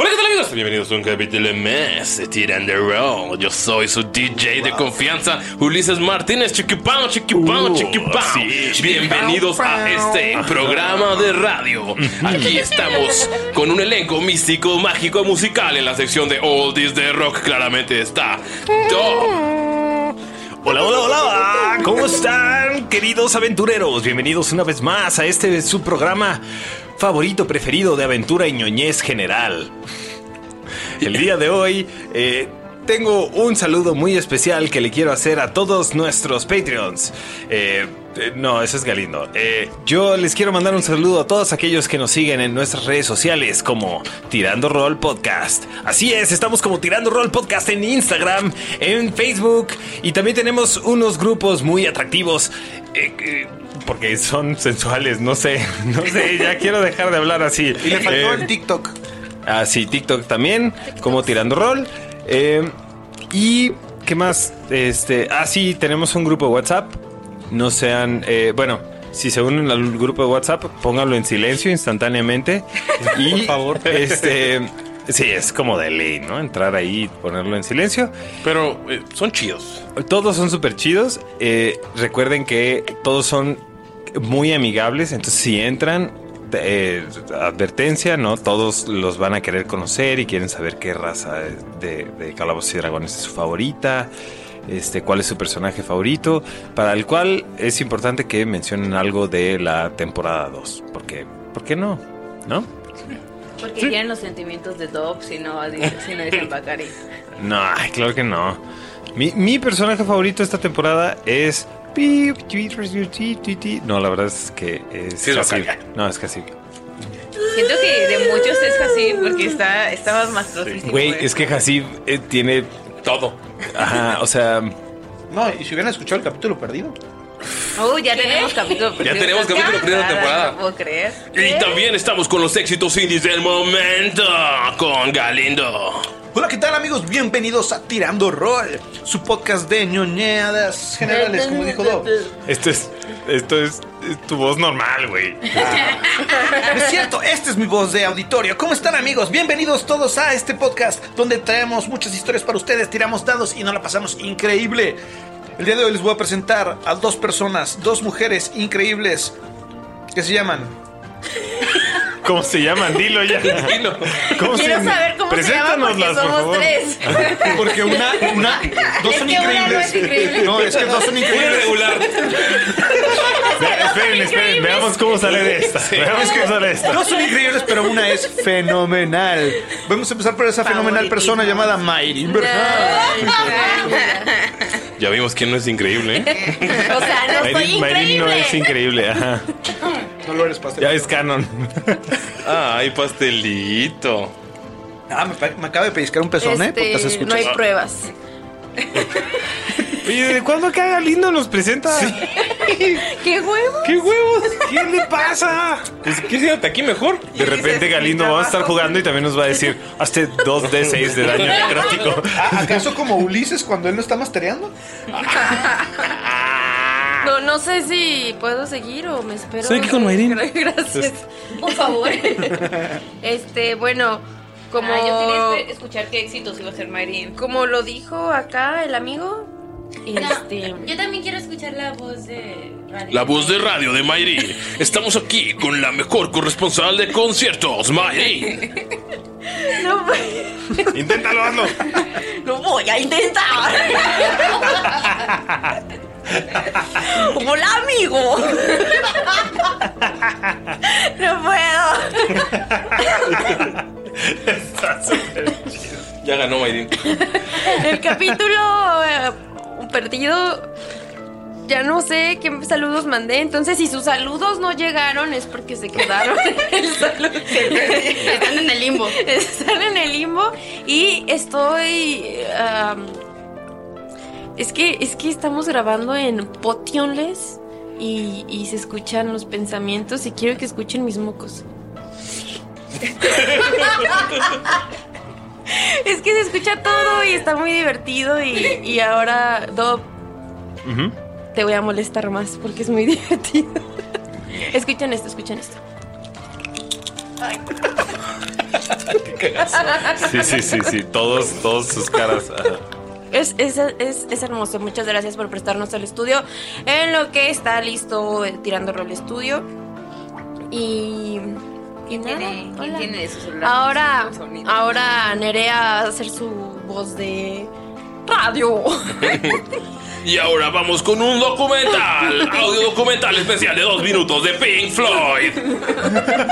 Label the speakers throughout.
Speaker 1: Hola, ¿qué tal amigos? Bienvenidos a un capítulo más de Tiran the Roll. Yo soy su DJ de confianza, Ulises Martínez. Chiquipao, chiquipao, chiquipao. Bienvenidos a este programa de radio. Aquí estamos con un elenco místico, mágico, musical en la sección de Oldies de Rock. Claramente está Top.
Speaker 2: Hola, hola, hola. ¿Cómo están, queridos aventureros? Bienvenidos una vez más a este su programa favorito, preferido de aventura y ñoñez general. El día de hoy eh, tengo un saludo muy especial que le quiero hacer a todos nuestros Patreons. Eh, eh, no, eso es Galindo. Eh, yo les quiero mandar un saludo a todos aquellos que nos siguen en nuestras redes sociales como Tirando Roll Podcast. Así es, estamos como Tirando Roll Podcast en Instagram, en Facebook y también tenemos unos grupos muy atractivos. eh, eh, porque son sensuales, no sé, no sé, ya quiero dejar de hablar así.
Speaker 3: Y le faltó el
Speaker 2: TikTok. Ah, sí, TikTok también, como tirando rol. Eh, y qué más, este, ah, sí, tenemos un grupo de WhatsApp. No sean, eh, bueno, si se unen al grupo de WhatsApp, pónganlo en silencio instantáneamente. y, Por favor, este, sí, es como de ley, ¿no? Entrar ahí, y ponerlo en silencio.
Speaker 1: Pero eh, son chidos.
Speaker 2: Todos son súper chidos. Eh, recuerden que todos son muy amigables. Entonces, si entran, eh, advertencia, ¿no? Todos los van a querer conocer y quieren saber qué raza de, de calabozos y dragones es su favorita. Este, cuál es su personaje favorito, para el cual es importante que mencionen algo de la temporada 2, porque, ¿por qué no? ¿No?
Speaker 4: Porque quieren los sentimientos de Dob si no, si no dicen Bacari.
Speaker 2: No, ay, claro que no. Mi, mi personaje favorito esta temporada es. No, la verdad es que es.
Speaker 1: Sí, es
Speaker 2: Cassiv.
Speaker 1: Bacari.
Speaker 2: No, es casi.
Speaker 4: Siento que de muchos es así porque está, estaba más profístico.
Speaker 2: Güey, es que Hasib tiene.
Speaker 1: Todo.
Speaker 2: Ajá, o sea.
Speaker 3: No, y si hubieran escuchado el capítulo perdido.
Speaker 4: Oh, ya tenemos capítulo perdido.
Speaker 1: tenemos capítulo perdido de temporada.
Speaker 4: No puedo creer.
Speaker 1: Y también estamos con los éxitos indies del momento con Galindo.
Speaker 3: Hola, ¿qué tal amigos? Bienvenidos a Tirando Roll, su podcast de ñoñadas generales, como dijo Dob.
Speaker 2: Esto es. Esto es, es tu voz normal, güey.
Speaker 3: Es cierto, esta es mi voz de auditorio. ¿Cómo están amigos? Bienvenidos todos a este podcast donde traemos muchas historias para ustedes, tiramos dados y nos la pasamos increíble. El día de hoy les voy a presentar a dos personas, dos mujeres increíbles que se llaman
Speaker 2: ¿Cómo se llaman? Dilo ya.
Speaker 1: Dilo.
Speaker 2: ¿Cómo se
Speaker 4: Quiero
Speaker 2: llaman?
Speaker 4: saber cómo se llama porque
Speaker 2: Preséntanoslas, por
Speaker 4: somos
Speaker 2: favor.
Speaker 4: tres.
Speaker 3: Porque una, una, dos
Speaker 4: Es
Speaker 3: son
Speaker 4: que una no es
Speaker 3: increíbles.
Speaker 4: increíble.
Speaker 3: No, es que dos son
Speaker 1: Muy
Speaker 3: increíbles.
Speaker 1: regular.
Speaker 2: Ve- Esperen, esperen, veamos cómo sale de esta. Veamos cómo sale de esta.
Speaker 3: Dos son increíbles, pero una es fenomenal. Vamos a empezar por esa fenomenal persona llamada Mayri Bernal.
Speaker 1: Ya vimos que no es increíble. ¿eh?
Speaker 4: O sea, no soy
Speaker 2: Mayrin- Mayrin
Speaker 4: increíble.
Speaker 2: no es increíble, ajá.
Speaker 3: No lo eres, pastel.
Speaker 2: Ya es canon.
Speaker 1: Ay, pastelito.
Speaker 3: Ah, me, pa- me acaba de pellizcar un pezón, ¿eh? Porque se
Speaker 4: Este, no
Speaker 3: escucha.
Speaker 4: hay pruebas.
Speaker 2: Oye, ¿de cuándo caga lindo nos presenta?
Speaker 4: ¿Qué huevo?
Speaker 2: ¿Qué huevos? ¿Qué le pasa? Pues ¿qué
Speaker 1: Quédate aquí mejor.
Speaker 2: De repente Galindo vamos a estar jugando y también nos va a decir, hazte 2d6 de daño necrótico.
Speaker 3: Ah, ¿Acaso como Ulises cuando él no está mastereando?
Speaker 4: Ah.
Speaker 5: No, no sé si puedo seguir o me espero.
Speaker 1: Estoy aquí con Mayrin.
Speaker 5: Gracias. Por favor. Este, bueno, como,
Speaker 4: Ah, yo quería espe- escuchar qué éxitos iba a ser Mayrin.
Speaker 5: como lo dijo acá el amigo, este,
Speaker 6: Yo también quiero escuchar la voz de Radio.
Speaker 1: La voz de radio de Mayri. Estamos aquí con la mejor corresponsal de conciertos, Mayri.
Speaker 5: no, voy-
Speaker 2: Inténtalo, hazlo.
Speaker 5: no voy a intentar. Hola, amigo. No puedo.
Speaker 1: Ya ganó Mayri.
Speaker 5: El capítulo eh, perdido. Ya no sé qué saludos mandé, entonces si sus saludos no llegaron es porque se quedaron en el saludo.
Speaker 6: Están en el limbo.
Speaker 5: Están en el limbo y estoy. um, es que es que estamos grabando en Potionless y, y se escuchan los pensamientos y quiero que escuchen mis mocos. es que se escucha todo y está muy divertido y, y ahora Dob te voy a molestar más porque es muy divertido. escuchen esto, escuchen esto.
Speaker 2: Sí, sí, sí, sí. Todos, todos sus caras. ajá.
Speaker 5: Es, es, es, es hermoso. Muchas gracias por prestarnos el estudio. En lo que está listo eh, tirando rol estudio. Y. y
Speaker 4: ¿Quién
Speaker 5: nada,
Speaker 4: tiene, quién
Speaker 5: hola.
Speaker 4: tiene de su celular?
Speaker 5: Ahora,
Speaker 4: Un sonido.
Speaker 5: ahora Nerea va a hacer su voz de radio.
Speaker 1: Y ahora vamos con un documental, audio documental especial de dos minutos de Pink Floyd.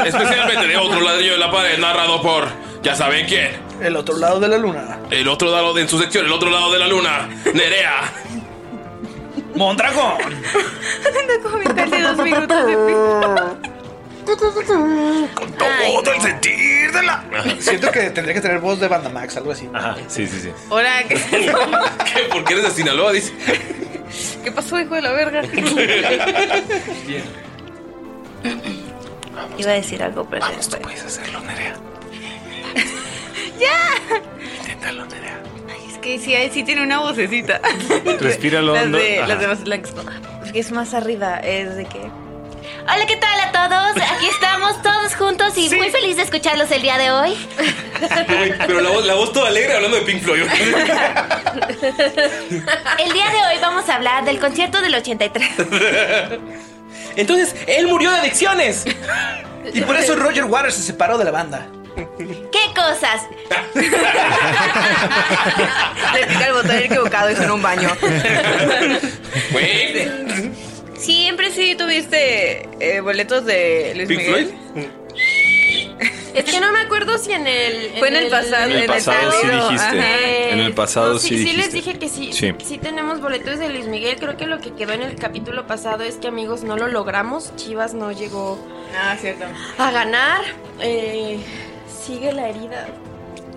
Speaker 1: Especialmente de otro ladrillo de la pared, narrado por, ya saben quién,
Speaker 3: El otro lado de la luna.
Speaker 1: el otro lado de en su sección, el otro lado de la luna, Nerea.
Speaker 3: ¡Mondragón!
Speaker 5: Documental de dos minutos de
Speaker 2: Todo el sentir de la.
Speaker 3: Siento que tendría que tener voz de Banda Max, algo así.
Speaker 2: Ajá, sí, sí, sí.
Speaker 4: Hola, ¿qué,
Speaker 1: ¿Qué? ¿Por qué eres de Sinaloa? Dice.
Speaker 4: qué pasó, hijo de la verga?
Speaker 5: Iba a decir algo, pero después.
Speaker 2: Puedes hacerlo, Nerea. ¡Ya! Inténtalo, Nerea.
Speaker 4: Ay, es que sí, sí tiene una vocecita.
Speaker 2: Respíralo
Speaker 4: las
Speaker 2: hondo.
Speaker 4: de,
Speaker 2: Ajá.
Speaker 4: las de más- la- Porque es más arriba, es de que.
Speaker 6: Hola, ¿qué tal a todos? Aquí estamos todos juntos y muy feliz de escucharlos el día de hoy.
Speaker 1: Uy, Pero la voz, la voz toda alegre hablando de Pink Floyd.
Speaker 6: El día de hoy vamos a hablar del concierto del 83.
Speaker 3: Entonces, él murió de adicciones. Y por eso Roger Waters se separó de la banda.
Speaker 6: ¿Qué cosas?
Speaker 4: Le pica el botón equivocado y suena un baño.
Speaker 1: Güey,
Speaker 4: Siempre sí tuviste eh, boletos de Luis
Speaker 1: Pink
Speaker 4: Miguel.
Speaker 1: Floyd.
Speaker 5: Es que no me acuerdo si en el.
Speaker 4: Fue en el pasado,
Speaker 2: En el pasado sí
Speaker 4: pasado,
Speaker 2: dijiste.
Speaker 4: ajá.
Speaker 2: En el pasado
Speaker 5: No,
Speaker 2: sí,
Speaker 5: sí, sí,
Speaker 2: dijiste.
Speaker 5: les dije que sí,
Speaker 2: Sí.
Speaker 5: sí. tenemos boletos de Luis Miguel. Creo que lo que quedó en el capítulo pasado es que, amigos, no lo logramos. Chivas no llegó
Speaker 4: Ah, cierto.
Speaker 5: a ganar. Eh, sigue la herida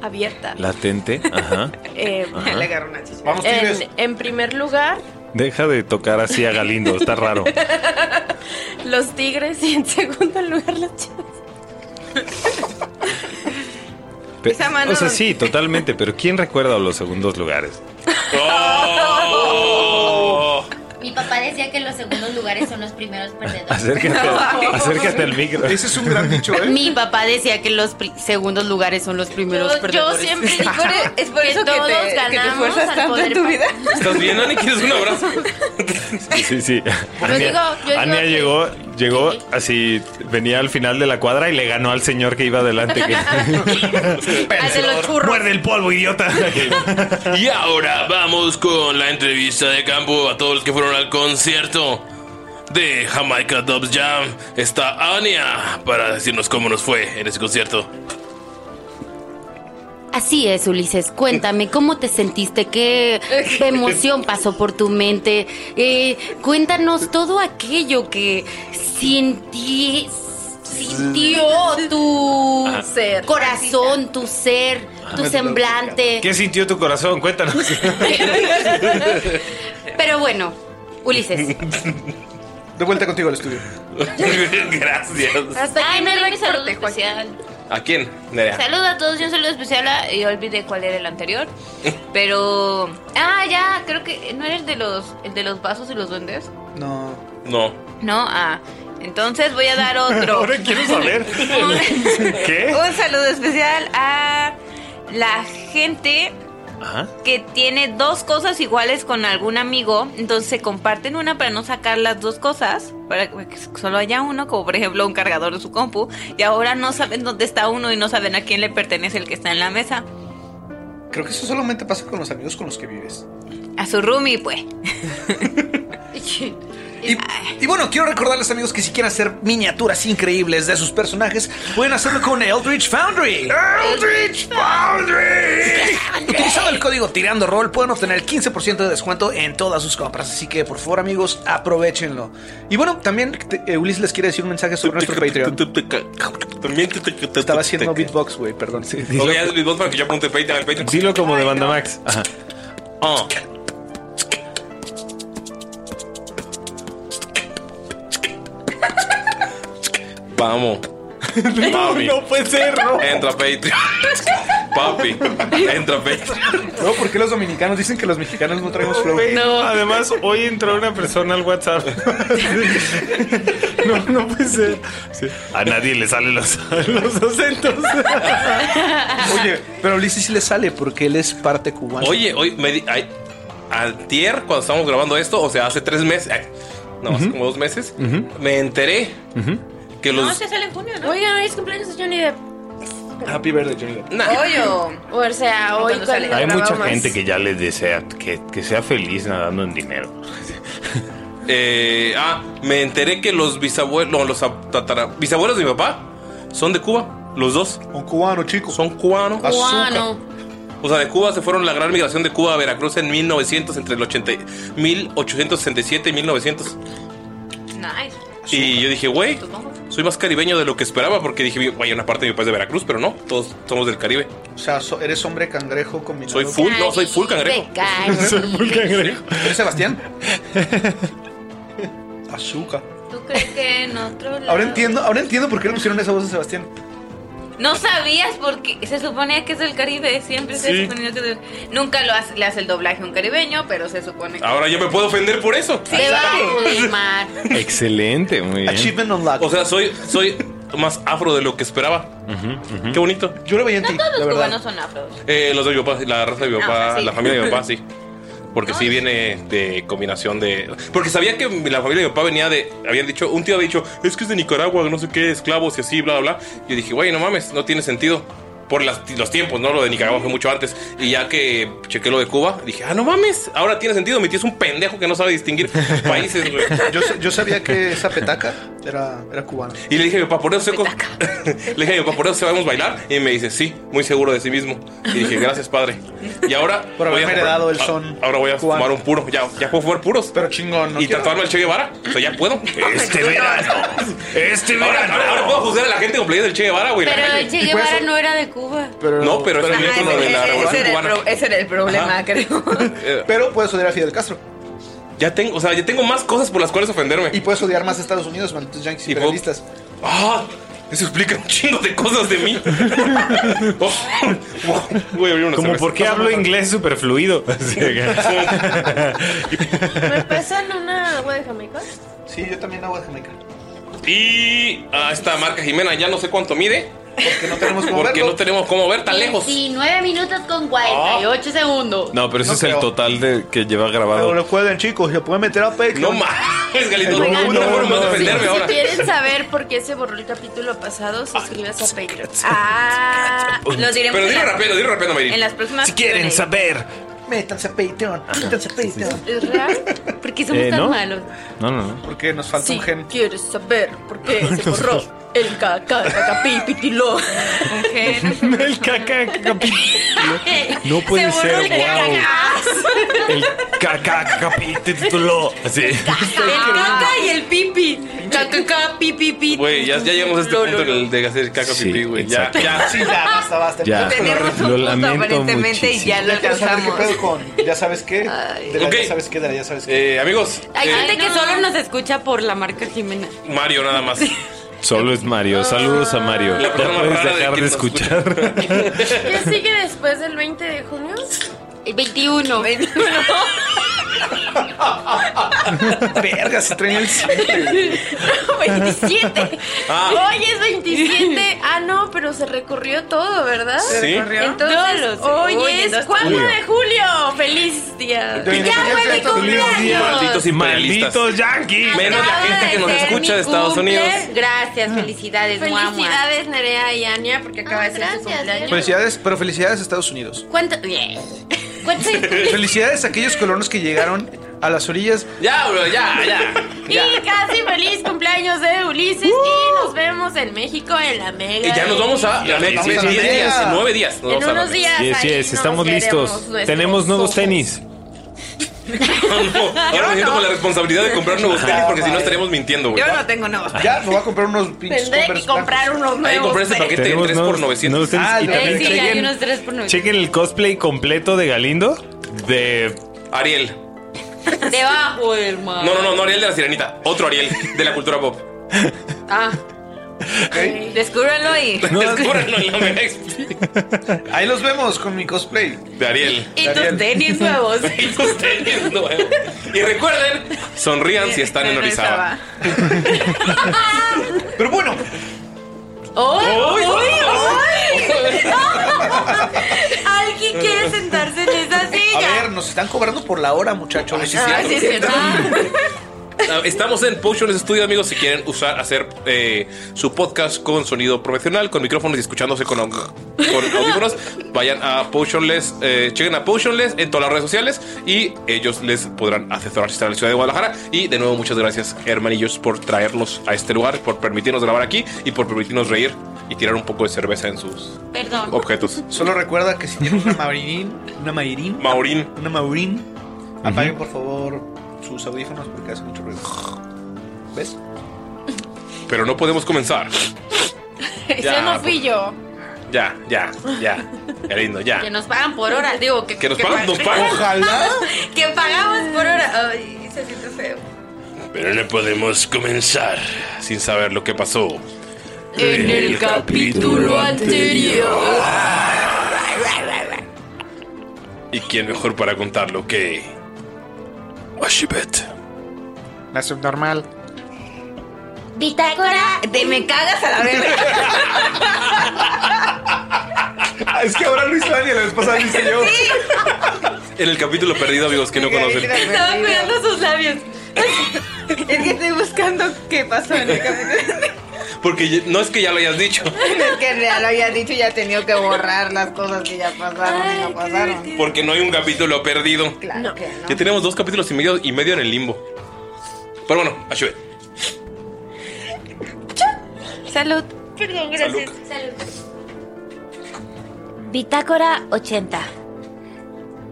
Speaker 5: abierta.
Speaker 2: Latente, ajá.
Speaker 5: Eh,
Speaker 4: Le agarró una chicha.
Speaker 3: Vamos, Tigres.
Speaker 5: en, en primer lugar,
Speaker 2: Deja de tocar así a Galindo, está raro.
Speaker 5: los Tigres y en segundo lugar, las Chivas.
Speaker 2: Pe-
Speaker 4: Esa mano-
Speaker 2: O sea, sí, totalmente, pero ¿quién recuerda los segundos lugares?
Speaker 1: Oh.
Speaker 6: Mi papá de
Speaker 7: decía que los segundos lugares son los primeros perdedores.
Speaker 2: Acércate, acércate al micro.
Speaker 3: Ese es un gran dicho, ¿eh?
Speaker 7: Mi papá decía que los pri- segundos lugares son los primeros
Speaker 4: Yo- yo
Speaker 7: perdedores.
Speaker 4: siempre digo, es por eso que
Speaker 7: todos
Speaker 4: te- que te
Speaker 7: ganamos
Speaker 4: esfuerzas
Speaker 7: al
Speaker 4: tanto en
Speaker 7: poder
Speaker 4: tu vida.
Speaker 8: ¿Estás bien, Ani? ¿Quieres un abrazo?
Speaker 2: Sí, sí.
Speaker 4: digo-
Speaker 2: Ania,
Speaker 4: yo digo
Speaker 2: Ania
Speaker 4: que-
Speaker 2: llegó, llegó así, venía al final de la cuadra y le ganó al señor que iba adelante. que- Muerde el polvo, idiota.
Speaker 8: Y ahora vamos con la entrevista de campo a todos los que fueron al concierto de Jamaica Dubs Jam. Está Ania para decirnos cómo nos fue en ese concierto.
Speaker 7: Así es, Ulises. Cuéntame, ¿cómo te sentiste? ¿Qué emoción pasó por tu mente? Eh, cuéntanos todo aquello que sinti- sintió tu
Speaker 2: Ajá.
Speaker 7: ser, corazón, tu ser, tu semblante.
Speaker 2: ¿Qué sintió tu corazón? Cuéntanos.
Speaker 7: Pero bueno, Ulises.
Speaker 3: De vuelta contigo al estudio.
Speaker 8: Gracias.
Speaker 5: Hasta
Speaker 4: aquí
Speaker 5: me
Speaker 4: mi
Speaker 5: reporte,
Speaker 4: reporte, especial.
Speaker 8: ¿A quién? Nerea.
Speaker 4: Saludos a todos y un saludo especial a... Y olvidé cuál era el anterior. Pero... Ah, ya, creo que... ¿No era el de los, el de los vasos y los duendes?
Speaker 3: No.
Speaker 8: No.
Speaker 4: No, ah... Entonces voy a dar otro.
Speaker 8: Ahora quiero saber.
Speaker 2: ¿Qué?
Speaker 4: Un saludo especial a la gente
Speaker 2: Ah.
Speaker 4: que tiene dos cosas iguales con algún amigo, entonces se comparten una para no sacar las dos cosas, para que solo haya uno, como por ejemplo un cargador de su compu, y ahora no saben dónde está uno y no saben a quién le pertenece el que está en la mesa.
Speaker 3: Creo que eso solamente pasa con los amigos con los que vives.
Speaker 4: A su roomie, pues.
Speaker 3: Y bueno, quiero recordarles amigos que si quieren hacer miniaturas increíbles de sus personajes, pueden hacerlo con Eldritch Foundry. ¡Eldritch Foundry! Utilizando el código Tirando Roll pueden obtener el 15% de descuento en todas sus compras. Así que por favor amigos, aprovechenlo. Y bueno, también te- eh, Ulises les quiere decir un mensaje sobre nuestro Patreon.
Speaker 8: También
Speaker 3: Estaba haciendo beatbox, güey, perdón.
Speaker 8: Ok, haz el beatbox para que yo apunte Patreon. Patreon.
Speaker 2: Dilo como de Banda Max. Ajá.
Speaker 8: Ah. Vamos.
Speaker 2: No,
Speaker 8: Papi.
Speaker 2: no puede ser, no.
Speaker 8: Entra a Patreon. Papi, entra a Patreon.
Speaker 3: No, ¿por qué los dominicanos dicen que los mexicanos no traemos flow?
Speaker 2: Además, hoy entró una persona al WhatsApp. No, no puede ser. Sí. A nadie le salen los, los acentos.
Speaker 3: Oye, pero a Ulises sí le sale porque él es parte cubana.
Speaker 8: Oye, hoy me di, ay, antier, cuando estábamos grabando esto, o sea, hace tres meses, ay, no, hace como dos meses, me enteré que los
Speaker 4: sale en junio,
Speaker 5: ¿no? Oigan, hoy es cumpleaños de Johnny Depp.
Speaker 3: Happy birthday, Johnny Depp.
Speaker 5: Hoy o... O sea, hoy cuando
Speaker 2: Hay mucha
Speaker 5: grabamos.
Speaker 2: gente que ya les desea que, que sea feliz nadando en dinero.
Speaker 8: Eh, ah, me enteré que los bisabuelos, no, los ab- tatara- bisabuelos de mi papá son de Cuba, los dos.
Speaker 3: Son cubanos, chicos.
Speaker 8: Son cubanos.
Speaker 5: Cubano.
Speaker 8: O sea, de Cuba se fueron la gran migración de Cuba a Veracruz en 1900, entre el 80, 1867 y 1900.
Speaker 4: Nice. pues
Speaker 8: Y yo dije, güey, soy más caribeño de lo que esperaba porque dije, vaya, una parte de mi país de Veracruz, pero no, todos somos del Caribe.
Speaker 3: O sea, so- eres hombre cangrejo combinado.
Speaker 8: Soy full, no, soy full cangrejo.
Speaker 3: Soy full
Speaker 2: cangrejo.
Speaker 3: ¿Eres Sebastián? Azúcar.
Speaker 4: ¿Tú crees que en otro lado?
Speaker 3: Ahora entiendo, ahora entiendo por qué le pusieron esa voz a Sebastián.
Speaker 4: No sabías porque se suponía que es del Caribe, siempre se
Speaker 8: Sí.
Speaker 4: suponía que es del- Nunca lo hace, le hace el doblaje a un caribeño, pero se supone que...
Speaker 8: Ahora yo me puedo ofender por eso.
Speaker 4: Se va a
Speaker 7: Neymar.
Speaker 2: Excelente, muy bien.
Speaker 8: O sea, soy, soy más afro de lo que esperaba. Qué bonito.
Speaker 3: Yo lo veía en
Speaker 4: No todos los cubanos son afros.
Speaker 8: Eh, los de mi papá, la raza de mi
Speaker 4: Ah,
Speaker 8: papá,
Speaker 4: o sea, sí.
Speaker 8: la familia de mi papá, sí. Porque sí viene de combinación de. Porque sabía que la familia de mi papá venía de. Habían dicho, un tío había dicho, es que es de Nicaragua, no sé qué, esclavos y así, bla, bla, bla. Yo dije, güey, no mames, no tiene sentido. Por las- los tiempos, ¿no? Lo de Nicaragua fue mucho antes. Y ya que chequé lo de Cuba, dije, ah, no mames, ahora tiene sentido. Mi tío es un pendejo que no sabe distinguir países, güey.
Speaker 3: Yo, yo sabía que esa petaca era, era cubana.
Speaker 8: Y le dije a mi papá, por eso, le dije a mi papá, por eso sabemos bailar. Y me dice, sí, muy seguro de sí mismo. Y dije, gracias, padre. Y ahora.
Speaker 3: Por
Speaker 8: voy a
Speaker 3: haberme
Speaker 8: comprar-
Speaker 3: heredado el
Speaker 8: a-
Speaker 3: son
Speaker 8: Ahora voy a
Speaker 3: cubano.
Speaker 8: fumar un puro. Ya, ya puedo fumar puros.
Speaker 3: Pero chingón,
Speaker 8: Y tatuarme el Che Guevara. O sea, ya puedo. Este verano. Este verano. Ahora, ahora puedo juzgar a la gente con playera del Che Guevara, güey. en la
Speaker 7: Pero
Speaker 8: calle.
Speaker 7: el Che Guevara no era de Cuba.
Speaker 8: No, pero es el
Speaker 4: Ajá,
Speaker 8: ícono
Speaker 4: ese-
Speaker 8: de la
Speaker 4: ese-
Speaker 8: revolución
Speaker 4: ese era el
Speaker 8: cubana. Eh,
Speaker 4: pro- Ese era el problema, creo.
Speaker 3: Pero puedes odiar a Fidel Castro.
Speaker 8: Ya tengo, o sea, ya tengo más cosas por las cuales ofenderme.
Speaker 3: Y puedes odiar más a Estados Unidos, malditos yankees
Speaker 8: Y puedo-
Speaker 3: imperialistas.
Speaker 8: ¡Ah! Eso explica un chingo de cosas de mí. Oh, wow, voy a abrir una
Speaker 1: Como
Speaker 8: cerveza.
Speaker 1: por qué hablo inglés superfluido.
Speaker 5: ¿Me pasan una agua de Jamaica?
Speaker 3: Sí, yo también agua de Jamaica.
Speaker 8: Y a esta marca Jimena ya no sé cuánto mide. Porque no tenemos cómo, porque no tenemos cómo ver tan lejos.
Speaker 6: 19 minutos con
Speaker 7: Ah.
Speaker 6: 48 segundos.
Speaker 1: No, pero ese
Speaker 3: No
Speaker 1: es
Speaker 3: creo.
Speaker 1: el total de, que lleva grabado.
Speaker 3: Recuerden, chicos, se pueden meter a Patreon.
Speaker 8: No mames, Galito.
Speaker 3: No,
Speaker 8: una
Speaker 3: no,
Speaker 8: forma
Speaker 3: no,
Speaker 8: de defenderme
Speaker 3: sí.
Speaker 8: ahora.
Speaker 5: Si quieren saber por qué se borró el capítulo pasado, suscríbase a Patreon. Ah, lo diremos.
Speaker 8: Pero
Speaker 5: en
Speaker 8: dilo
Speaker 5: la-
Speaker 8: rápido, dilo rápido, Mary.
Speaker 5: En las próximas. Q&A.
Speaker 1: saber.
Speaker 3: Métanse a Patreon. Métanse a Patreon.
Speaker 5: ¿Es real? ¿Por qué somos
Speaker 1: Eh,
Speaker 5: tan
Speaker 1: ¿no?
Speaker 5: malos?
Speaker 1: No, no, no.
Speaker 3: Porque nos falta un gen.
Speaker 5: ¿Quieres saber por qué se borró el caca, caca, pi, pi, ti, lo?
Speaker 1: El caca, No puede
Speaker 5: Se borró
Speaker 1: ser,
Speaker 5: el
Speaker 1: wow.
Speaker 5: caca.
Speaker 1: El caca capítulo. Así.
Speaker 5: El caca y el pipi. Caca, caca, pi, pi, pi.
Speaker 8: Güey, ya, ya llegamos a este
Speaker 5: Lo,
Speaker 8: punto en el de hacer caca
Speaker 1: Sí,
Speaker 8: pipí, güey. Ya,
Speaker 1: exacto.
Speaker 8: ya.
Speaker 3: Sí, ya, basta, basta.
Speaker 1: Ya.
Speaker 3: Lo
Speaker 4: Tenemos un punto aparentemente y ya lo
Speaker 3: Ya sabes qué
Speaker 4: alcanzamos.
Speaker 3: pedo con. Ya sabes qué. De la,
Speaker 8: Ok.
Speaker 3: Ya sabes qué, de la, ya sabes qué.
Speaker 8: Eh, amigos,
Speaker 7: Hay
Speaker 8: eh,
Speaker 7: gente que solo nos escucha por la marca Jimena.
Speaker 8: Mario nada más.
Speaker 1: Solo es Mario. Saludos a Mario.
Speaker 8: La
Speaker 1: Ya
Speaker 8: persona más
Speaker 1: puedes
Speaker 8: rara de
Speaker 1: dejar de
Speaker 8: que nos
Speaker 1: escuchar.
Speaker 5: ¿Qué sigue después del 20 de junio?
Speaker 7: El 21.
Speaker 3: Verga, se traen el cine.
Speaker 5: 27.
Speaker 8: Ah.
Speaker 5: Hoy es 27. Ah, no, pero se recorrió todo, ¿verdad?
Speaker 8: ¿Se Sí. recorrió?
Speaker 5: Entonces,
Speaker 7: Todos los-
Speaker 5: hoy
Speaker 7: Uy, en
Speaker 5: es
Speaker 7: dos-
Speaker 5: 4
Speaker 1: Julio.
Speaker 5: de julio. ¡Feliz día!
Speaker 3: Entonces,
Speaker 5: ¡Ya
Speaker 3: entonces,
Speaker 5: fue mi
Speaker 3: entonces, feliz
Speaker 5: cumpleaños!
Speaker 8: Malditos imperialistas.
Speaker 1: Malditos yankees.
Speaker 8: Menos la gente que nos escucha de Estados Unidos.
Speaker 7: Gracias, felicidades, Ah, guau, guau.
Speaker 5: Felicidades, Nerea y Ania, porque acaba de ser su
Speaker 6: gracias,
Speaker 5: cumpleaños.
Speaker 3: Felicidades, pero felicidades a Estados Unidos.
Speaker 7: ¿Cuánto? Yeah. ¿Cuánto?
Speaker 3: Felicidades a aquellos colonos que llegaron a las orillas.
Speaker 8: Ya, güey, ya, ya. Uh.
Speaker 5: Y casi feliz cumpleaños de Ulises. Y nos vemos en México en la mega.
Speaker 8: Y ya nos vamos a la meta.
Speaker 3: vamos a la
Speaker 8: 10
Speaker 3: mega.
Speaker 8: días, en 9 días. Nos
Speaker 5: En
Speaker 8: vamos a la
Speaker 5: unos
Speaker 8: mega.
Speaker 5: días.
Speaker 1: Yes,
Speaker 5: ahí
Speaker 1: yes,
Speaker 5: nos
Speaker 1: estamos
Speaker 5: veremos
Speaker 1: listos.
Speaker 5: nuestros
Speaker 1: Tenemos nuevos
Speaker 5: ojos.
Speaker 1: tenis.
Speaker 8: No, no, ahora me siento con la responsabilidad de comprar nuevos tenis porque si no estaríamos mintiendo, güey.
Speaker 4: Yo no tengo nuevos.
Speaker 3: Ya, me voy a comprar unos pinches
Speaker 5: Tendré que
Speaker 3: Converse
Speaker 5: comprar
Speaker 3: blancos.
Speaker 5: unos nuevos.
Speaker 8: Ahí compré ese
Speaker 5: tenis.
Speaker 8: paquete de 3 por 900.
Speaker 1: tenis.
Speaker 3: Ah,
Speaker 1: y
Speaker 3: de-
Speaker 1: también
Speaker 7: Sí,
Speaker 1: chequen,
Speaker 7: hay unos tres por nueve.
Speaker 1: chequen el cosplay completo de Galindo. De.
Speaker 8: Ariel.
Speaker 7: Debajo del mar.
Speaker 8: No, no, no, no Ariel de la Sirenita. Otro Ariel de la cultura pop.
Speaker 7: Ah. Descúbranlo y.
Speaker 8: Descúbranlo en la mega exp-
Speaker 3: Ahí los vemos con mi cosplay.
Speaker 8: de Ariel.
Speaker 7: Y tus tenis nuevos.
Speaker 8: Y sus tenis nuevos. Y recuerden, sonrían si están en
Speaker 4: Pero esa
Speaker 8: Orizaba.
Speaker 4: va.
Speaker 3: Pero bueno,
Speaker 7: ¡Oh!
Speaker 8: ¡Uy!
Speaker 7: ¿Alguien quiere sentarse en esa
Speaker 3: a
Speaker 7: silla?
Speaker 3: ver, nos están cobrando por la hora, muchachos.
Speaker 4: Ah, sí, es cierto.
Speaker 8: Ah, Estamos en Potions Studio, amigos, si quieren usar, hacer eh, su podcast con sonido profesional, con micrófonos y escuchándose con, au- con audífonos, vayan a Potionless, eh, chequen a Potionless en todas las redes sociales y ellos les podrán asesorar si están en la ciudad de Guadalajara. Y de nuevo, muchas gracias, hermanillos, por traerlos a este lugar, por permitirnos grabar aquí y por permitirnos reír y tirar un poco de cerveza en
Speaker 4: Ah,
Speaker 8: sus
Speaker 7: Perdón.
Speaker 8: objetos.
Speaker 3: Solo recuerda que si tienen una Maurín, una Maurín,
Speaker 8: Maurín.
Speaker 3: una Maurín, apaguen por favor sus audífonos porque hace mucho ruido. ¿Ves?
Speaker 8: Pero no podemos comenzar.
Speaker 5: Ese
Speaker 8: pues,
Speaker 5: no fui yo.
Speaker 8: Ya, ya, ya. Qué lindo, ya.
Speaker 7: Que nos pagan por hora. Digo, que,
Speaker 8: Que nos pagan, nos pagan.
Speaker 3: Ojalá.
Speaker 7: Que pagamos por hora.
Speaker 5: Ay, se siente feo.
Speaker 8: Pero no podemos comenzar sin saber lo que pasó.
Speaker 7: En el capítulo anterior.
Speaker 8: ¿Y quién mejor para contarlo que... Washibet.
Speaker 3: La subnormal.
Speaker 6: Bitácora
Speaker 4: Te me cagas a la verga.
Speaker 3: Ah, es que ahora Luis Daniel, la vez pasada lo hice yo.
Speaker 8: En el capítulo perdido, amigos, que no conocen.
Speaker 7: Estaba cuidando sus labios.
Speaker 4: Es que estoy buscando qué pasó en el capítulo.
Speaker 8: Porque ya- no es que ya lo hayas dicho.
Speaker 4: Es que ya lo había dicho y ya he tenido que borrar las cosas que ya pasaron y no pasaron.
Speaker 8: Porque no hay un capítulo perdido.
Speaker 4: Claro que no.
Speaker 8: Ya tenemos dos capítulos y medio, y medio en el limbo. Pero bueno, Ashibet.
Speaker 7: Salud.
Speaker 6: Perdón,
Speaker 8: gracias.
Speaker 6: Bitácora 80.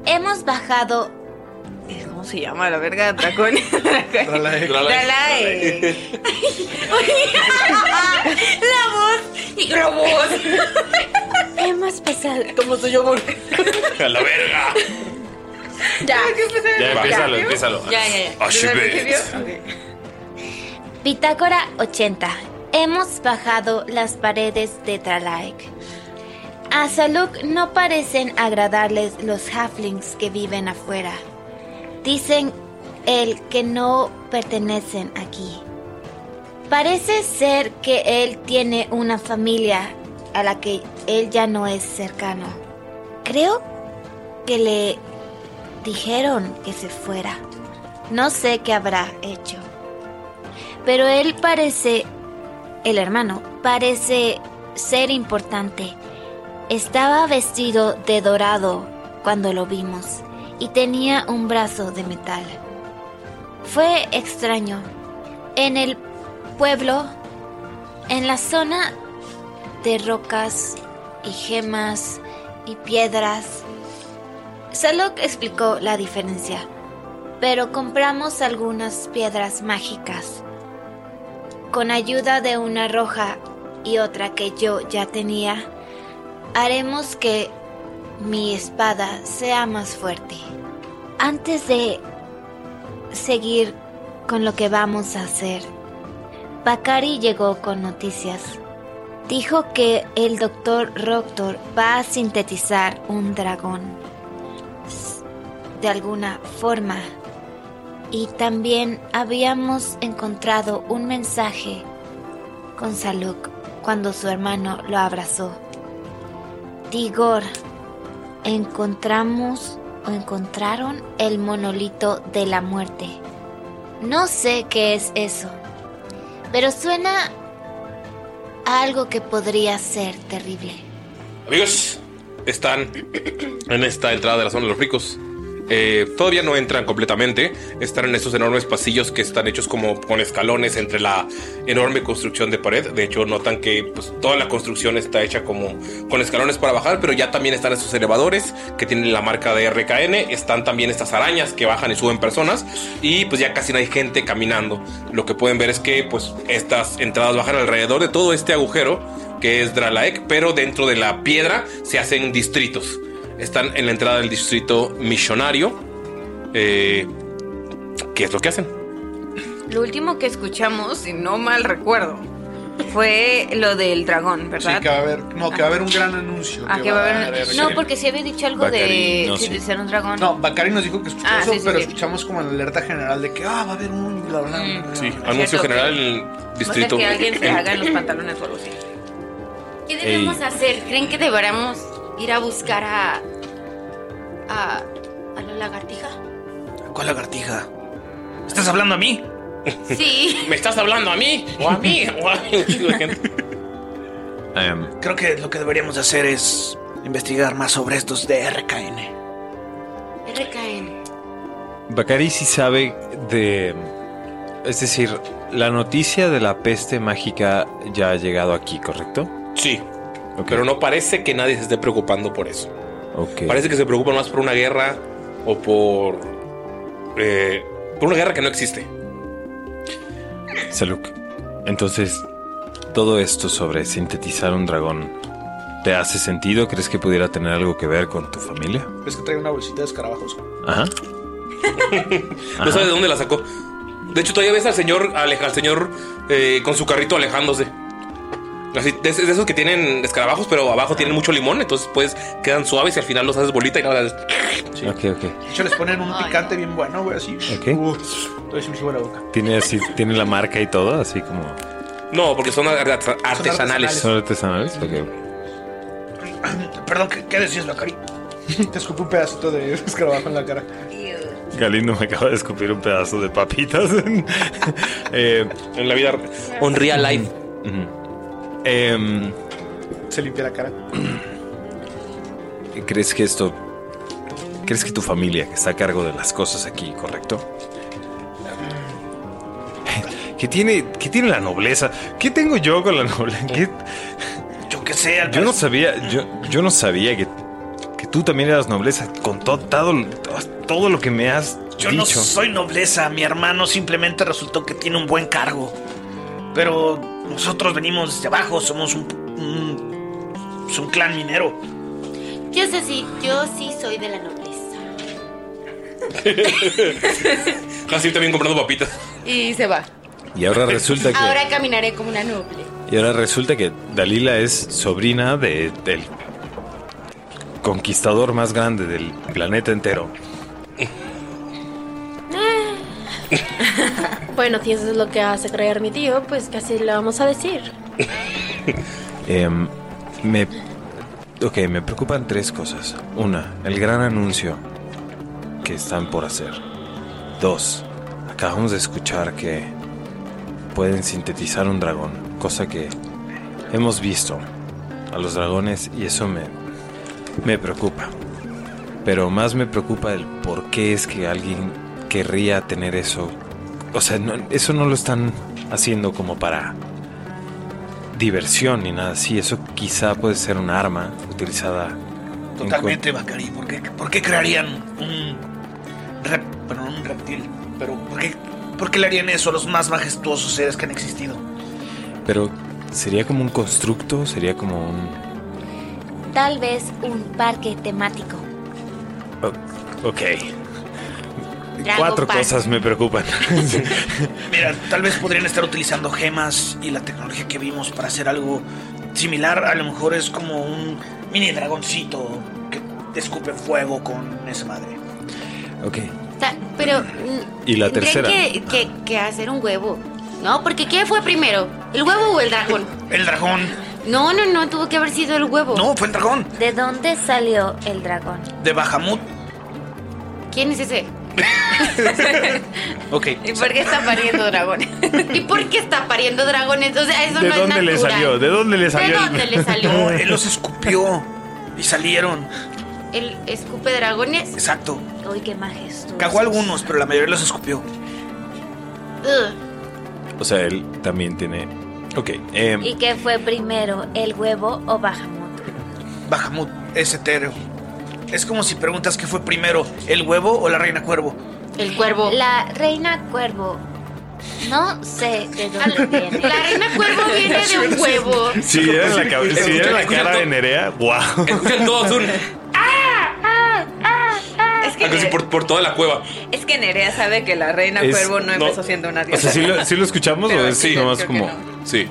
Speaker 6: Hemos bajado.
Speaker 4: ¿Cómo se llama la verga? Draconia. Dralae. Dralae.
Speaker 7: La voz y la voz.
Speaker 6: Hemos pasado.
Speaker 4: ¿Cómo soy yo?
Speaker 8: A la verga.
Speaker 4: Ya.
Speaker 1: Ya, empiézalo,
Speaker 4: ¿Ya?
Speaker 1: empiézalo.
Speaker 7: Ya, ya, ya.
Speaker 4: ¿Desde el
Speaker 8: Ashibet.
Speaker 4: principio? Ok.
Speaker 6: Bitácora 80. Hemos bajado las paredes de Tralaik. A Saluk no parecen agradarles los halflings que viven afuera. Dicen el que no pertenecen aquí. Parece ser que él tiene una familia a la que él ya no es cercano. Creo que le dijeron que se fuera. No sé qué habrá hecho. Pero él parece, el hermano, parece ser importante. Estaba vestido de dorado cuando lo vimos y tenía un brazo de metal. Fue extraño. En el pueblo, en la zona de rocas y gemas y piedras, Salok explicó la diferencia, pero compramos algunas piedras mágicas. Con ayuda de una roja y otra que yo ya tenía, haremos que mi espada sea más fuerte. Antes de seguir con lo que vamos a hacer, Bakari llegó con noticias. Dijo que el doctor Roctor va a sintetizar un dragón de alguna forma. Y también habíamos encontrado un mensaje con Saluk cuando su hermano lo abrazó. Tigor, encontramos o encontraron el monolito de la muerte. No sé qué es eso, pero suena a algo que podría ser terrible.
Speaker 8: Amigos, están en esta entrada de la zona de los ricos. Eh, todavía no entran completamente. Están en esos enormes pasillos que están hechos como con escalones entre la enorme construcción de pared. De hecho, notan que pues, toda la construcción está hecha como con escalones para bajar, pero ya también están esos elevadores que tienen la marca de RKN. Están también estas arañas que bajan y suben personas. Y pues ya casi no hay gente caminando. Lo que pueden ver es que pues estas entradas bajan alrededor de todo este agujero que es Dralaek, pero dentro de la piedra se hacen distritos están en la entrada del distrito misionario. Eh, ¿Qué es lo que hacen?
Speaker 4: Lo último que escuchamos, si no mal recuerdo, fue lo del dragón,
Speaker 3: Sí,
Speaker 4: ¿verdad?
Speaker 3: que va a haber, no, que va a haber un gran anuncio.
Speaker 4: Ah, que va a haber-
Speaker 3: dar
Speaker 4: No,
Speaker 3: RKN.
Speaker 4: porque sí había dicho algo
Speaker 3: Bacari,
Speaker 4: de
Speaker 3: no, sí.
Speaker 4: sintetizar un dragón.
Speaker 3: No, Bacari nos dijo que escuchó
Speaker 4: Ah,
Speaker 3: eso,
Speaker 4: sí, sí,
Speaker 3: pero
Speaker 4: sí.
Speaker 3: escuchamos como la alerta general de que ah, va a haber un bla, bla, bla,
Speaker 4: Mm.
Speaker 3: bla.
Speaker 8: Sí, anuncio general en el
Speaker 4: O sea,
Speaker 8: distrito.
Speaker 4: que alguien se haga en los pantalones o algo así.
Speaker 7: ¿Qué debemos
Speaker 8: Ey.
Speaker 7: hacer? ¿Creen que deberíamos ir a buscar a. a. a la lagartija?
Speaker 3: ¿Cuál lagartija?
Speaker 2: ¿Estás hablando a mí?
Speaker 7: Sí.
Speaker 8: ¿Me estás hablando a mí? ¿O a mí? ¿O a mí?
Speaker 2: Em,
Speaker 3: Creo que lo que deberíamos hacer es investigar más sobre estos de RKN.
Speaker 7: RKN.
Speaker 2: Bakari sí sabe de... Es decir, la noticia de la peste mágica ya ha llegado aquí, ¿correcto?
Speaker 8: Sí. Pero no parece que nadie se esté preocupando por eso.
Speaker 2: Ok.
Speaker 8: Parece que se preocupan más por una guerra o por. eh, por una guerra que no existe.
Speaker 2: Saluk. Entonces, todo esto sobre sintetizar un dragón, ¿te hace sentido? ¿Crees que pudiera tener algo que ver con tu familia?
Speaker 3: Es que trae una bolsita de escarabajos.
Speaker 2: Ajá.
Speaker 8: No sabe de dónde la sacó. De hecho, todavía ves al señor, al, al señor eh, con su carrito alejándose. Así, de, de esos que tienen escarabajos, pero abajo tienen mucho limón, entonces pues quedan suaves y al final los haces bolita y nada más-
Speaker 2: Ok, ok.
Speaker 3: De hecho, les ponen un picante bien bueno, güey, así.
Speaker 2: Ok.
Speaker 3: Todo eso me sube la boca.
Speaker 2: ¿Tiene, así, ¿Tiene la marca y todo? Así como...
Speaker 8: No, porque son ar- ar- artesanales.
Speaker 2: ¿Son artesanales? Ok.
Speaker 3: Perdón, ¿qué, qué decías, Bacari? Te escupí un pedacito de escarabajo en la cara.
Speaker 2: Galindo me acaba de escupir un pedazo de papitas. eh,
Speaker 8: en la vida... On real life.
Speaker 2: Em,
Speaker 3: Se limpia la cara.
Speaker 2: ¿Crees que esto... ¿Crees que tu familia, que está a cargo de las cosas aquí, correcto? ¿Qué tiene, qué tiene la nobleza? ¿Qué tengo yo con la nobleza? ¿Qué-
Speaker 3: Yo qué sé, al
Speaker 2: Yo no
Speaker 3: parecer-
Speaker 2: sabía, yo, yo no sabía que, que tú también eras nobleza con todo, todo, todo lo que me has
Speaker 3: Yo no
Speaker 2: dicho.
Speaker 3: soy nobleza, mi hermano simplemente resultó que tiene un buen cargo. Pero nosotros venimos desde abajo, somos un, un-
Speaker 9: pues,
Speaker 3: es un clan minero.
Speaker 7: Yo sé si, yo sí soy de la nobleza.
Speaker 8: Así también comprando papitas.
Speaker 10: Y se va.
Speaker 2: Y ahora resulta que.
Speaker 7: Ahora caminaré como una noble.
Speaker 2: Y ahora resulta que Dalila es sobrina de, del conquistador más grande del planeta entero.
Speaker 5: Bueno, si eso es lo que hace creer mi tío, pues casi le vamos a decir.
Speaker 2: Em, me. Ok, me preocupan tres cosas. Una, el gran anuncio que están por hacer. Dos, acabamos de escuchar que pueden sintetizar un dragón, cosa que hemos visto a los dragones y eso me, me preocupa. Pero más me preocupa el por qué es que alguien querría tener eso. O sea, no- eso no lo están haciendo como para diversión ni nada así. Eso quizá puede ser un arma utilizada. en
Speaker 9: Totalmente, Bacari. ¿Por qué, por qué crearían un, rep, bueno, un reptil? Pero ¿por qué, por qué le harían eso a los más majestuosos seres que han existido?
Speaker 2: cu- Pero sería como un constructo, sería como un...
Speaker 6: Tal vez un parque temático.
Speaker 2: Oh, Ok. Cuatro cosas me preocupan.
Speaker 9: Mira, tal vez podrían estar utilizando gemas y la tecnología que vimos para hacer algo similar. A lo mejor es como un mini dragoncito que te escupe fuego con esa madre.
Speaker 2: ok.
Speaker 7: Ta- pero. mm,
Speaker 2: Y la
Speaker 7: ¿creen
Speaker 2: tercera.
Speaker 7: Que, que- que hacer un huevo. No, porque ¿qué fue primero? ¿El huevo o el dragón?
Speaker 9: El dragón.
Speaker 7: No, no, no, tuvo que haber sido el huevo.
Speaker 9: No, fue el dragón.
Speaker 6: ¿De dónde salió el dragón?
Speaker 9: De Bahamut.
Speaker 7: ¿Quién es ese?
Speaker 9: Ok.
Speaker 7: ¿Y por qué está pariendo dragones? ¿Y por qué está pariendo dragones? O sea, eso no es natural.
Speaker 2: ¿De dónde le
Speaker 7: salió? ¿De dónde le salió?
Speaker 9: No, él los escupió y salieron.
Speaker 7: ¿El escupe dragones?
Speaker 9: Exacto.
Speaker 6: Uy, qué majestuoso.
Speaker 9: Cagó algunos, pero la mayoría los escupió.
Speaker 6: Ugh.
Speaker 2: O sea, él también tiene... Ok. em,
Speaker 6: ¿Y qué fue primero, el huevo o Bahamut?
Speaker 9: Bahamut es etéreo. Es como si preguntas qué fue primero, el huevo o la reina cuervo.
Speaker 7: El cuervo.
Speaker 6: La reina cuervo. No sé de dónde viene.
Speaker 7: La reina cuervo viene de un huevo.
Speaker 2: Si vieran la, cab- si vieran la cara de Nerea, wow.
Speaker 8: Escuchan todos un.
Speaker 4: Ah, Es que,
Speaker 8: algo así por, por toda la cueva.
Speaker 4: es que Nerea sabe que la reina
Speaker 2: Es-
Speaker 4: cuervo no,
Speaker 2: no.
Speaker 4: empezó siendo una
Speaker 2: O
Speaker 4: diosa.
Speaker 2: sea, ¿sí lo, sí lo escuchamos o es nomás como...
Speaker 8: Sí.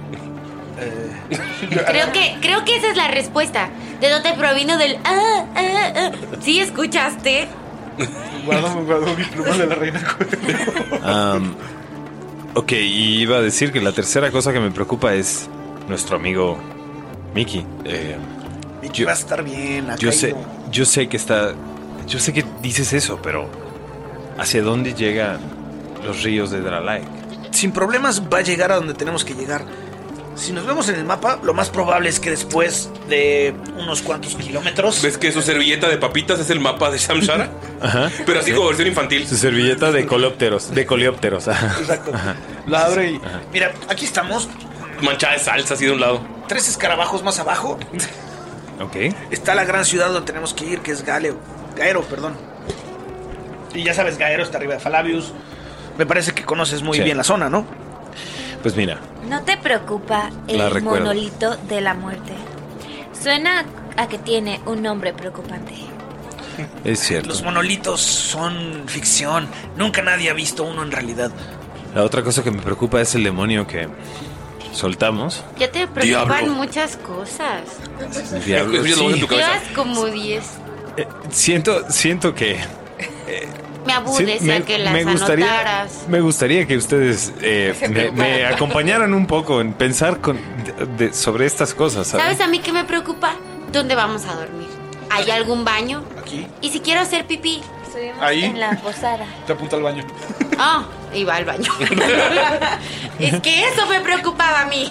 Speaker 7: Creo que, creo que esa es la respuesta. ¿De dónde provino del... Ah, ah, ah? ¿Sí escuchaste?
Speaker 9: Guardo, guardo mi pluma de la reina
Speaker 2: Am, ok, y iba a decir que la tercera cosa que me preocupa es nuestro amigo Mickey. Eh,
Speaker 9: Mickey va a estar bien. ha
Speaker 2: yo sé,
Speaker 9: caído.
Speaker 2: yo sé que está, yo sé que dices eso, pero ¿hacia dónde llegan los ríos de Dralaek?
Speaker 9: Sin problemas va a llegar a donde tenemos que llegar. Si nos vemos en el mapa, lo más probable es que después de unos cuantos kilómetros.
Speaker 8: ¿Ves que su servilleta de papitas es el mapa de Shamshara?
Speaker 2: Ajá.
Speaker 8: Pero así como versión infantil.
Speaker 2: Su servilleta de coleópteros, de coleópteros.
Speaker 9: Exacto. La abre y. Mira, aquí estamos,
Speaker 8: Manchada de salsa así de un lado.
Speaker 9: tres escarabajos más abajo.
Speaker 2: Ok.
Speaker 9: Está la gran ciudad donde tenemos que ir, que es Galeo. Gaero, perdón. Y ya sabes, Gaero está arriba de Falabius. Me parece que conoces muy
Speaker 2: Sí.
Speaker 9: bien la zona, ¿no?
Speaker 2: Pues mira,
Speaker 6: ¿No te preocupa
Speaker 2: La
Speaker 6: el
Speaker 2: recuerdo.
Speaker 6: monolito de la muerte? Suena a que tiene un nombre preocupante.
Speaker 2: es cierto.
Speaker 9: Los monolitos son ficción. Nunca nadie ha visto uno en realidad.
Speaker 2: La otra cosa que me preocupa es el demonio que soltamos.
Speaker 7: Ya te preocupan
Speaker 2: Diablo.
Speaker 7: muchas cosas.
Speaker 2: El diablo,
Speaker 8: Escucha la voz en
Speaker 2: sí.
Speaker 8: tu cabeza.
Speaker 7: Llevas como 10.
Speaker 2: Eh, siento, siento que
Speaker 7: Me abudes
Speaker 2: Sí,
Speaker 7: a que las anotaras.
Speaker 2: me gustaría que ustedes eh,
Speaker 7: Se
Speaker 2: me,
Speaker 7: preocuparan.
Speaker 2: me acompañaran un poco en pensar con- de- de- sobre estas cosas, ¿sabes?
Speaker 7: ¿Sabes a mí qué me preocupa? ¿Dónde vamos a dormir? ¿Hay algún baño?
Speaker 9: Aquí.
Speaker 7: ¿Y si quiero hacer pipí?
Speaker 6: Estuvimos
Speaker 9: Ahí.
Speaker 6: en la posada.
Speaker 9: Te apunta al baño.
Speaker 7: Ah, iba al baño. es que eso me preocupaba a mí.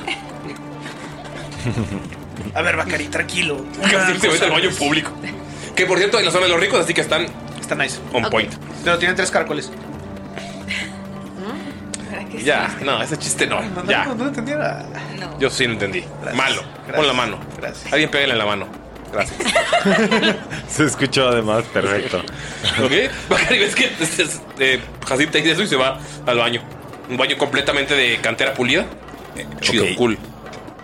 Speaker 9: A ver, Bacari, tranquilo. Una
Speaker 8: Casi se mete
Speaker 9: cosa
Speaker 8: al baño
Speaker 9: más.
Speaker 8: público. Que por cierto, en la zona de los ricos, así que están
Speaker 9: Está nice.
Speaker 8: on
Speaker 7: Ok.
Speaker 8: point.
Speaker 9: Pero tienen tres caracoles.
Speaker 8: Ya, no, ese chiste no. Ya,
Speaker 9: No, no entendiera.
Speaker 8: yo sí lo entendí. Malo. Pon la mano.
Speaker 9: Gracias.
Speaker 8: Alguien pégale en la mano. Gracias.
Speaker 2: Se escuchó además, perfecto.
Speaker 8: ¿Ok? Bacari, ves que eh, Hasib te dice eso y se va al baño. Un baño completamente de cantera pulida. Eh, Chido,
Speaker 2: Ok.
Speaker 8: cool.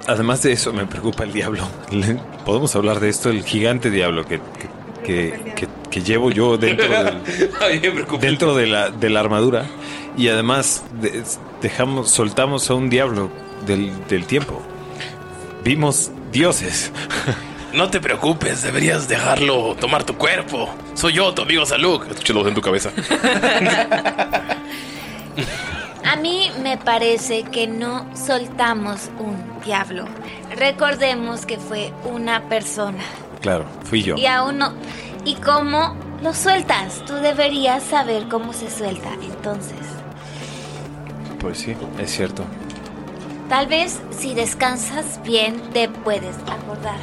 Speaker 2: Además de eso, me preocupa el diablo. Le- Podemos hablar de esto, el gigante diablo que, que, que- que- que llevo yo dentro del-
Speaker 8: Ay, me preocupa.
Speaker 2: dentro de la, de la armadura. Y además de- dejamos, soltamos a un diablo del, del tiempo. Vimos dioses.
Speaker 8: No te preocupes, deberías dejarlo tomar tu cuerpo. Soy yo, tu amigo Saluk. Escuché la voz en tu cabeza.
Speaker 6: A mí me parece que no soltamos un diablo. Recordemos que fue una persona.
Speaker 2: Claro, fui yo.
Speaker 6: Y aún no. ¿Y cómo lo sueltas? Tú deberías saber cómo se suelta. Entonces,
Speaker 2: Pues sí, es cierto.
Speaker 6: tal vez si descansas bien te puedes acordar.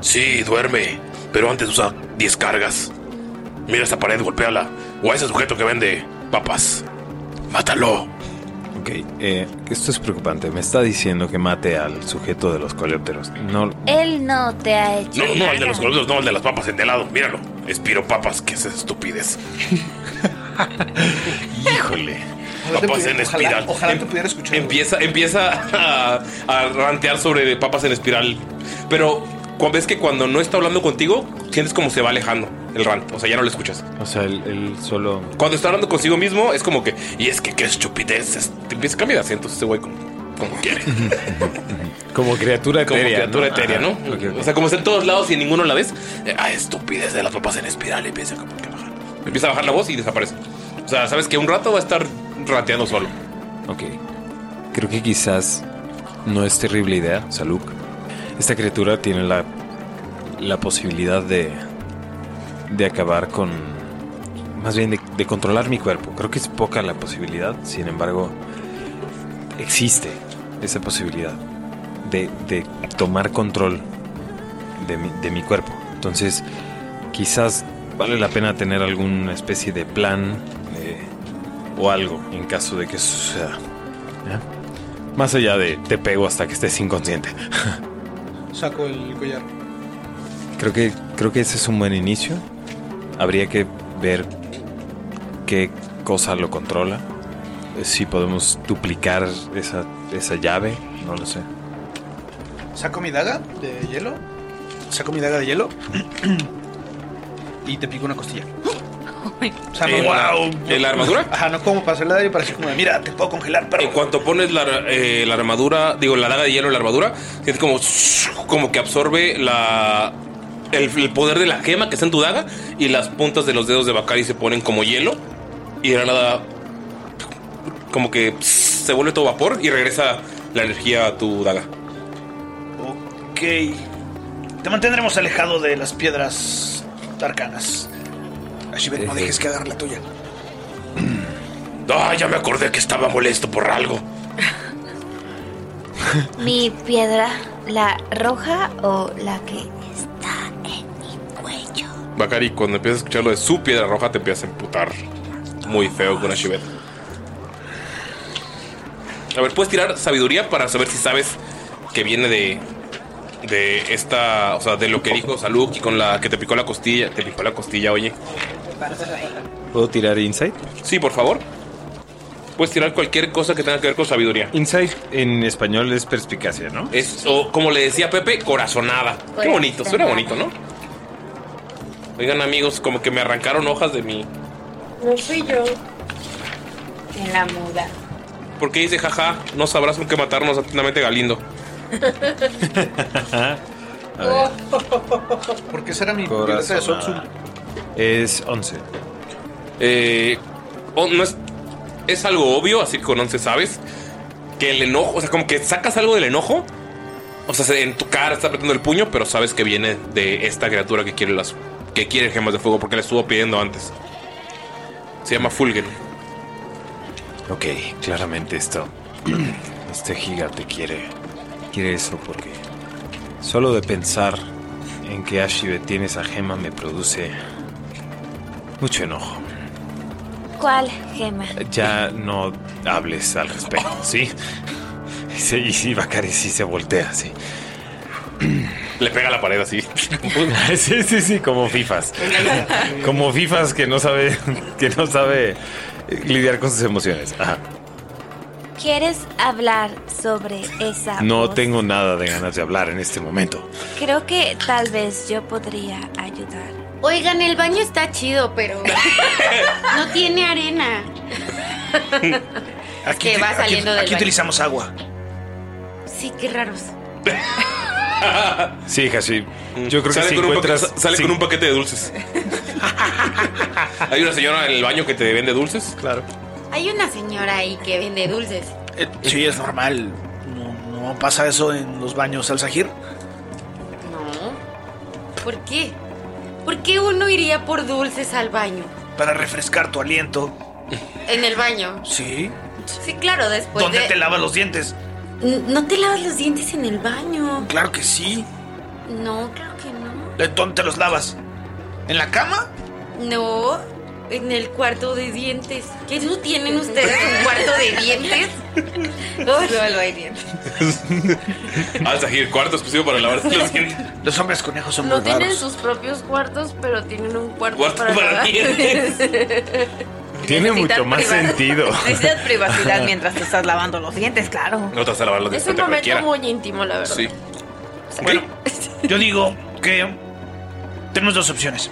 Speaker 8: Sí, duerme. Pero antes usa 10 cargas. Mira esta pared, golpéala. O a ese sujeto que vende papas. Mátalo.
Speaker 2: Ok, eh, esto es preocupante. Me está diciendo que mate al sujeto de los coleópteros. No,
Speaker 6: Él no te ha hecho.
Speaker 8: No, no, el de los colores, no, el de las papas, el de lado. Míralo. Espiro papas, que es estupidez. Híjole. Papas en espiral.
Speaker 3: ojalá
Speaker 8: te pudiera escuchar. Empieza, empieza a, a rantear sobre papas en espiral. Pero cu- ves que cuando no está hablando contigo, sientes como se va alejando el rant. O sea, ya no lo escuchas.
Speaker 2: O sea, él, él solo.
Speaker 8: Cuando está hablando consigo mismo, es como que, y es que qué estupidez. es- Te empieza a cambiar de asiento ese güey como, como quiere.
Speaker 2: Como criatura
Speaker 8: Como
Speaker 2: etérea.
Speaker 8: criatura
Speaker 2: ¿no?
Speaker 8: etérea, ¿no?
Speaker 2: Ajá, ok, ok.
Speaker 8: O sea, como está en todos lados y en ninguno la ves. eh, ah, estupidez de las papas en espiral. y Empieza como que a bajar. Empieza a bajar la voz y desaparece. O sea, sabes que un rato va a estar rateando solo.
Speaker 2: Ok. Creo que quizás no es terrible idea, Saluk. Esta criatura tiene la, la posibilidad de, de acabar con... Más bien de, de controlar mi cuerpo. Creo que es poca la posibilidad, sin embargo, existe esa posibilidad de, de tomar control de mi, de mi cuerpo. Entonces, quizás vale la pena tener alguna especie de plan eh, o algo en caso de que eso suceda. ¿Ya? Más allá de te pego hasta que estés inconsciente.
Speaker 3: Saco el collar.
Speaker 2: Creo que, creo que ese es un buen inicio. Habría que ver qué cosa lo controla. Eh, Si podemos duplicar esa, esa llave, no lo sé.
Speaker 3: Saco mi daga de hielo. Saco mi daga de hielo. y te pico una costilla. O sea,
Speaker 8: Eh, wow. ¿Eh, la armadura?
Speaker 3: Ajá, no como para hacerle daño, para decir como, de, mira, te puedo congelar, pero...
Speaker 8: En cuanto pones la, eh, la armadura, digo, la daga de hielo en la armadura, sientes como, como que absorbe la, el, el poder de la gema que está en tu daga y las puntas de los dedos de Bakari se ponen como hielo y de la nada como que se vuelve todo vapor y regresa la energía a tu daga.
Speaker 3: Ok. Te mantendremos alejado de las piedras arcanas. Ashibet, no dejes que agarre la tuya.
Speaker 8: Ah, ya me acordé que estaba molesto por algo.
Speaker 6: Mi piedra, la roja o la que
Speaker 8: Bakari, cuando empiezas a escuchar lo de su piedra roja, te empiezas a emputar muy feo con Ashibet. A ver, puedes tirar sabiduría para saber si sabes que viene de. De esta. O sea, de lo que dijo Saluk y con la que te picó la costilla. Te picó la costilla, oye.
Speaker 2: ¿Puedo tirar insight?
Speaker 8: Sí, por favor. Puedes tirar cualquier cosa que tenga que ver con sabiduría.
Speaker 2: Insight en español es perspicacia, ¿no?
Speaker 8: Es, o como le decía Pepe, corazonada. Qué bonito, suena bonito, ¿no? Oigan, amigos, como que me arrancaron hojas de mi.
Speaker 5: No soy yo. En la muda.
Speaker 8: ¿Por qué dice jaja? No sabrás por qué matarnos atentamente Galindo.
Speaker 3: Oh, Porque esa era mi piedra de Sotsu.
Speaker 2: Corazonada. Es 11.
Speaker 8: Eh, o- no es, es algo obvio, así que con 11 sabes que el enojo, o sea, como que sacas algo del enojo. O sea, se- en tu cara está apretando el puño, pero sabes que viene de esta criatura que quiere las que quiere gemas de fuego porque le estuvo pidiendo antes. Se llama Fulgen.
Speaker 2: Ok, claramente esto. Este gigante quiere. Quiere eso porque. Solo de pensar en que Ashibe tiene esa gema me produce. Mucho enojo.
Speaker 6: ¿Cuál gema?
Speaker 2: Ya no hables al respecto, ¿sí? Y sí, y sí, Bakari sí se voltea, sí.
Speaker 8: Le pega la pared así.
Speaker 2: sí, sí, sí, como FIFAs. Como FIFAs que no sabe, que no sabe lidiar con sus emociones. Ajá.
Speaker 6: ¿Quieres hablar sobre esa?
Speaker 2: No
Speaker 6: voz?
Speaker 2: tengo nada de ganas de hablar en este momento.
Speaker 6: Creo que tal vez yo podría ayudar.
Speaker 7: Oigan, el baño está chido, pero no tiene arena.
Speaker 9: Aquí,
Speaker 7: que
Speaker 9: te-
Speaker 7: va
Speaker 9: aquí-
Speaker 7: saliendo del
Speaker 9: aquí
Speaker 7: baño.
Speaker 9: utilizamos agua.
Speaker 7: Sí, qué raros.
Speaker 9: Eh,
Speaker 2: Sí, hija, sí. Yo creo
Speaker 8: Sale
Speaker 2: que si
Speaker 8: con un
Speaker 2: encuentras.
Speaker 8: paquete- sale
Speaker 2: sí.
Speaker 8: con un paquete de dulces. Hay una señora en el baño que te vende dulces.
Speaker 9: Claro.
Speaker 7: Hay una señora ahí que vende dulces.
Speaker 9: Eh, sí, es normal. No, no pasa eso en los baños al Sajir.
Speaker 7: No. ¿Por qué? ¿Por qué uno iría por dulces al baño?
Speaker 9: Para refrescar tu aliento.
Speaker 7: En el baño.
Speaker 9: Sí.
Speaker 7: Sí, claro, después
Speaker 9: ¿Dónde
Speaker 7: de-
Speaker 9: te lavas los dientes?
Speaker 7: N- No te lavas los dientes en el baño.
Speaker 9: Claro que sí.
Speaker 7: No, claro que no.
Speaker 9: ¿De ¿Dónde te los lavas? ¿En la cama?
Speaker 7: No, en el cuarto de dientes. ¿Qué no tienen ustedes un cuarto de dientes? Solo hay dientes.
Speaker 8: Al Sahir, cuarto exclusivo pues, para lavarse los dientes.
Speaker 9: Los hombres conejos son
Speaker 5: No tienen sus propios cuartos, pero tienen un cuarto, para, lavar.
Speaker 2: Tiene mucho más
Speaker 4: privacidad.
Speaker 2: sentido.
Speaker 4: Necesitas privacidad mientras te estás lavando los dientes, claro.
Speaker 8: No te vas a lavar los
Speaker 5: Es
Speaker 8: dientes
Speaker 5: un
Speaker 8: ante
Speaker 5: momento
Speaker 8: cualquiera.
Speaker 5: muy íntimo, la verdad.
Speaker 8: Sí.
Speaker 9: Bueno, yo digo que tenemos dos opciones.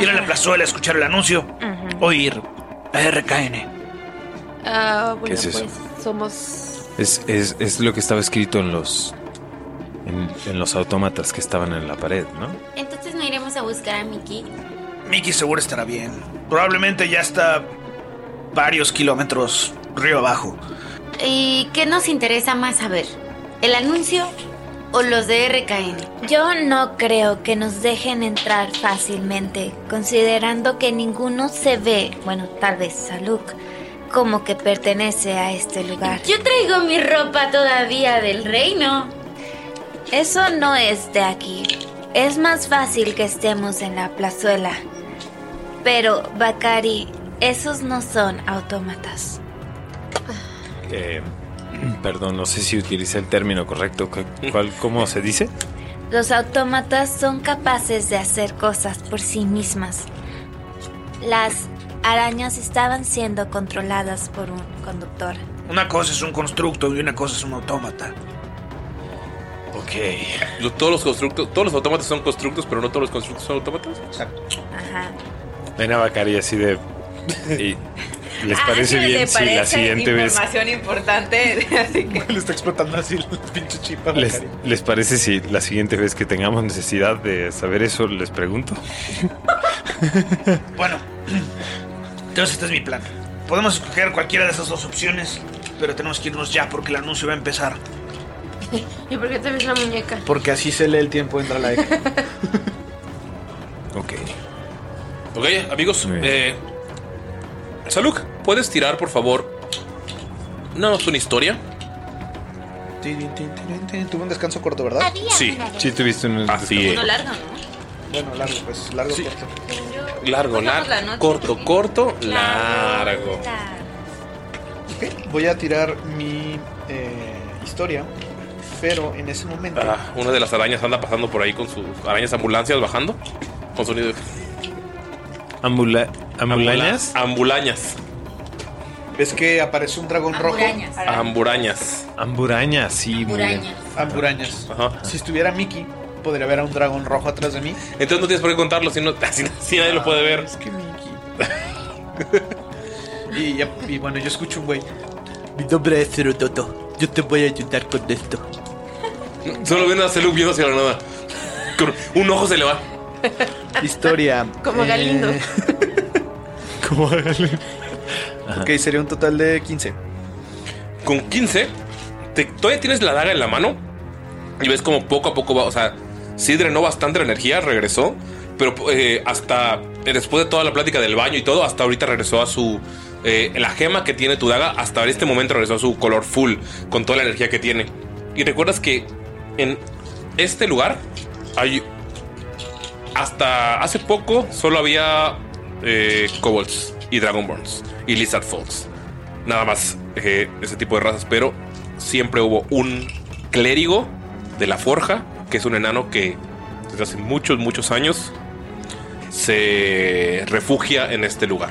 Speaker 9: Ir a la plazuela a escuchar el anuncio o ir a RKN.
Speaker 5: Ah, bueno,
Speaker 2: ¿Qué es eso?
Speaker 5: pues somos.
Speaker 2: Es, es, es lo que estaba escrito en los. En, en los autómatas que estaban en la pared, ¿no?
Speaker 7: Entonces no iremos a buscar a Mickey.
Speaker 9: Mickey seguro estará bien. Probablemente ya está varios kilómetros río abajo.
Speaker 7: ¿Y qué nos interesa más saber? ¿El anuncio o los de RKN?
Speaker 6: Yo no creo que nos dejen entrar fácilmente, considerando que ninguno se ve, bueno, tal vez Saluk, como que pertenece a este lugar.
Speaker 7: Yo traigo mi ropa todavía del reino.
Speaker 6: Eso no es de aquí. Es más fácil que estemos en la plazuela. Pero, Bakari, esos no son autómatas.
Speaker 2: Eh, perdón, no sé si utilicé el término correcto. ¿Cu- cuál- ¿Cómo se dice?
Speaker 6: Los autómatas son capaces de hacer cosas por sí mismas. Las arañas estaban siendo controladas por un conductor.
Speaker 9: Una cosa es un constructo y una cosa es un autómata.
Speaker 8: Ok. Lo- Todos los constructos, todos los autómatas son constructos, pero no todos los constructos son autómatas. Exacto.
Speaker 6: Ajá.
Speaker 2: Ven a Bacari así de. y- ¿Les parece
Speaker 4: Ah, sí,
Speaker 2: bien
Speaker 4: le
Speaker 2: si la
Speaker 4: parece
Speaker 2: siguiente vez.
Speaker 4: Información importante. Así que...
Speaker 9: Le está explotando así las pinches chipas.
Speaker 2: Les, ¿Les parece si la siguiente vez que tengamos necesidad de saber eso les pregunto?
Speaker 9: Entonces este es mi plan. Podemos escoger cualquiera de esas dos opciones, pero tenemos que irnos ya porque el anuncio va a empezar.
Speaker 5: ¿Y por qué te ves la muñeca?
Speaker 9: Porque así se lee el tiempo entra la X.
Speaker 2: Ok.
Speaker 8: Ok, amigos. Eh, Saluk, ¿puedes tirar, por favor, No, es una historia?
Speaker 9: Tuve un descanso corto, ¿verdad?
Speaker 8: Sí.
Speaker 2: Sí, tuviste un.
Speaker 8: Así es.
Speaker 4: largo, ¿no?
Speaker 9: Bueno, largo, pues, largo corto.
Speaker 8: Largo,
Speaker 4: Cortamos la
Speaker 8: largo.
Speaker 4: noche.
Speaker 8: Corto, corto, largo.
Speaker 3: Voy a tirar mi eh, historia, pero en ese momento
Speaker 8: Ah, una de las arañas anda pasando por ahí con sus arañas ambulancias bajando. Con sonido de.
Speaker 2: Ambula- ¿Ambulañas?
Speaker 8: Ambulañas.
Speaker 3: ves que aparece un dragón
Speaker 4: Amburañas.
Speaker 3: rojo.
Speaker 8: Amburañas.
Speaker 2: Amburañas, sí. muy bien.
Speaker 3: Amburañas.
Speaker 8: Ajá.
Speaker 3: Si estuviera Mickey, podría ver a un dragón rojo atrás de mí.
Speaker 8: Entonces no tienes por qué contarlo si, no, si, si nadie lo puede ver. Es
Speaker 3: que Mickey. Y, ya- y bueno, yo escucho un güey.
Speaker 11: Mi nombre es Cerototo. Yo te voy a ayudar con esto.
Speaker 8: Solo ven a Seluk viendo hacia la nada. Con un ojo se le va.
Speaker 3: Historia.
Speaker 2: Eh.
Speaker 5: Como Galindo.
Speaker 2: Como
Speaker 3: Ok, sería un total de 15.
Speaker 8: Con 15, te- todavía tienes la daga en la mano y ves como poco a poco va. O sea, sí drenó bastante la energía, regresó, pero eh, hasta eh, después de toda la plática del baño y todo, hasta ahorita regresó a su. eh, la gema que tiene tu daga, hasta este momento regresó a su color full con toda la energía que tiene. Y recuerdas que en este lugar hay. Hasta hace poco solo había eh, kobolds y dragonborns y lizardfolks nada más eh, ese tipo de razas, pero siempre hubo un clérigo de la forja, que es un enano que desde hace muchos, muchos años se refugia en este lugar.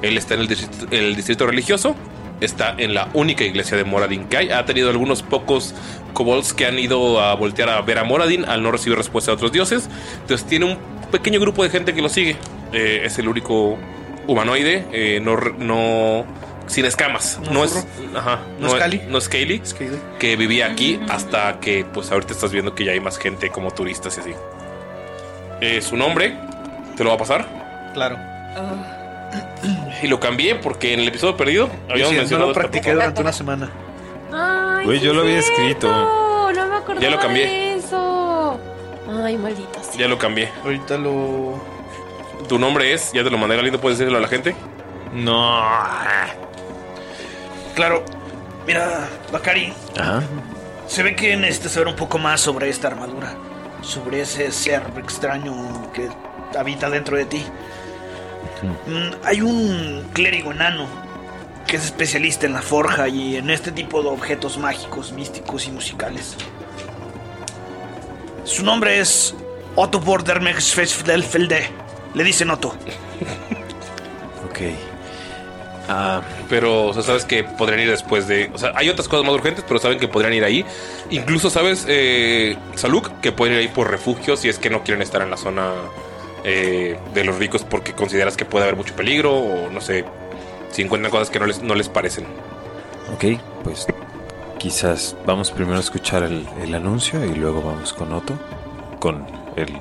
Speaker 8: Él está en el distrito, en el distrito religioso, está en la única iglesia de Moradin que hay. Ha tenido algunos pocos kobolds que han ido a voltear a ver a Moradin al no recibir respuesta de otros dioses. Entonces tiene un pequeño grupo de gente que lo sigue. Eh, es el único humanoide, eh, no, re- no sin escamas. No es, ajá,
Speaker 3: ¿No es Cali?
Speaker 8: no es Kaylee, que vivía aquí hasta que, pues ahorita estás viendo que ya hay más gente como turistas y así. Eh, su nombre, te lo va a pasar.
Speaker 3: Claro.
Speaker 8: Y lo cambié porque en el episodio perdido habíamos
Speaker 3: Sí, no
Speaker 8: mencionado.
Speaker 3: lo
Speaker 8: esta
Speaker 3: practiqué
Speaker 8: palabra.
Speaker 3: durante una semana.
Speaker 5: Ay,
Speaker 8: Güey,
Speaker 5: sí
Speaker 8: yo lo
Speaker 5: es
Speaker 8: había escrito.
Speaker 5: cierto, No me acordaba
Speaker 8: Ya lo cambié.
Speaker 5: de eso. Ay, maldita sea.
Speaker 8: Ya lo cambié.
Speaker 3: Ahorita lo.
Speaker 8: Tu nombre es, ya te lo mandé, Galindo, ¿puedes decirlo a la gente?
Speaker 4: No.
Speaker 9: Claro. Mira, Bakari, se ve que necesitas saber un poco más sobre esta armadura. Sobre ese ser extraño que habita dentro de ti. Mm, Hay un clérigo enano que es especialista en la forja y en este tipo de objetos mágicos, místicos y musicales. Su nombre es Otto Bordermexfelsfelde. Le dicen Otto.
Speaker 4: Ok.
Speaker 8: Ah, pero, o sea, sabes que podrían ir después de. O sea, hay otras cosas más urgentes, pero saben que podrían ir ahí. Incluso sabes, eh, Saluk, que pueden ir ahí por refugio si es que no quieren estar en la zona eh, de los ricos porque consideras que puede haber mucho peligro o no sé, si encuentran cosas que no les, no les parecen.
Speaker 2: Ok, pues quizás vamos primero a escuchar el, el anuncio y luego vamos con Otto, con el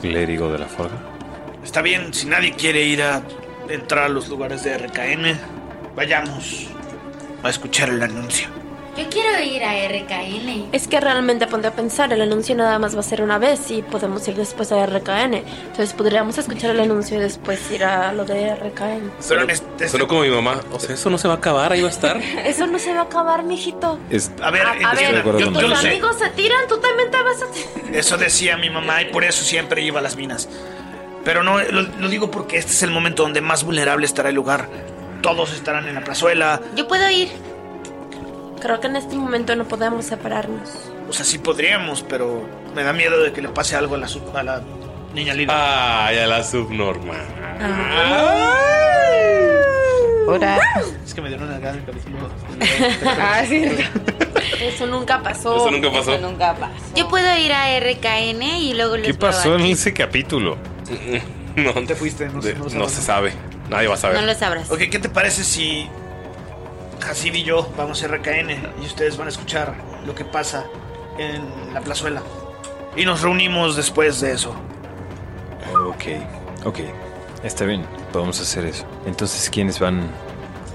Speaker 2: clérigo de la forja.
Speaker 9: Está bien, si nadie quiere ir a entrar a los lugares de RKN, vayamos a escuchar el anuncio.
Speaker 5: Yo quiero ir a RKN. Es que realmente ponte a pensar, el anuncio nada más va a ser una vez y podemos ir después a RKN. Entonces podríamos escuchar el anuncio y después ir a lo de RKN.
Speaker 8: Solo,
Speaker 9: este,
Speaker 8: solo como mi mamá. O sea, eso no se va a acabar, ahí va a estar.
Speaker 5: Eso no se va a acabar, mijito.
Speaker 9: A ver,
Speaker 5: a
Speaker 9: eh,
Speaker 5: ver,
Speaker 9: yo, yo
Speaker 5: tus
Speaker 9: lo sé.
Speaker 5: amigos se tiran, tú también te vas a
Speaker 9: Eso decía mi mamá y por eso siempre iba a las minas. Pero no, lo, lo digo porque este es el momento donde más vulnerable estará el lugar. Todos estarán en la plazuela.
Speaker 5: Yo puedo ir. Creo que en este momento no podemos separarnos.
Speaker 9: O sea, sí podríamos, pero me da miedo de que le pase algo a la, sub- a la niña linda.
Speaker 8: Ah, ya la subnorma.
Speaker 9: Hola. Es que me dieron una gana el capítulo.
Speaker 5: ah, sí. Eso nunca pasó.
Speaker 8: Eso nunca pasó.
Speaker 12: nunca pasa.
Speaker 7: Yo puedo ir a RKN y luego les
Speaker 8: ¿Qué
Speaker 7: veo
Speaker 8: pasó
Speaker 7: aquí.
Speaker 8: en ese capítulo? No, te fuiste? No, se sabe. Nadie va a saber.
Speaker 7: sabrás.
Speaker 9: Ok, ¿qué te parece si Hasib y yo vamos a RKN y ustedes van a escuchar lo que pasa en la plazuela? Y nos reunimos después de eso.
Speaker 2: Ok, ok, está bien, podemos hacer eso. Entonces, ¿quiénes van?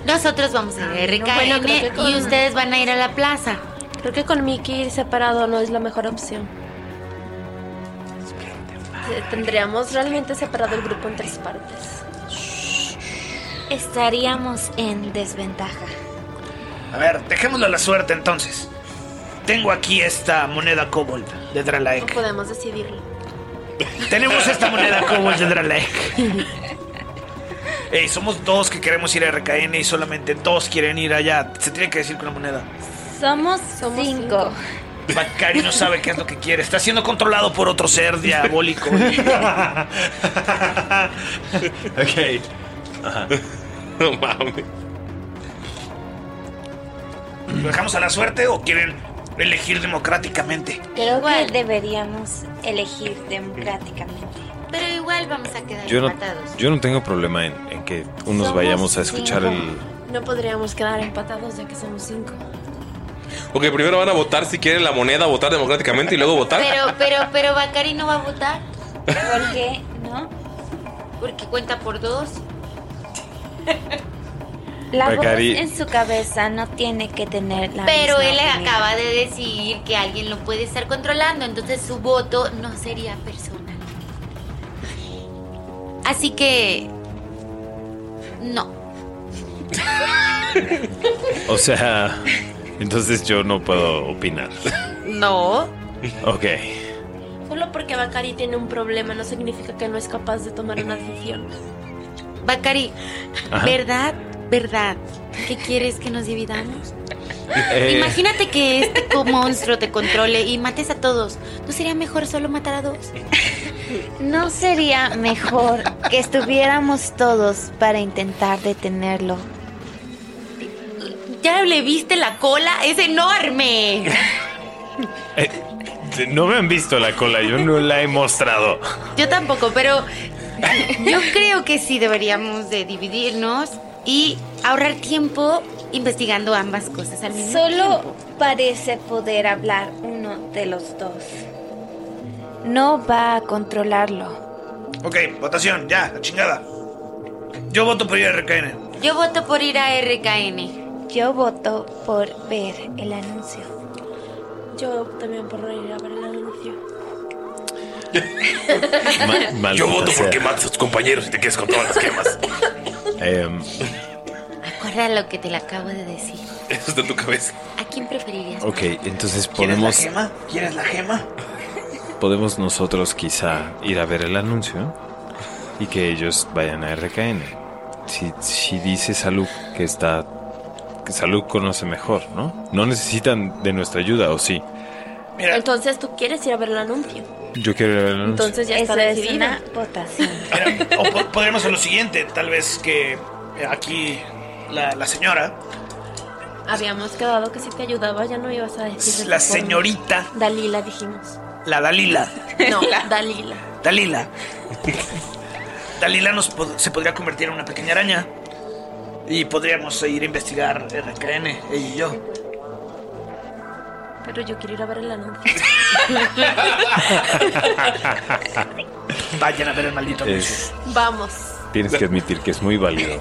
Speaker 7: Nosotros vamos a ir a RKN
Speaker 5: Bueno, creo que con-
Speaker 7: y ustedes van a ir a la plaza.
Speaker 5: Creo que con Mickey ir separado no es la mejor opción. Te- Eh, Tendríamos realmente separado el grupo en tres partes.
Speaker 7: Estaríamos en desventaja.
Speaker 9: A ver, dejémoslo a la suerte entonces. Tengo aquí esta moneda Kobold de
Speaker 5: No
Speaker 9: Dralaek.
Speaker 5: podemos decidirlo.
Speaker 9: Tenemos esta moneda Kobold de Dralaek. Ey, somos dos que queremos ir a RKN y solamente dos quieren ir allá. Se tiene que decir con la moneda.
Speaker 7: Somos, cinco.
Speaker 9: Bakari no sabe qué es lo que quiere. Está siendo controlado por otro ser diabólico.
Speaker 4: Ok. Ajá.
Speaker 8: No mames.
Speaker 9: ¿Lo dejamos a la suerte o quieren elegir democráticamente?
Speaker 7: Pero igual deberíamos elegir democráticamente. Pero igual vamos a quedar
Speaker 2: Yo no,
Speaker 7: empatados.
Speaker 2: yo no tengo problema en, en que unos
Speaker 5: Somos
Speaker 2: vayamos a escuchar
Speaker 5: cinco.
Speaker 2: el...
Speaker 5: No podríamos quedar empatados ya que somos cinco.
Speaker 8: Ok, primero van a votar si quieren la moneda, votar democráticamente y luego votar.
Speaker 7: Pero, pero, pero Bacari no va a votar. ¿Por qué? ¿No? Porque cuenta por dos.
Speaker 6: La voz
Speaker 2: Bacari.
Speaker 6: en su cabeza no tiene que tener la
Speaker 7: Pero
Speaker 6: misma
Speaker 7: él
Speaker 6: opinión.
Speaker 7: acaba de decir que alguien lo puede estar controlando, entonces su voto no sería personal. Así que... No.
Speaker 4: O sea, entonces yo no puedo opinar.
Speaker 5: No.
Speaker 4: Ok.
Speaker 8: Eh,
Speaker 5: Solo porque Bakari tiene un problema no significa que no es capaz de tomar una decisión.
Speaker 7: Bacari,
Speaker 5: Ajá.
Speaker 7: ¿verdad? ¿Verdad? ¿Qué quieres que nos dividamos?
Speaker 4: Eh,
Speaker 7: Imagínate que este co- monstruo te controle y mates a todos. ¿No sería mejor solo matar a dos?
Speaker 6: ¿No sería mejor que estuviéramos todos para intentar detenerlo?
Speaker 12: ¿Ya le viste la cola? ¡Es enorme!
Speaker 4: No me han visto la cola, yo no la he mostrado.
Speaker 12: Yo tampoco, pero yo creo que sí deberíamos de dividirnos
Speaker 7: y ahorrar tiempo investigando ambas cosas al mismo
Speaker 6: Solo
Speaker 7: tiempo.
Speaker 6: parece poder hablar uno de los dos. No va a controlarlo.
Speaker 9: Ok, votación, ya, la chingada. Yo voto por ir a RKN.
Speaker 7: Yo voto por ir a RKN.
Speaker 6: Yo voto por ver el anuncio.
Speaker 5: Yo también por no ir a ver el anuncio.
Speaker 8: Yo voto
Speaker 1: sea.
Speaker 8: porque mates a tus compañeros y te quedes con todas las quemas.
Speaker 1: Em,
Speaker 7: Recuerda lo que te lo acabo de decir.
Speaker 8: Eso está en tu cabeza.
Speaker 7: ¿A quién preferirías?
Speaker 2: Ok, entonces
Speaker 7: ¿Quieres la
Speaker 2: podemos,
Speaker 7: gema?
Speaker 9: ¿Quieres la gema?
Speaker 2: podemos nosotros quizá ir a ver el anuncio y que ellos vayan a RKN. Si, si dice Salud que está... Que Salud conoce mejor, ¿no? No necesitan de nuestra ayuda, ¿o sí?
Speaker 5: Entonces tú quieres ir a ver el anuncio.
Speaker 2: Yo quiero ir a ver el anuncio.
Speaker 5: Entonces ya
Speaker 6: Eso
Speaker 5: está
Speaker 6: es
Speaker 5: decidida.
Speaker 6: una votación.
Speaker 9: O po- podríamos hacer lo siguiente, tal vez que eh, aquí la, la señora,
Speaker 5: Habíamos quedado que si te ayudaba ya no ibas a decir. de
Speaker 9: la
Speaker 5: esa forma.
Speaker 9: señorita,
Speaker 5: Dalila dijimos.
Speaker 9: la Dalila,
Speaker 5: No, Dalila.
Speaker 9: Dalila, Dalila nos pod- se podría convertir en una pequeña araña y podríamos ir a investigar RKN, ella y yo.
Speaker 5: Pero yo quiero ir a ver el anuncio.
Speaker 9: Vayan a ver el maldito anuncio.
Speaker 2: Es-
Speaker 5: Vamos.
Speaker 2: tienes que admitir que es muy válido.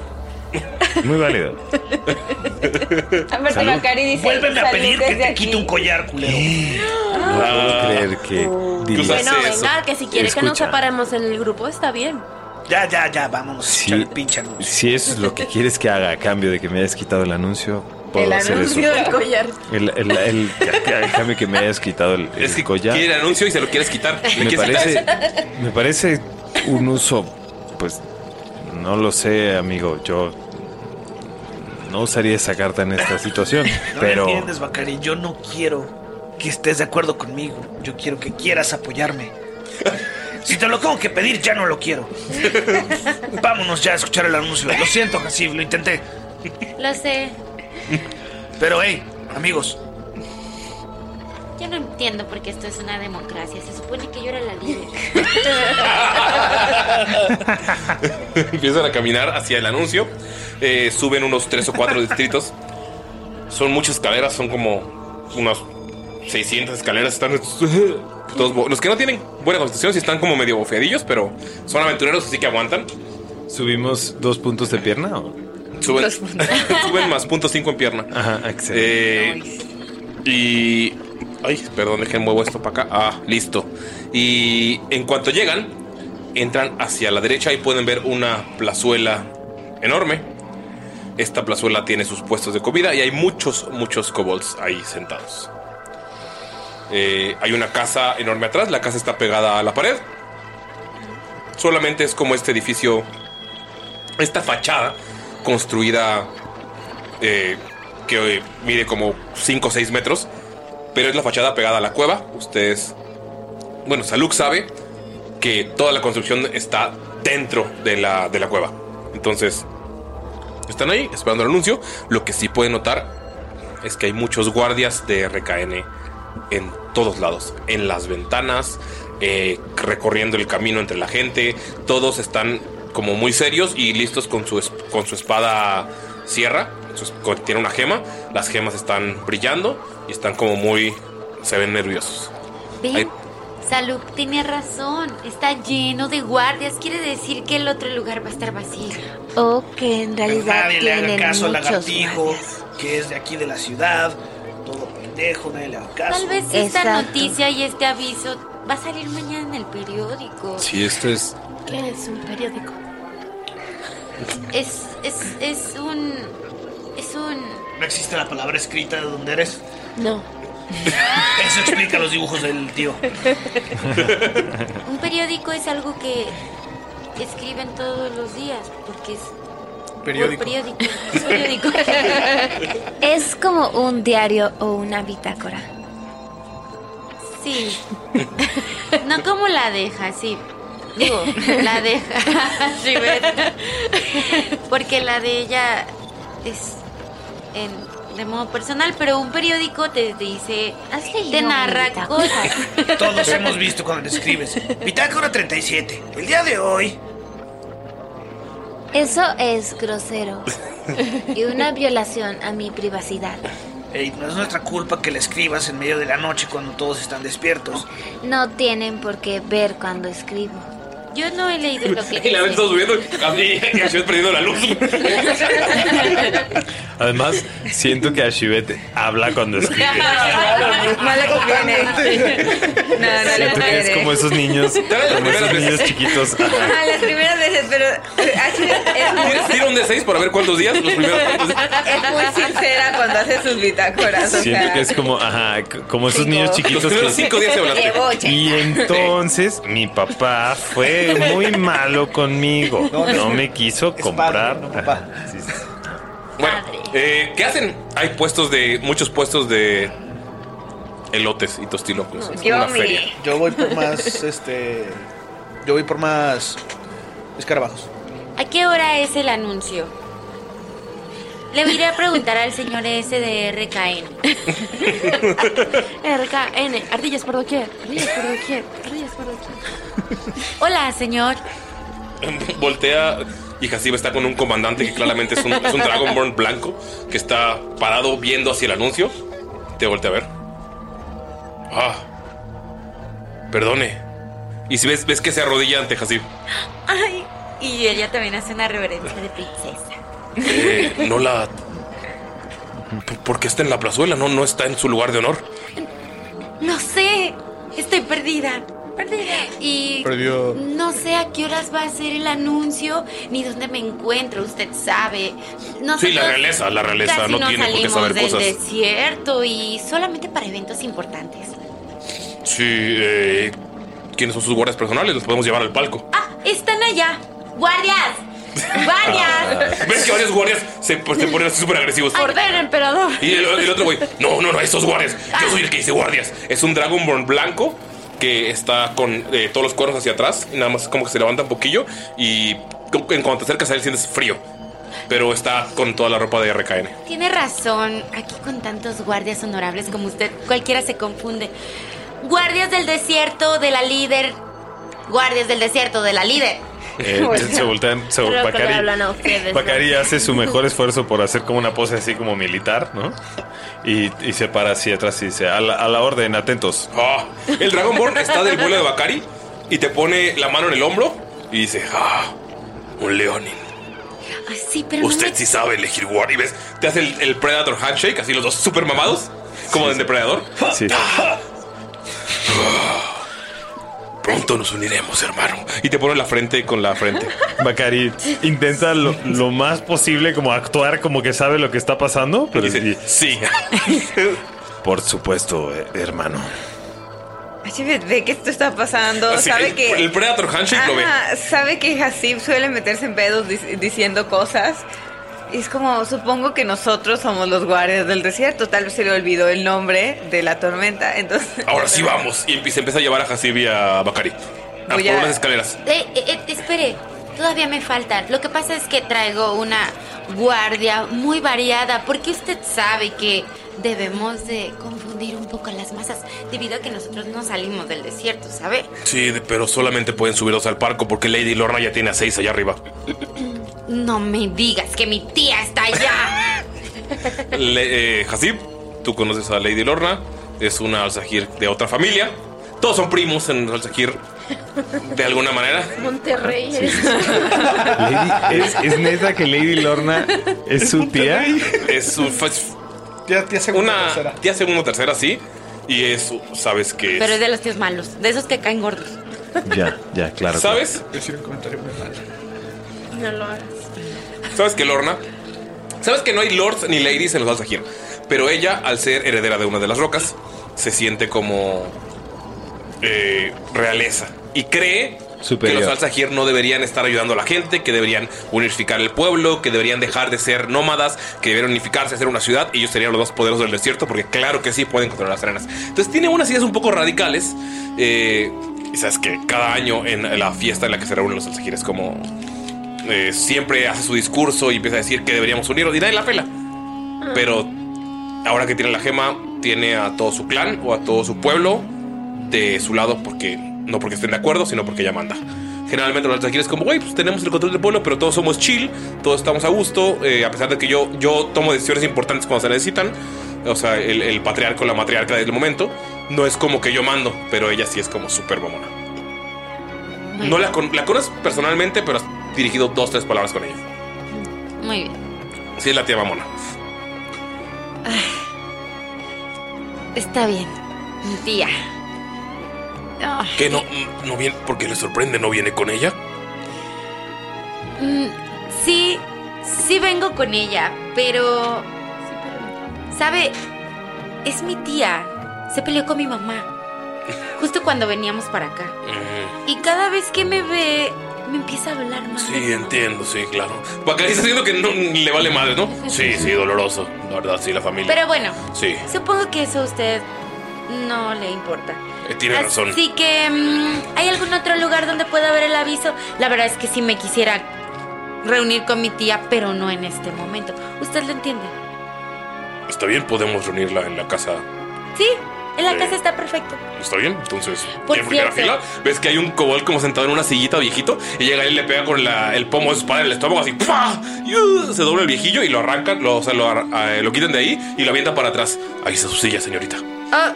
Speaker 2: Muy válido.
Speaker 13: Aparte,
Speaker 2: Salud.
Speaker 13: Bacari dice:
Speaker 9: Vuélveme a
Speaker 13: "Salud
Speaker 9: pedir que
Speaker 13: desde
Speaker 9: te Ah.
Speaker 13: aquí".
Speaker 9: quite un collar, culero.
Speaker 2: No puedo creer que dirías
Speaker 5: Bueno,
Speaker 2: eso.
Speaker 5: venga, que si quiere que nos
Speaker 2: Escucha,
Speaker 5: separemos en el grupo está bien.
Speaker 9: Ya, ya, ya, vámonos.
Speaker 2: Si, si eso es lo que quieres que haga a cambio de que me hayas quitado el anuncio, puedo
Speaker 5: el
Speaker 2: hacer eso.
Speaker 5: anuncio del collar.
Speaker 2: El, el, el- a- a cambio que me hayas quitado el, el collar.
Speaker 8: Quiere el anuncio y se lo quieres quitar. Le
Speaker 2: Me
Speaker 8: quieres
Speaker 2: parece,
Speaker 8: quitar.
Speaker 2: me parece un uso, pues, no lo sé, amigo. Yo no usaría esa carta en esta situación,
Speaker 9: No
Speaker 2: pero...
Speaker 9: me entiendes, Bacari. Yo no quiero que estés de acuerdo conmigo. Yo quiero que quieras apoyarme. Si te lo tengo que pedir, ya no lo quiero. Vámonos ya a escuchar el anuncio. Lo siento, Hasib, lo intenté.
Speaker 7: Lo sé.
Speaker 9: Pero, hey, amigos,
Speaker 7: Yo no entiendo por qué esto es una democracia. Se supone que yo era la líder.
Speaker 8: Empiezan a caminar hacia el anuncio. Eh, suben unos tres o cuatro distritos. Son muchas escaleras, son como unas 600 escaleras. Están todos bo- los que no tienen buena constitución, sí están como medio bofeadillos, pero son aventureros, así que aguantan.
Speaker 2: ¿Subimos dos puntos de pierna o?
Speaker 8: Suben, suben más punto cinco en pierna.
Speaker 2: Ajá,
Speaker 8: excelente. y. Ay, perdón, dejen muevo esto para acá. Ah, listo. Y en cuanto llegan, entran hacia la derecha y pueden ver una plazuela enorme. Esta plazuela tiene sus puestos de comida y hay muchos, muchos kobolds ahí sentados. Eh, hay una casa enorme atrás, la casa está pegada a la pared. Solamente es como este edificio, esta fachada construida eh, que eh, mide como 5 o 6 metros, pero es la fachada pegada a la cueva. Ustedes, bueno, Saluk sabe que toda la construcción está dentro de la, de la cueva. Entonces, están ahí esperando el anuncio. Lo que sí pueden notar es que hay muchos guardias de RKN en todos lados, en las ventanas, eh, recorriendo el camino entre la gente. Todos están como muy serios y listos con su, es- con su espada sierra. su es- con- tiene una gema. Las gemas están brillando y están como muy... Se ven nerviosos.
Speaker 7: Ven.
Speaker 8: Ahí-
Speaker 7: Salud tiene razón. Está lleno de guardias. Quiere decir que el otro lugar va a estar vacío.
Speaker 6: O que en realidad
Speaker 9: nadie le haga
Speaker 6: tienen
Speaker 9: caso al
Speaker 6: muchos
Speaker 9: lagartijo, que es de aquí de la ciudad. Todo pendejo, nadie le haga caso.
Speaker 7: Tal vez esta noticia y este aviso va a salir mañana en el periódico.
Speaker 2: Sí, esto
Speaker 8: este
Speaker 2: es...
Speaker 7: ¿Qué es un periódico? Es, es, es un... Es un...
Speaker 9: No existe la palabra escrita de donde eres.
Speaker 7: No.
Speaker 9: Eso explica los dibujos del tío.
Speaker 7: Un periódico es algo que escriben todos los días, porque es...
Speaker 6: Periódico.
Speaker 7: Un periódico. Es periódico.
Speaker 6: Es como un diario o una bitácora.
Speaker 7: Sí. No como la deja, sí. Digo, la deja. Sí, ¿ves? Porque la de ella es en- de modo personal, pero un periódico te dice, te narra cosas.
Speaker 9: Todos hemos visto cuando lo escribes. Bitácora 37. El día de hoy.
Speaker 6: Eso es grosero. y una violación a mi privacidad.
Speaker 3: Ey, no es nuestra culpa que la escribas en medio de la noche cuando todos están despiertos.
Speaker 6: No tienen por qué ver cuando escribo. Yo no he leído lo que
Speaker 8: Y la ven
Speaker 6: dice.
Speaker 8: todos viendo y y Ashibet perdiendo la luz.
Speaker 2: Además, siento que Ashibet habla cuando escribe.
Speaker 4: No le conviene. No, no le
Speaker 2: Siento que es como
Speaker 4: conviene.
Speaker 2: esos niños, como esos niños chiquitos.
Speaker 4: A las primeras veces, pero así es muy,
Speaker 8: Tira- Tira un de 6 para ver cuántos días, los primeros cuantos días.
Speaker 4: es muy sincera cuando hace sus bitácoras. O
Speaker 2: Siento
Speaker 4: sea,
Speaker 2: que es como, ajá, c- como esos
Speaker 4: Cinco.
Speaker 2: niños chiquitos.
Speaker 8: Los primeros
Speaker 2: que-
Speaker 8: cinco días hablaste. Llevo ochenta.
Speaker 2: Y entonces mi papá fue muy malo conmigo.
Speaker 8: No, no.
Speaker 2: No me quiso comprar.
Speaker 8: Bueno, eh, ¿qué hacen? Hay puestos de. muchos puestos de elotes y tostilocos. Es como una feria.
Speaker 9: Yo voy por más, este. Yo voy por más escarabajos.
Speaker 7: ¿A qué hora es el anuncio? Le iré a preguntar al señor ese de RKN.
Speaker 5: RKN, ardillas por doquier, ardillas por doquier, ardillas por doquier.
Speaker 7: Hola, señor.
Speaker 8: Voltea y Jacibe está con un comandante que claramente es un, es un Dragonborn blanco que está parado viendo hacia el anuncio. Te voltea a ver. Ah. Perdone. Y si ves, ves que se arrodilla ante Hasib.
Speaker 7: Ay, y ella también hace una reverencia de princesa.
Speaker 8: Eh, no la. ¿Por- ¿Por qué está en la plazuela? No, no está en su lugar de honor.
Speaker 7: No sé, estoy perdida. Perdida. Y
Speaker 8: Perdió.
Speaker 7: no sé a qué horas va a ser el anuncio ni dónde me encuentro, usted sabe.
Speaker 8: Sí,
Speaker 7: Nosotros
Speaker 8: la realeza, la realeza
Speaker 7: casi
Speaker 8: no tiene por qué
Speaker 7: salimos
Speaker 8: saber
Speaker 7: del
Speaker 8: cosas.
Speaker 7: desierto y solamente para eventos importantes.
Speaker 8: Sí, eh, ¿quiénes son sus guardias personales? Los podemos llevar al palco.
Speaker 7: Ah, Están allá. Guardias. Guardias.
Speaker 8: ¿Ves que varios guardias se, pues, se ponen así súper agresivos?
Speaker 7: Orden, emperador.
Speaker 8: Y el, el otro güey, no, no, no, esos guardias. Yo soy el que dice guardias. Es un Dragonborn blanco que está con eh, todos los cuernos hacia atrás. Y nada más como que se levanta un poquillo. Y tú, en cuanto te acercas a él sientes frío. Pero está con toda la ropa de RKN.
Speaker 7: Tiene razón. Aquí con tantos guardias honorables como usted, cualquiera se confunde. Guardias del desierto de la líder. Guardias del desierto de la líder.
Speaker 2: Eh, se voltean, se
Speaker 7: Creo que le
Speaker 2: Bacari,
Speaker 7: hablan a ustedes,
Speaker 2: Bacari
Speaker 7: ¿no?
Speaker 2: hace su mejor esfuerzo por hacer como una pose así como militar, ¿no? Y, y se para así atrás y dice, a la, a la orden, atentos.
Speaker 8: Ah, el Dragonborn está del vuelo de Bakari y te pone la mano en el hombro y dice, ah, un leonin.
Speaker 7: Ay, sí, pero no
Speaker 8: Usted
Speaker 7: me-
Speaker 8: sí sabe elegir guardia. Y ves, te hace el, el Predator Handshake, así los dos super mamados, como del depredador.
Speaker 2: Sí.
Speaker 8: Ah. Pronto nos uniremos, hermano. Y te pone la frente con la frente.
Speaker 2: Bacari intenta lo, lo más posible como actuar como que sabe lo que está pasando, pero sí. Por supuesto, eh, hermano.
Speaker 4: Así ve- ve que esto está pasando,
Speaker 8: Así,
Speaker 4: sabe
Speaker 8: el,
Speaker 4: que...
Speaker 8: el Predator Handshake lo ve.
Speaker 4: Ajá, sabe que Hasib suele meterse en pedos dic- diciendo cosas. Y es como, supongo que nosotros somos los guardias del desierto. Tal vez se le olvidó el nombre de la tormenta. Entonces,
Speaker 8: Ahora sí vamos. Y empieza, empieza a llevar a Hasib y a Bakari. A por
Speaker 7: Voy a-
Speaker 8: unas escaleras.
Speaker 7: Eh, eh, eh, espere, todavía me falta. Lo que pasa es que traigo una guardia muy variada, porque usted sabe que debemos de confundir un poco a las masas, debido a que nosotros no salimos del desierto, ¿sabe?
Speaker 8: Sí, de- pero solamente pueden subir dos al parco porque Lady Lorna ya tiene a seis allá arriba.
Speaker 7: No me digas que mi tía está allá.
Speaker 8: Le- eh, Hasib, tú conoces a Lady Lorna. Es una Alzahir de otra familia. Todos son primos en Alzahir de alguna manera.
Speaker 5: Monterrey.
Speaker 2: Lady- es, es neta que Lady Lorna es su tía.
Speaker 8: Es su.
Speaker 9: Tía,
Speaker 8: segunda una, tercera. Tía segunda tercera, sí. Y es. Sabes que.
Speaker 7: Pero es de los tíos malos, de esos que caen gordos.
Speaker 2: Ya, ya, claro.
Speaker 8: ¿Sabes?
Speaker 5: No lo hagas.
Speaker 8: ¿Sabes que Lorna? ¿Sabes que no hay lords ni ladies en los Alzahir? Pero ella, al ser heredera de una de las rocas, se siente como eh, realeza y cree
Speaker 2: Superior.
Speaker 8: que los Alzahir no deberían estar ayudando a la gente, que deberían unificar el pueblo, que deberían dejar de ser nómadas, que deberían unificarse, hacer una ciudad y ellos serían los más poderosos del desierto porque claro que sí pueden controlar las arenas. Entonces tiene unas ideas un poco radicales. eh, y sabes que cada año en la fiesta en la que se reúnen los Alzahir es como... eh, siempre hace su discurso y empieza a decir que deberíamos unirnos y nadie la pela. Pero ahora que tiene la gema, tiene a todo su clan o a todo su pueblo de su lado porque no porque estén de acuerdo, sino porque ella manda. Generalmente los altos aquí es como, güey, pues tenemos el control del pueblo, pero todos somos chill, todos estamos a gusto, eh, a pesar de que yo, yo tomo decisiones importantes cuando se necesitan. O sea, el, el patriarca o la matriarca del momento no es como que yo mando, pero ella sí es como súper mamona. No la, con- la conoces personalmente, pero has dirigido dos, tres palabras con ella.
Speaker 7: Muy bien.
Speaker 8: Sí, es la tía mamona.
Speaker 7: Está bien. Mi tía. Ah,
Speaker 8: Que no, no viene, porque le sorprende, no viene con ella.
Speaker 7: mm, sí, sí vengo con ella, pero... ¿Sabe? Es mi tía. Se peleó con mi mamá. Justo cuando veníamos para acá.
Speaker 8: Mm.
Speaker 7: Y cada vez que me ve, me empieza a hablar más.
Speaker 8: Sí, entiendo, sí, claro. Porque ahí está diciendo que no le vale madre, ¿no? Sí, sí, doloroso. La verdad, sí, la familia.
Speaker 7: Pero bueno,
Speaker 8: Sí,
Speaker 7: supongo que eso a usted no le importa.
Speaker 8: eh, tiene razón.
Speaker 7: Así que, mm, ¿hay algún otro lugar donde pueda ver el aviso? La verdad es que sí me quisiera reunir con mi tía, pero no en este momento. ¿Usted lo entiende?
Speaker 8: Está bien, podemos reunirla en la casa.
Speaker 7: Sí, en la
Speaker 8: Sí.
Speaker 7: casa está perfecto.
Speaker 8: Está bien, entonces.
Speaker 7: Por
Speaker 8: en primera fila,
Speaker 7: cierto.
Speaker 8: ves que hay un cobol como sentado en una sillita viejito y llega él y le pega con la- el pomo de su espada en el estómago, así. ¡pua! Y, uh, se dobla el viejillo y lo arrancan, lo, o sea, lo, ar- eh, lo quitan de ahí y lo avientan para atrás. Ahí está su silla, señorita.
Speaker 7: Ah,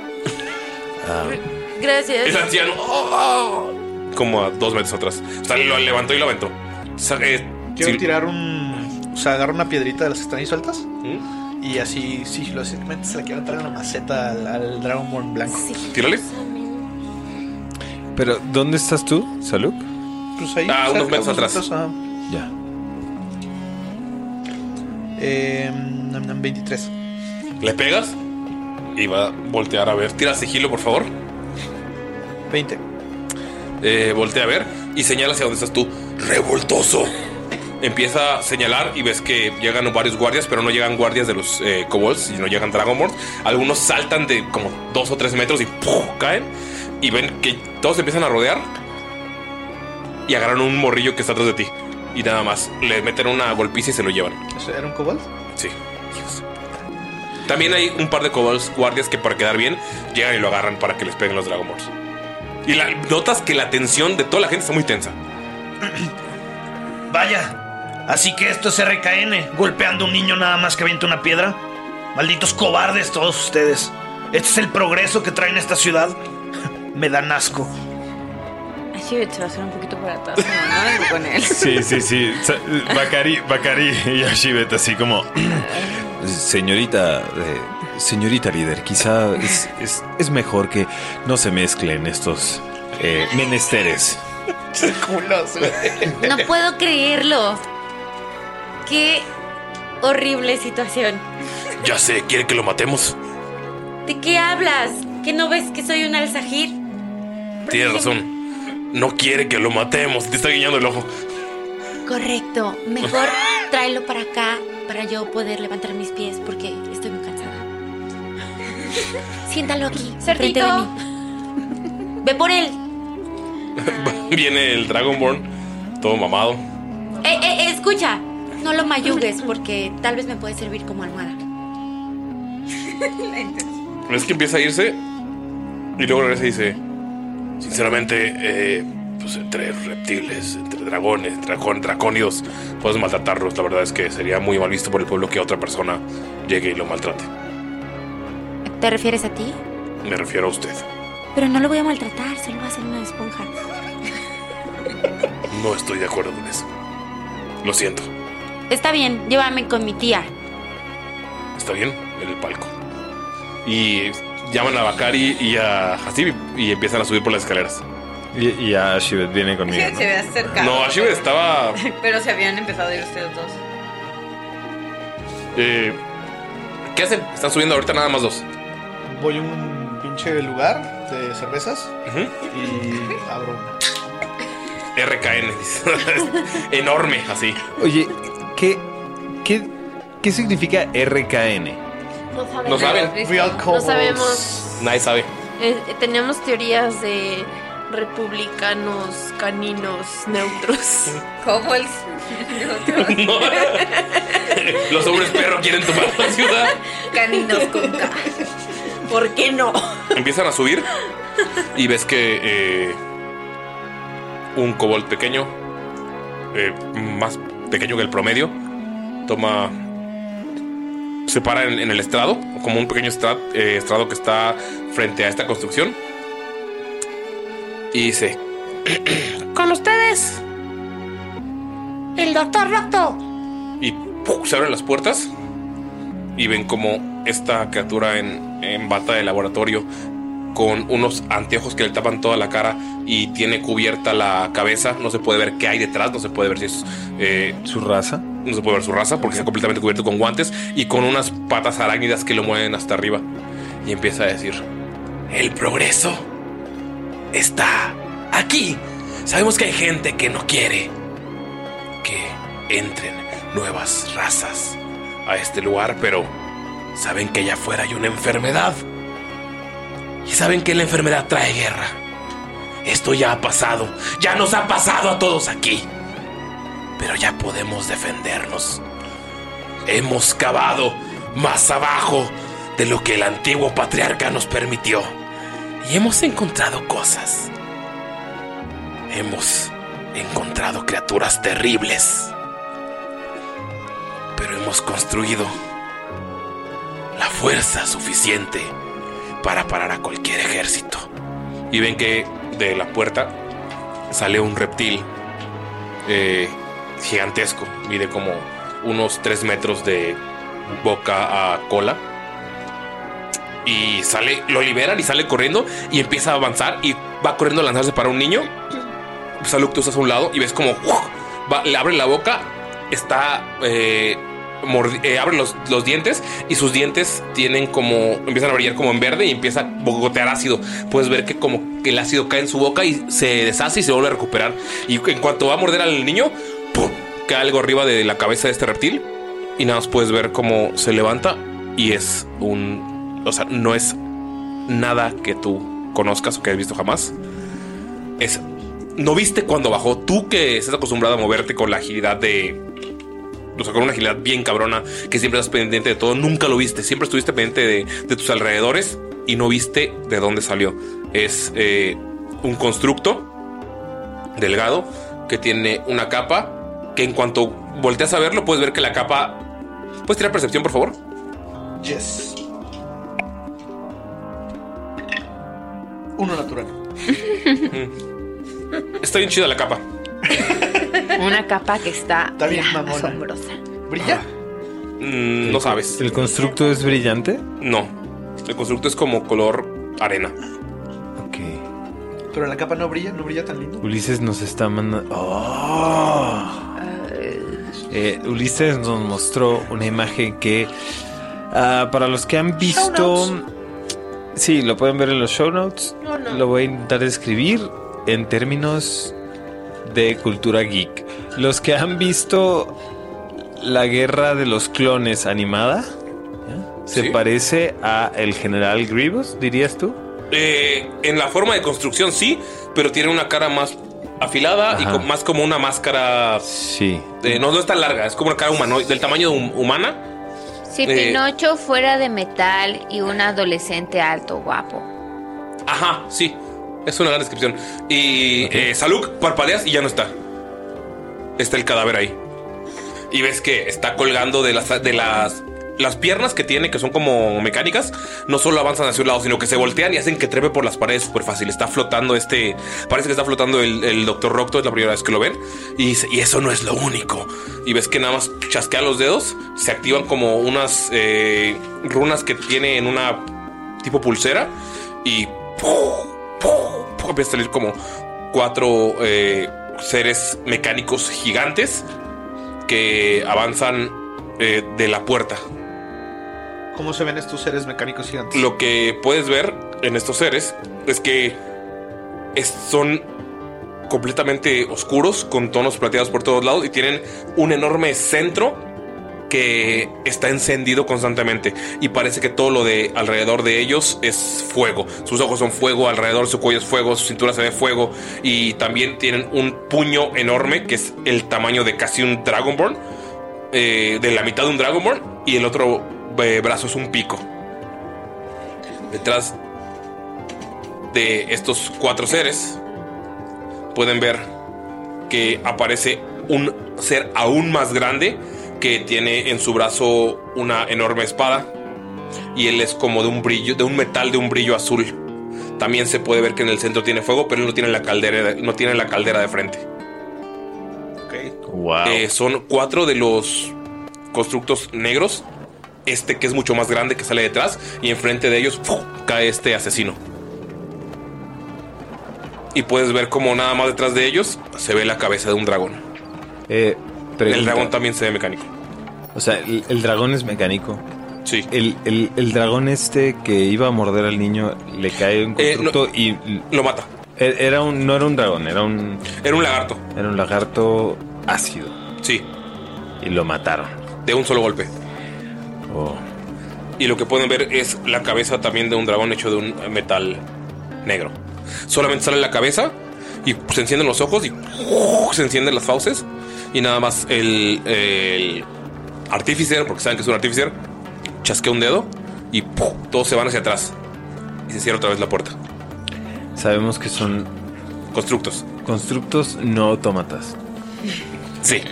Speaker 7: gracias.
Speaker 8: El anciano. ¡oh! Como a dos metros atrás. O sea, lo levantó y lo aventó. Sa- eh,
Speaker 9: Quiero
Speaker 8: sí.
Speaker 9: tirar un. O sea, agarro una piedrita de las que están ahí sueltas. Y así, sí, lo simplemente se la quiero traer en la maceta al, al Dragonborn blanco.
Speaker 8: Tírale.
Speaker 2: Pero, ¿dónde estás tú, Saluk?
Speaker 9: Pues ahí.
Speaker 2: Ah, unos metros atrás.
Speaker 9: ajá.
Speaker 2: Ya.
Speaker 9: Eh, nam, nam, 23.
Speaker 8: Le pegas y va a voltear a ver. Tira sigilo, por favor.
Speaker 9: 20.
Speaker 8: Eh, voltea a ver y señala hacia donde estás tú. ¡Revoltoso! Empieza a señalar y ves que llegan varios guardias, pero no llegan guardias de los eh, kobolds, sino llegan Dragonborns. Algunos saltan de como dos o tres metros y ¡puf! caen. Y ven que todos empiezan a rodear y agarran un morrillo que está atrás de ti. Y nada más, le meten una golpiza y se lo llevan.
Speaker 9: ¿Eso ¿Era un cobalt?
Speaker 8: Sí. También hay un par de kobolds guardias que para quedar bien llegan y lo agarran para que les peguen los Dragon Balls. Y la- notas que la tensión de toda la gente está muy tensa.
Speaker 3: Vaya, así que esto es RKN, golpeando a un niño nada más que avienta una piedra. Malditos cobardes todos ustedes. Este es el progreso que traen a esta ciudad. Me dan asco.
Speaker 4: Ashibet se va a hacer un poquito para atrás. No, no vengo con él.
Speaker 2: Sí, sí, sí. Sa- Bacari, Bacari y Ashibet así como... Señorita, eh, señorita líder, quizá es, es- es mejor que no se mezclen estos eh, menesteres.
Speaker 7: No puedo creerlo. Qué horrible situación.
Speaker 8: Ya sé, ¿quiere que lo matemos?
Speaker 7: ¿De qué hablas? ¿Que no ves que soy un alzajir?
Speaker 8: Tiene razón. No quiere que lo matemos. Te está guiñando el ojo.
Speaker 7: Correcto. Mejor tráelo para acá para yo poder levantar mis pies porque estoy muy cansada. Siéntalo aquí, frente de mí. Ve por él.
Speaker 8: Viene el Dragonborn, todo mamado.
Speaker 7: Eh, eh, eh, escucha. No lo mayugues porque tal vez me puede servir como almohada.
Speaker 8: ¿Ves que empieza a irse? Y luego regresa y dice: Sinceramente, eh, pues entre reptiles, entre dragones, dracón, dracónidos, puedes maltratarlos. La verdad es que sería muy mal visto por el pueblo que otra persona llegue y lo maltrate.
Speaker 7: ¿Te refieres a ti?
Speaker 8: Me refiero a usted.
Speaker 7: Pero no lo voy a maltratar, solo va a ser una esponja.
Speaker 8: No estoy de acuerdo con eso. Lo siento.
Speaker 7: Está bien, llévame con mi tía.
Speaker 8: Está bien, en el palco. Y llaman a Bakari y a Hasib y empiezan a subir por las escaleras.
Speaker 2: Y, y a Ashibet viene conmigo.
Speaker 4: Se ve acercado.
Speaker 8: No, Ashibet estaba.
Speaker 4: Pero se habían empezado a ir ustedes dos.
Speaker 8: eh, ¿Qué hacen? Están subiendo ahorita nada más dos.
Speaker 9: Voy a un pinche lugar de cervezas y abro una.
Speaker 8: RKN. dice. Enorme, así.
Speaker 2: Oye, ¿qué, qué, qué significa RKN?
Speaker 5: No sabemos.
Speaker 8: No saben. Real
Speaker 5: No
Speaker 8: kobolds.
Speaker 5: sabemos.
Speaker 8: Nadie sabe.
Speaker 5: Eh, teníamos teorías de republicanos, caninos, neutros.
Speaker 4: Kobolds.
Speaker 8: No. Los hombres perro quieren tomar la ciudad.
Speaker 4: Caninos con K.
Speaker 5: ¿Por qué no?
Speaker 8: Empiezan a subir y ves que eh, un kobold pequeño, eh, más pequeño que el promedio. Toma. Se para en, en el estrado, como un pequeño estra- eh, estrado que está frente a esta construcción. Y dice:
Speaker 14: Con ustedes. El doctor Rocto.
Speaker 8: Y ¡puf! se abren las puertas y ven como esta criatura en, en bata de laboratorio con unos anteojos que le tapan toda la cara y tiene cubierta la cabeza. No se puede ver qué hay detrás, no se puede ver si es... eh,
Speaker 2: ¿Su raza?
Speaker 8: No se puede ver su raza porque está completamente cubierto con guantes y con unas patas arácnidas que lo mueven hasta arriba. Y empieza a decir... El progreso está aquí. Sabemos que hay gente que no quiere que entren nuevas razas a este lugar, pero saben que allá afuera hay una enfermedad. Y saben que la enfermedad trae guerra. Esto ya ha pasado, ya nos ha pasado a todos aquí. Pero ya podemos defendernos. Hemos cavado más abajo de lo que el antiguo patriarca nos permitió. Y hemos encontrado cosas. Hemos encontrado criaturas terribles. Pero hemos construido la fuerza suficiente para parar a cualquier ejército. Y ven que de la puerta sale un reptil eh, gigantesco. Mide como unos 3 metros de boca a cola. Y sale, lo liberan y sale corriendo y empieza a avanzar y va corriendo a lanzarse para un niño. Saluk, tú estás a un lado y ves como ¡uf! va- le abre la boca, está. eh, mordi- eh, abre los, los dientes y sus dientes tienen como. empiezan a brillar como en verde y empieza a gotear ácido. Puedes ver que como que el ácido cae en su boca y se deshace y se vuelve a recuperar. Y en cuanto va a morder al niño, ¡pum! cae algo arriba de la cabeza de este reptil. Y nada más puedes ver cómo se levanta y es un. O sea, no es nada que tú conozcas o que hayas visto jamás. Es no viste cuando bajó. Tú que estás acostumbrado a moverte con la agilidad de. O sea, con una agilidad bien cabrona, que siempre estás pendiente de todo, nunca lo viste. Siempre estuviste pendiente de, de tus alrededores y no viste de dónde salió. Es eh, un constructo delgado que tiene una capa que en cuanto volteas a verlo, puedes ver que la capa. ¿Puedes tirar percepción, por favor?
Speaker 9: Yes. Uno natural.
Speaker 8: Está bien chida la capa.
Speaker 4: Una capa que está,
Speaker 9: Está bien,
Speaker 4: mira,
Speaker 9: mamona.
Speaker 4: asombrosa.
Speaker 9: ¿Brilla?
Speaker 8: Mm, no sabes.
Speaker 2: ¿El constructo es brillante?
Speaker 8: No. El constructo es como color arena.
Speaker 9: Pero la capa no brilla, no brilla tan lindo.
Speaker 2: Ulises nos está mandando. ¡Oh! Eh, Ulises nos mostró una imagen que ah, para los que han visto. Sí, lo pueden ver en los show notes. Lo voy a intentar describir en términos de cultura geek. Los que han visto la guerra de los clones animada, ¿ya? se parece a el general Grievous, dirías tú.
Speaker 8: Eh, en la forma de construcción sí, pero tiene una cara más afilada y
Speaker 2: Ajá.
Speaker 8: con- más como una máscara.
Speaker 2: Sí.
Speaker 8: de- no, no es tan larga, es como una cara humanoide, del tamaño de un- humana.
Speaker 6: Si
Speaker 8: Eh.
Speaker 6: Pinocho fuera de metal y un adolescente alto guapo.
Speaker 8: Ajá, sí. Es una gran descripción. Y eh, Saluk, parpadeas y ya no está. Está el cadáver ahí. Y ves que está colgando de las, de las, las piernas que tiene, que son como mecánicas. No solo avanzan hacia un lado, sino que se voltean y hacen que trepe por las paredes súper fácil. Está flotando este. Parece que está flotando el, el Doctor Rocto, es la primera vez que lo ven. Y, dice, y eso no es lo único. Y ves que nada más chasquea los dedos, se activan como unas eh, runas que tiene en una tipo pulsera y ¡puf! ¡puf! ¡puf! empieza a salir como cuatro eh, seres mecánicos gigantes que avanzan eh, de la puerta.
Speaker 9: ¿Cómo se ven estos seres mecánicos gigantes?
Speaker 8: Lo que puedes ver en estos seres es que es- son completamente oscuros, con tonos plateados por todos lados y tienen un enorme centro que está encendido constantemente y parece que todo lo de alrededor de ellos es fuego. Sus ojos son fuego, alrededor su cuello es fuego, su cintura se ve fuego y también tienen un puño enorme que es el tamaño de casi un Dragonborn, eh, de la mitad de un Dragonborn y el otro eh, brazo es un pico. Detrás de estos cuatro seres pueden ver que aparece un ser aún más grande que tiene en su brazo una enorme espada y él es como de un brillo, de un metal de un brillo azul. También se puede ver que en el centro tiene fuego, pero él no tiene la caldera, no tiene la caldera de frente.
Speaker 2: Wow.
Speaker 8: Eh, son cuatro de los constructos negros. Este que es mucho más grande que sale detrás. Y enfrente de ellos ¡fu! cae este asesino. Y puedes ver como nada más detrás de ellos se ve la cabeza de un dragón.
Speaker 2: Eh, pregunta.
Speaker 8: El dragón también se ve mecánico.
Speaker 2: O sea, el, el dragón es mecánico.
Speaker 8: Sí.
Speaker 2: El, el- el dragón este que iba a morder al niño le cae un
Speaker 8: Eh, no-
Speaker 2: constructo y. Er,
Speaker 8: Lo mata.
Speaker 2: Era un, no era un dragón, era un.
Speaker 8: Era un lagarto.
Speaker 2: Era un lagarto ácido.
Speaker 8: Sí.
Speaker 2: Y lo mataron.
Speaker 8: De un solo golpe.
Speaker 2: Oh.
Speaker 8: Y lo que pueden ver es la cabeza también de un dragón hecho de un metal negro. Solamente sale la cabeza y se encienden los ojos y se encienden las fauces. Y nada más el, el artífice, porque saben que es un artífice, chasquea un dedo y todos se van hacia atrás. Y se cierra otra vez la puerta.
Speaker 2: Sabemos que son.
Speaker 8: Constructos.
Speaker 2: Constructos no autómatas.
Speaker 8: Sí.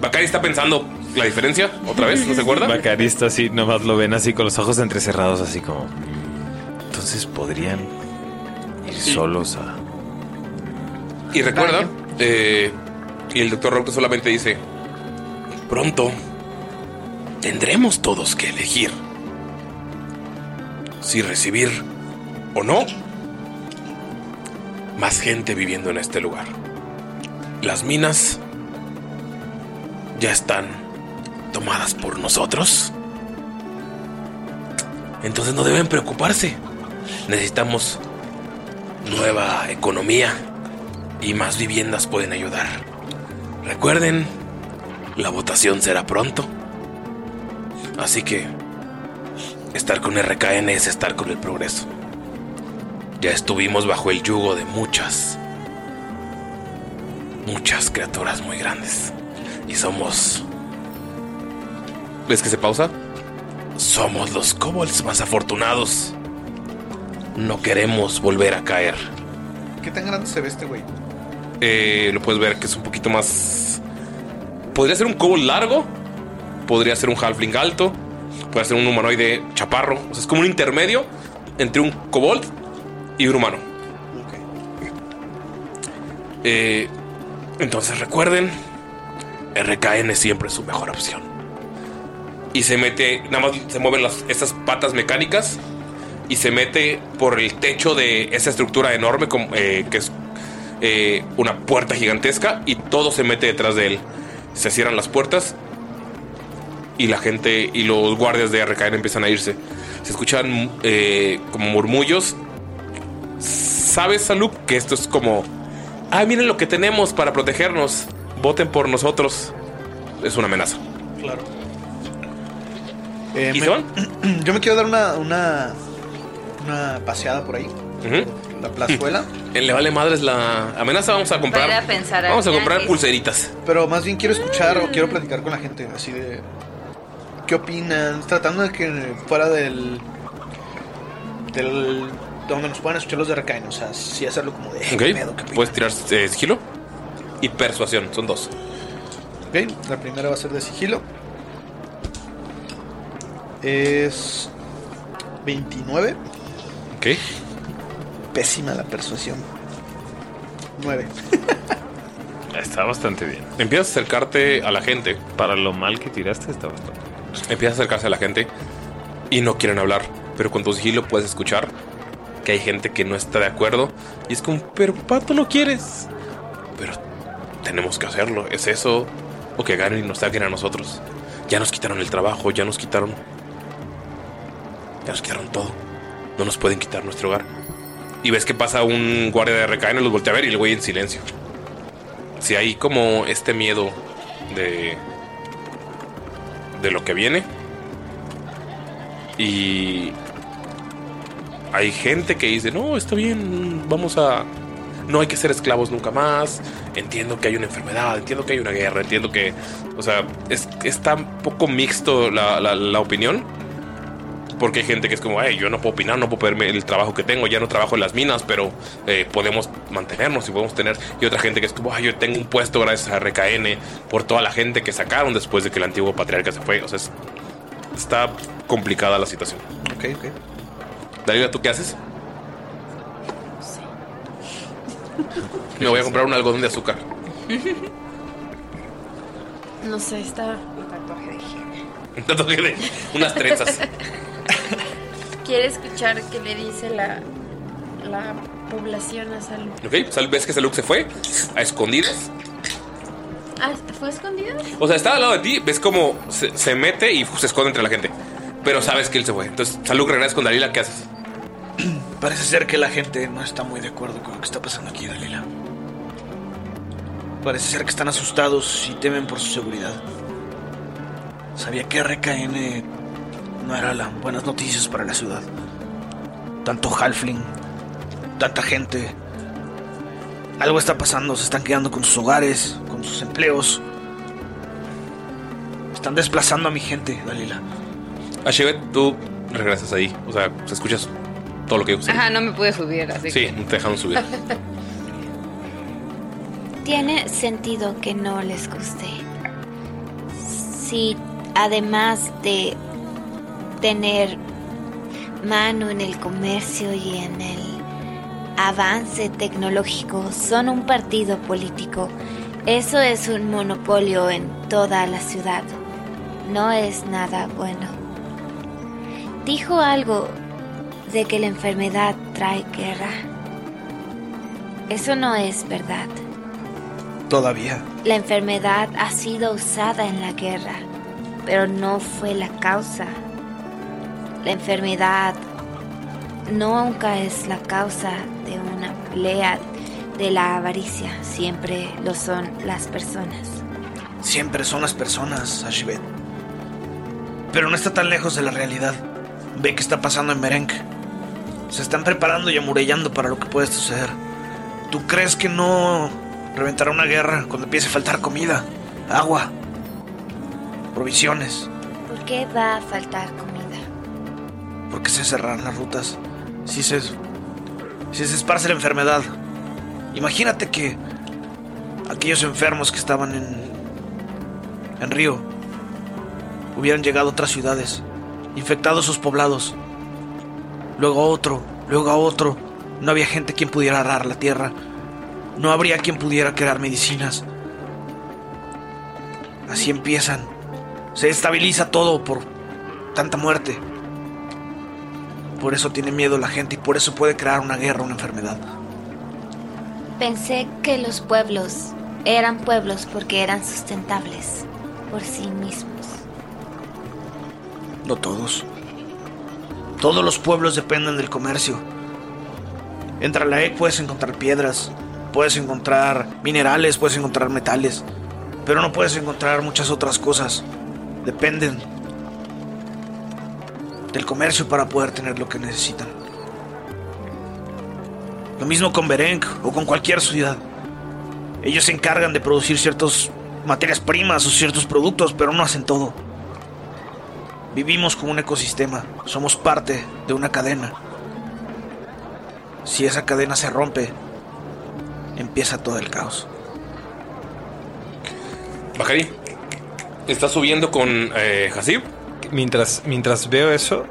Speaker 8: Bacari está pensando la diferencia otra vez, ¿no se acuerda?
Speaker 2: Bacarista así, nomás lo ven así con los ojos entrecerrados, así como. "Mm, Entonces podrían ir solos a.
Speaker 8: Y recuerda, eh, y el doctor Rock solamente dice, pronto tendremos todos que elegir si recibir o no más gente viviendo en este lugar. Las minas ya están tomadas por nosotros. Entonces no deben preocuparse. Necesitamos nueva economía y más viviendas pueden ayudar. Recuerden, la votación será pronto. Así que estar con RKN es estar con el progreso. Ya estuvimos bajo el yugo de muchas, muchas criaturas muy grandes. Y somos... ¿Ves que se pausa? Somos los kobolds más afortunados. No queremos volver a caer.
Speaker 9: ¿Qué tan grande se ve este güey?
Speaker 8: Eh, lo puedes ver que es un poquito más. Podría ser un kobold largo. Podría ser un halfling alto. Podría ser un humanoide chaparro. O sea, es como un intermedio entre un kobold y un humano. Eh, entonces recuerden: RKN siempre es su mejor opción. Y se mete, nada más se mueven las, estas patas mecánicas y se mete por el techo de esa estructura enorme como, eh, que es eh, una puerta gigantesca y todo se mete detrás de él. Se cierran las puertas y la gente y los guardias de RKN empiezan a irse. Se escuchan eh, como murmullos. ¿Sabes, Saluk, que esto es como... Ah, miren lo que tenemos para protegernos. Voten por nosotros. Es una amenaza.
Speaker 9: Claro.
Speaker 8: ¿Y se van?
Speaker 9: Eh, Yo me quiero dar una, una, una paseada por ahí.
Speaker 8: Ujú.
Speaker 9: La plazuela.
Speaker 8: Eh, Le vale madres la amenaza. Vamos a comprar.
Speaker 9: Para ir a pensar al
Speaker 8: vamos a comprar
Speaker 9: tianguis.
Speaker 8: pulseritas.
Speaker 9: Pero más bien quiero escuchar o quiero platicar con la gente. Así de. ¿Qué opinan? Tratando de que fuera del. del. donde nos puedan escuchar los de Recaín. O sea, sí hacerlo como de.
Speaker 8: Ok.
Speaker 9: ¿Qué pedo? ¿Qué
Speaker 8: Puedes tirar eh, sigilo y persuasión. Son dos.
Speaker 9: Ok, la primera va a ser de sigilo. Es 29.
Speaker 8: Ok.
Speaker 9: Pésima la persuasión. 9.
Speaker 8: Está bastante bien. Empiezas a acercarte a la gente. Para lo mal que tiraste, está bastante Empiezas a acercarse a la gente y no quieren hablar. Pero con tu sigilo puedes escuchar que hay gente que no está de acuerdo. Y es como, pero papá, tú no quieres. Pero tenemos que hacerlo. Es eso. O que ganen y nos saquen a nosotros. Ya nos quitaron el trabajo, ya nos quitaron. Ya nos quitaron todo. No nos pueden quitar nuestro hogar. Y ves que pasa un guardia de recaína, los voltea a ver y el güey en silencio. Si hay como este miedo de. de lo que viene. Y. Hay gente que dice, no, está bien, vamos a. No hay que ser esclavos nunca más. Entiendo que hay una enfermedad, entiendo que hay una guerra, entiendo que. O sea, es, está un poco mixto la, la- la opinión. Porque hay gente que es como, hey, yo no puedo opinar, no puedo perderme el trabajo que tengo, ya no trabajo en las minas, pero eh, podemos mantenernos y podemos tener. Y otra gente que es como, "Ay, yo tengo un puesto gracias a RKN por toda la gente que sacaron después de que el antiguo patriarca se fue. O sea, es- está complicada la situación.
Speaker 9: Ok, ok.
Speaker 8: Dalila, ¿tú qué haces? Me voy a comprar un algodón de azúcar.
Speaker 5: No sé, está.
Speaker 8: Un tatuaje de unas trenzas.
Speaker 5: Quiere escuchar qué le dice la, la población a Salud.
Speaker 8: Ok, sal- ves que ese look se fue a escondidas.
Speaker 5: Ah, ¿fue escondido?
Speaker 8: O sea, está al lado de ti, ves cómo se, se mete y se esconde entre la gente. Pero sabes que él se fue. Entonces, Saluk, regresas con Dalila, ¿qué haces?
Speaker 9: Parece ser que la gente no está muy de acuerdo con lo que está pasando aquí, Dalila. Parece ser que están asustados y temen por su seguridad. Sabía que RKN no era la buenas noticias para la ciudad. Tanto Halfling, tanta gente. Algo está pasando, se están quedando con sus hogares, con sus empleos. Están desplazando a mi gente, Dalila.
Speaker 8: Ashibet, tú regresas ahí. O sea, se escuchas todo lo que dijo. Saluk.
Speaker 4: Ajá, Ah, no me pude subir, así
Speaker 8: Sí, no te dejaron subir.
Speaker 6: Tiene sentido que no les guste. Si además de tener mano en el comercio y en el avance tecnológico, son un partido político. Eso es un monopolio en toda la ciudad. No es nada bueno. Dijo algo de que la enfermedad trae guerra. Eso no es verdad.
Speaker 9: Todavía.
Speaker 6: La enfermedad ha sido usada en la guerra, pero no fue la causa. La enfermedad nunca es la causa de una pelea de la avaricia, siempre lo son las personas.
Speaker 9: Siempre son las personas, Ashibet. Pero no está tan lejos de la realidad. Ve que está pasando en Merengue. Se están preparando y amurellando para lo que puede suceder. ¿Tú crees que no reventará una guerra cuando empiece a faltar comida, agua, provisiones?
Speaker 6: ¿Por qué va a faltar comida?
Speaker 9: Porque se cerrarán las rutas. Si se, si se esparce la enfermedad. Imagínate que aquellos enfermos que estaban en, en Río hubieran llegado a otras ciudades, infectado sus poblados, luego a otro, luego a otro. No había gente quien pudiera arar la tierra. No habría quien pudiera crear medicinas. Así empiezan. Se estabiliza todo por tanta muerte. Por eso tiene miedo la gente y por eso puede crear una guerra, una enfermedad.
Speaker 6: Pensé que los pueblos eran pueblos porque eran sustentables por sí mismos.
Speaker 9: No todos. Todos los pueblos dependen del comercio. En Tralaec puedes encontrar piedras, puedes encontrar minerales, puedes encontrar metales, pero no puedes encontrar muchas otras cosas. Dependen del comercio para poder tener lo que necesitan. Lo mismo con Bereng o con cualquier ciudad. Ellos se encargan de producir ciertas materias primas o ciertos productos, pero no hacen todo. Vivimos como un ecosistema, somos parte de una cadena. Si esa cadena se rompe, empieza todo el caos.
Speaker 8: Bacari, ¿estás subiendo con eh, Hasib?
Speaker 2: Mientras, mientras veo eso,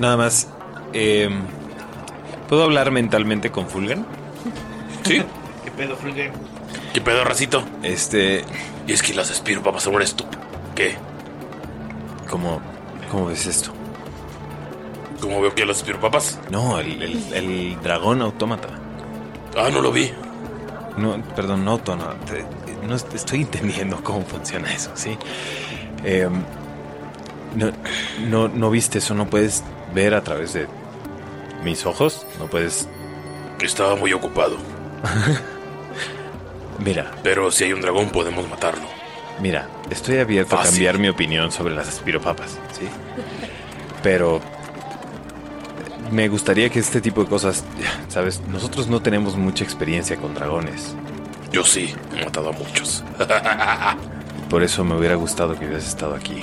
Speaker 2: nada más. eh, ¿Puedo hablar mentalmente con Fulgen?
Speaker 8: Sí.
Speaker 9: ¿Qué pedo,
Speaker 8: ¿Qué pedo, racito?
Speaker 2: Este.
Speaker 8: Eh, Y es que las Espiro va a pasar un estúpido. ¿Qué?
Speaker 2: ¿Cómo, ¿Cómo ves esto?
Speaker 8: ¿Cómo veo que los Espiro papas?
Speaker 2: No, el, el- el dragón autómata.
Speaker 8: Ah, no lo vi.
Speaker 2: No, perdón, no autómata. No est- estoy entendiendo cómo funciona eso, sí. Eh, no, no, no viste eso, no puedes ver a través de mis ojos, no puedes.
Speaker 8: Estaba muy ocupado.
Speaker 2: Mira,
Speaker 8: Pero si hay un dragón, podemos matarlo.
Speaker 2: mira, estoy abierto a
Speaker 8: Fácil.
Speaker 2: cambiar mi opinión sobre las espiropapas, sí. Pero me gustaría que este tipo de cosas, sabes, nosotros no tenemos mucha experiencia con dragones.
Speaker 8: Yo sí, he matado a muchos.
Speaker 2: Por eso me hubiera gustado que hubieras estado aquí.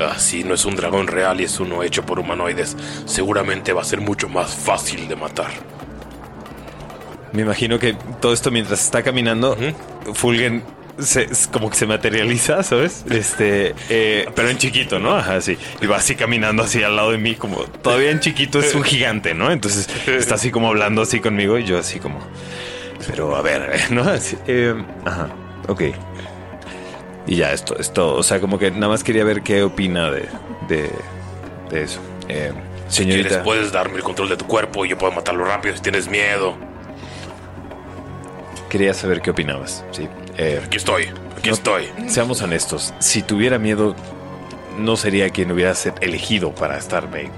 Speaker 8: Ah, sí, no es un dragón real y es uno hecho por humanoides. Seguramente va a ser mucho más fácil de matar.
Speaker 2: Me imagino que todo esto mientras está caminando, Fulgen se- es como que se materializa, ¿sabes? Este, eh, pero en chiquito, ¿no? Ajá, sí. Y va así caminando así al lado de mí, como todavía en chiquito es un gigante, ¿no? Entonces está así como hablando así conmigo y yo así como, pero a ver, ¿no? Así, eh, ajá, ok. Y ya esto, esto, o sea, como que nada más quería ver qué opina de, de, de eso. Eh,
Speaker 8: ¿Quieres?
Speaker 2: señorita,
Speaker 8: puedes darme el control de tu cuerpo y yo puedo matarlo rápido si tienes miedo.
Speaker 2: quería saber qué opinabas, sí. Eh,
Speaker 8: Aquí estoy, aquí estoy.
Speaker 2: Seamos honestos, si tuviera miedo, no sería quien hubiera se- elegido para estarme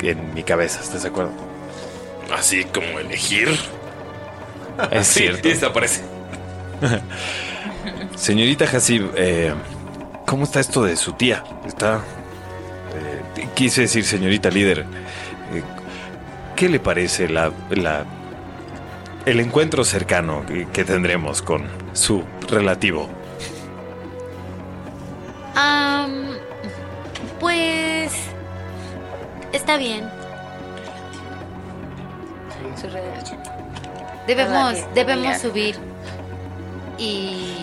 Speaker 2: en mi cabeza, ¿estás de acuerdo?
Speaker 8: Así como elegir.
Speaker 2: Es
Speaker 8: Sí,
Speaker 2: cierto.
Speaker 8: Y desaparece.
Speaker 2: Señorita Hasib, eh, ¿cómo está esto de su tía? Está. eh, quise decir, señorita líder, eh, ¿qué le parece la, la- el encuentro cercano que- que tendremos con su relativo?
Speaker 6: Am, pues está bien.
Speaker 7: Debemos,
Speaker 6: Relativo,
Speaker 7: debemos
Speaker 6: familiar.
Speaker 7: subir y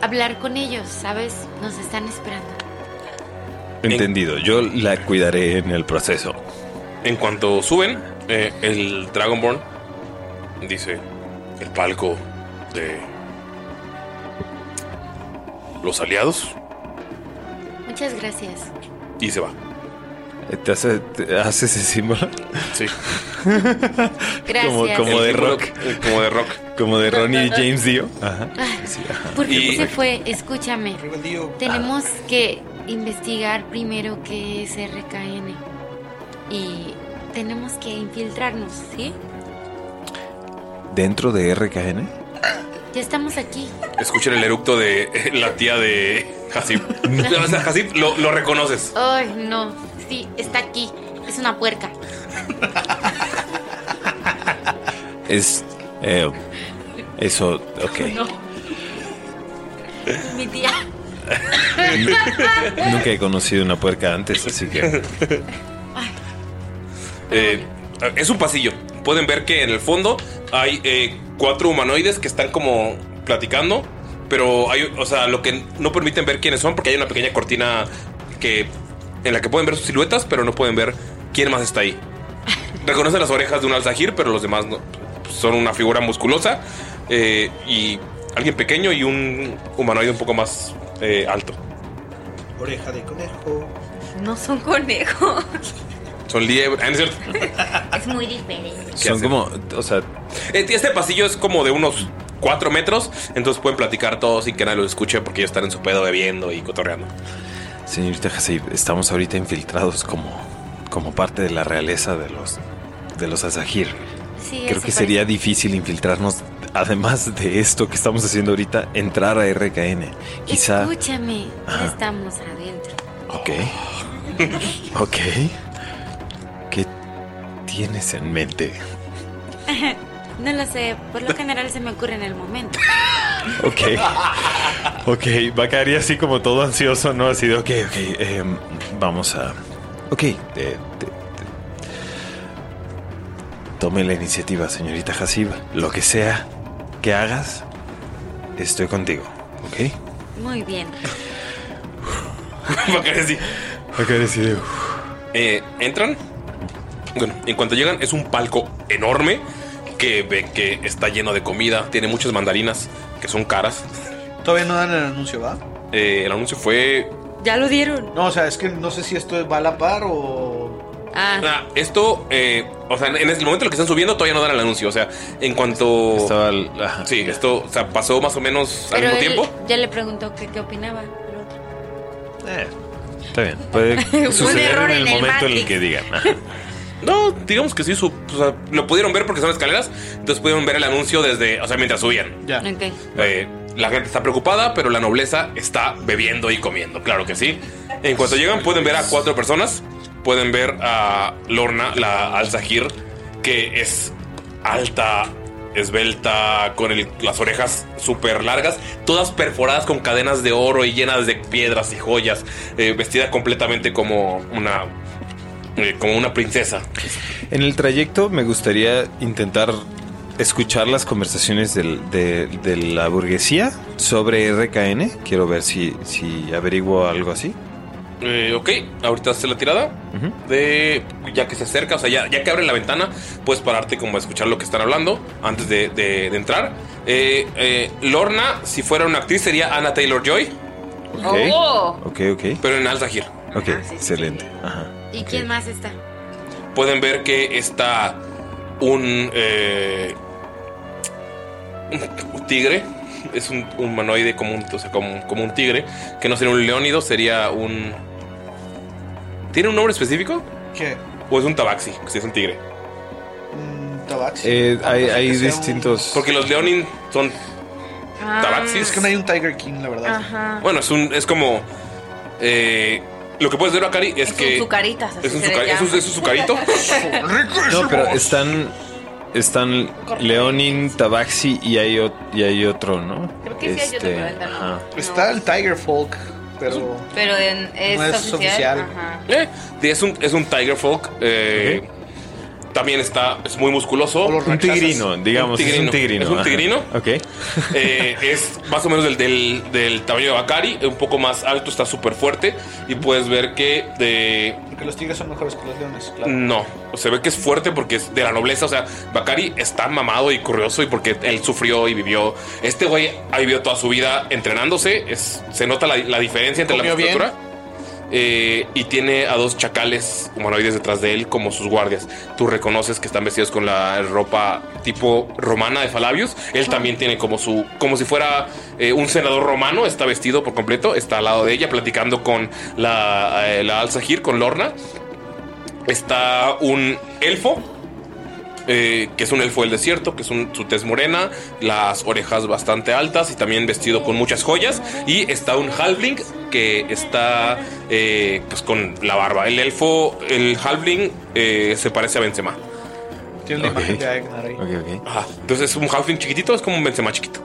Speaker 7: hablar con ellos, ¿sabes? Nos están esperando.
Speaker 2: Entendido, yo la cuidaré en el proceso.
Speaker 8: En cuanto suben, eh, el Dragonborn dice: El palco de los aliados
Speaker 7: Muchas gracias.
Speaker 8: y se va.
Speaker 2: Eh, ¿Te, hace- te haces ese símbolo?
Speaker 8: Sí.
Speaker 2: Como, como de
Speaker 8: El símbolo- eh,
Speaker 2: rock.
Speaker 8: Como de rock.
Speaker 2: Como de Ronnie James Dio. Ajá.
Speaker 7: Ah, ¿Por qué
Speaker 2: Y-
Speaker 7: se fue? Escúchame. Tenemos que investigar primero qué es RKN. Y tenemos que infiltrarnos, ¿sí?
Speaker 2: ¿Dentro de RKN?
Speaker 7: Ya estamos aquí.
Speaker 8: Escuchen el eructo de eh, la tía de Hasib. o sea, Hasib lo, lo reconoces.
Speaker 7: Ay, no. Sí, está aquí. Es una puerca.
Speaker 2: Es. eh, eso, ok.
Speaker 7: No. Mi tía.
Speaker 2: Nunca he conocido una puerca antes, así que.
Speaker 8: Eh, es un pasillo. Pueden ver que en el fondo hay eh, cuatro humanoides que están como platicando, pero hay, o sea, lo que no permiten ver quiénes son porque hay una pequeña cortina que en la que pueden ver sus siluetas, pero no pueden ver quién más está ahí. Reconocen las orejas de un alzajir, pero los demás no. son una figura musculosa eh, y alguien pequeño y un humanoide un poco más eh, alto.
Speaker 3: Oreja de conejo.
Speaker 4: No son conejos.
Speaker 8: Son liebres. Ah, no es cierto.
Speaker 6: Es muy diferente.
Speaker 2: Son como, o sea...
Speaker 8: Este pasillo es como de unos 4 metros, entonces pueden platicar todos sin que nadie lo escuche porque ellos están en su pedo bebiendo y cotorreando.
Speaker 2: Señorita Hasib, estamos ahorita infiltrados como, como parte de la realeza de los, de los Azahir.
Speaker 7: Sí,
Speaker 2: Creo
Speaker 7: así
Speaker 2: que sería
Speaker 7: parece.
Speaker 2: difícil infiltrarnos, además de esto que estamos haciendo ahorita, entrar a RKN. Quizá.
Speaker 7: Escúchame. Ya
Speaker 2: Ah. Ajá.
Speaker 7: estamos adentro.
Speaker 2: Ok. ok. ¿Qué tienes en mente?
Speaker 7: No lo sé. Por lo general se me ocurre en el momento.
Speaker 2: Ok. Ok, va a caer así como todo ansioso, ¿no? Así de, ok, ok, em, vamos a... Ok, eh, te- te- tome la iniciativa, señorita Hasib. Lo que sea que hagas, estoy contigo, ¿ok?
Speaker 7: Muy bien.
Speaker 2: Va a caer así de...
Speaker 8: Eh, ¿Entran? Bueno, en cuanto llegan es un palco enorme que ve que está lleno de comida, tiene muchas mandarinas que son caras.
Speaker 3: Todavía no dan el anuncio, ¿va?
Speaker 8: Eh, el anuncio fue...
Speaker 3: Ya lo dieron. No, o sea, es que no sé si esto va a la par o.
Speaker 8: Ah, esto, eh, o sea, en en el momento en el que están subiendo todavía no dan el anuncio, o sea, en cuanto... Estaba Sí, esto o sea, pasó más o menos al
Speaker 7: Pero
Speaker 8: mismo
Speaker 7: él
Speaker 8: tiempo.
Speaker 7: ya le preguntó que qué opinaba. el otro.
Speaker 2: Eh. Está bien, puede
Speaker 7: Un
Speaker 2: suceder
Speaker 7: error
Speaker 2: en el
Speaker 7: en el
Speaker 2: momento en el
Speaker 7: Matrix.
Speaker 2: que digan.
Speaker 8: No, digamos que sí, su- o sea, lo pudieron ver porque son escaleras, entonces pudieron ver el anuncio desde, o sea, mientras subían.
Speaker 3: Ya.
Speaker 7: Ok.
Speaker 8: Eh, la gente está preocupada, pero la nobleza está bebiendo y comiendo, claro que sí. En cuanto llegan pueden ver a cuatro personas, pueden ver a Lorna, la Alzahir, que es alta, esbelta, con el- las orejas súper largas, todas perforadas con cadenas de oro y llenas de piedras y joyas, eh, vestida completamente como una, eh, como una princesa.
Speaker 2: En el trayecto me gustaría intentar escuchar las conversaciones del- de, de la burguesía sobre RKN. Quiero ver si, si averiguo algo así.
Speaker 8: Eh, ok, ahorita hace la tirada. De. Ya que se acerca, o sea, ya, ya que abren la ventana, puedes pararte como a escuchar lo que están hablando antes de, de- de entrar. Eh, eh, Lorna, si fuera una actriz, sería Anna Taylor Joy.
Speaker 2: Ok. Ok, ok.
Speaker 8: Pero en Al Zahir.
Speaker 2: Ok, excelente. Ajá.
Speaker 7: ¿Y quién más está?
Speaker 8: Pueden ver que está un. eh, un tigre. Es un humanoide como un, o sea, como, como un tigre. Que no sería un leónido, sería un. ¿Tiene un nombre específico?
Speaker 3: ¿Qué?
Speaker 8: ¿O es un tabaxi? Si es un tigre.
Speaker 3: Tabaxi.
Speaker 2: Eh, hay
Speaker 3: Pues,
Speaker 2: hay distintos.
Speaker 8: Porque los Leonin son tabaxis.
Speaker 3: Ah.
Speaker 8: Ah.
Speaker 3: Es que no hay un Tiger King, la verdad.
Speaker 4: Ah. Ajá.
Speaker 8: Bueno, es un. es como. eh, lo que puedes ver, Akari, es, que.
Speaker 4: Su caritas, así
Speaker 8: Eh, es un
Speaker 4: se le
Speaker 8: sucari-
Speaker 4: llama.
Speaker 8: es un- es un sucarito.
Speaker 2: No, pero están. Están Leonin, Tabaxi y hay, o- y hay otro, ¿no? Este,
Speaker 4: Creo que sí hay otro, pero él también.
Speaker 2: ajá.
Speaker 3: Está el Tiger Folk, pero.
Speaker 4: Pero en, es,
Speaker 8: No es
Speaker 4: oficial.
Speaker 8: oficial.
Speaker 4: Ajá.
Speaker 8: Eh, es, un, es un Tiger Folk. eh, También está. Es muy musculoso.
Speaker 2: Un tigrino, digamos.
Speaker 8: Un
Speaker 2: Es un tigrino.
Speaker 8: Es un
Speaker 2: ajá.
Speaker 8: tigrino.
Speaker 2: Ok.
Speaker 8: Eh, es más o menos del, del, del tamaño de Bakari. Un poco más alto, está súper fuerte. Y puedes ver que de.
Speaker 3: Porque los tigres son mejores que los leones, claro.
Speaker 8: No, se ve que es fuerte porque es de la nobleza. O sea, Bakari está mamado y curioso y porque él sufrió y vivió. Este güey ha vivido toda su vida entrenándose. Es, se nota la, la diferencia entre la
Speaker 3: ¿Comió bien?
Speaker 8: musculatura. Eh, y tiene a dos chacales humanoides detrás de él como sus guardias. Tú reconoces que están vestidos con la ropa tipo romana de Falabius. Él también tiene como su, como si fuera eh, un senador romano. Está vestido por completo. Está al lado de ella platicando con la, eh, la Al-Sahir, con Lorna. Está un elfo. eh, que es un elfo del desierto, que es un, su tez morena, las orejas bastante altas y también vestido con muchas joyas. Y está un halfling que está eh, pues con la barba. El elfo, el halfling eh, se parece a Benzema.
Speaker 3: Tiene la imagen de Aegnar ahí.
Speaker 8: Ajá, entonces es un halfling chiquitito, es como un Benzema chiquito.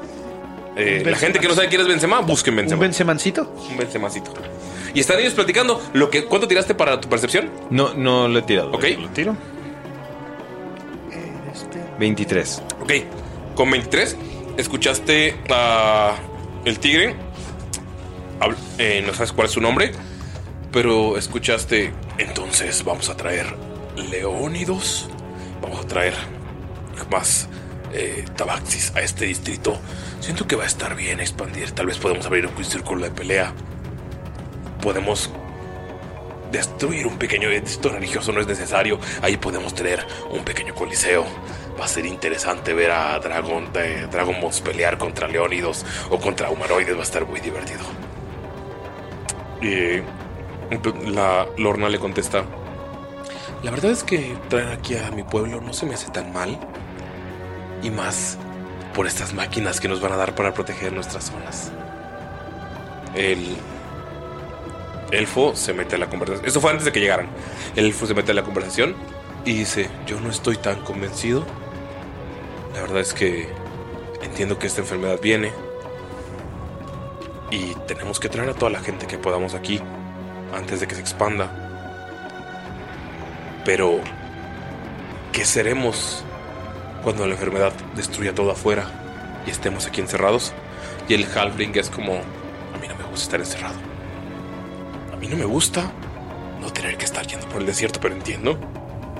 Speaker 8: Eh,
Speaker 3: Un
Speaker 8: la gente que no sabe quién es Benzema, busquen
Speaker 3: ¿Un
Speaker 8: Benzema.
Speaker 3: Benzemancito?
Speaker 8: Un Benzemacito. Y están ellos platicando. Lo que, ¿Cuánto tiraste para tu percepción?
Speaker 2: No, no lo he tirado.
Speaker 8: Ok.
Speaker 2: Lo tiro. 23.
Speaker 8: Ok, con 23 escuchaste a el tigre. Habl- eh, no sabes cuál es su nombre, pero escuchaste. Entonces vamos a traer leónidos. Vamos a traer más eh, tabaxis a este distrito. Siento que va a estar bien expandir. Tal vez podemos abrir un círculo de pelea. Podemos destruir un pequeño distrito religioso no es necesario. Ahí podemos tener un pequeño coliseo. Va a ser interesante ver a Dragon, eh, Dragon Balls pelear contra leónidos o contra humanoides. Va a estar muy divertido. Y la Lorna le contesta. La verdad es que traer aquí a mi pueblo no se me hace tan mal. Y más por estas máquinas que nos van a dar para proteger nuestras zonas. El elfo se mete a la conversación. Eso fue antes de que llegaran. El elfo se mete a la conversación y dice, yo no estoy tan convencido. La verdad es que entiendo que esta enfermedad viene. Y tenemos que traer a toda la gente que podamos aquí antes de que se expanda. Pero, ¿qué seremos cuando la enfermedad destruya todo afuera y estemos aquí encerrados? Y el halfling es como, a mí no me gusta estar encerrado. A mí no me gusta no tener que estar yendo por el desierto, pero entiendo.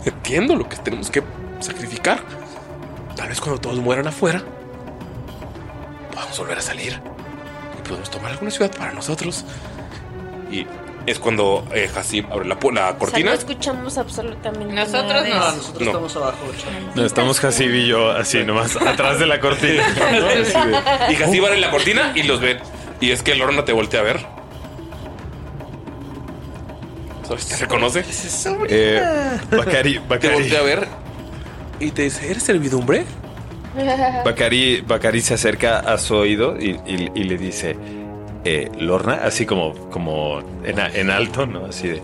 Speaker 8: Entiendo lo que tenemos que sacrificar. Tal vez cuando todos mueran afuera, podamos volver a salir y podemos tomar alguna ciudad para nosotros. Y es cuando eh, Hasib abre la, pu- la cortina.
Speaker 5: O sea, no escuchamos absolutamente
Speaker 4: Nosotros
Speaker 5: nada de
Speaker 4: no.
Speaker 5: eso.
Speaker 8: Nosotros No. estamos
Speaker 3: abajo,
Speaker 2: No, estamos Hasib y yo así nomás, atrás de la cortina. ¿no? Así
Speaker 8: y
Speaker 2: de-
Speaker 8: Hasib abre la cortina y los ve. Y es que Lorna te voltea a ver. ¿Sabes? ¿Te reconoce?
Speaker 2: Eh, Bacari,
Speaker 8: Te
Speaker 2: Bacari.
Speaker 8: voltea a ver y te dice, ¿eres servidumbre?
Speaker 2: Bacari, Bacari se acerca a su oído y, y- y le dice, eh, Lorna, así como, como en, a- en alto, ¿no? Así de,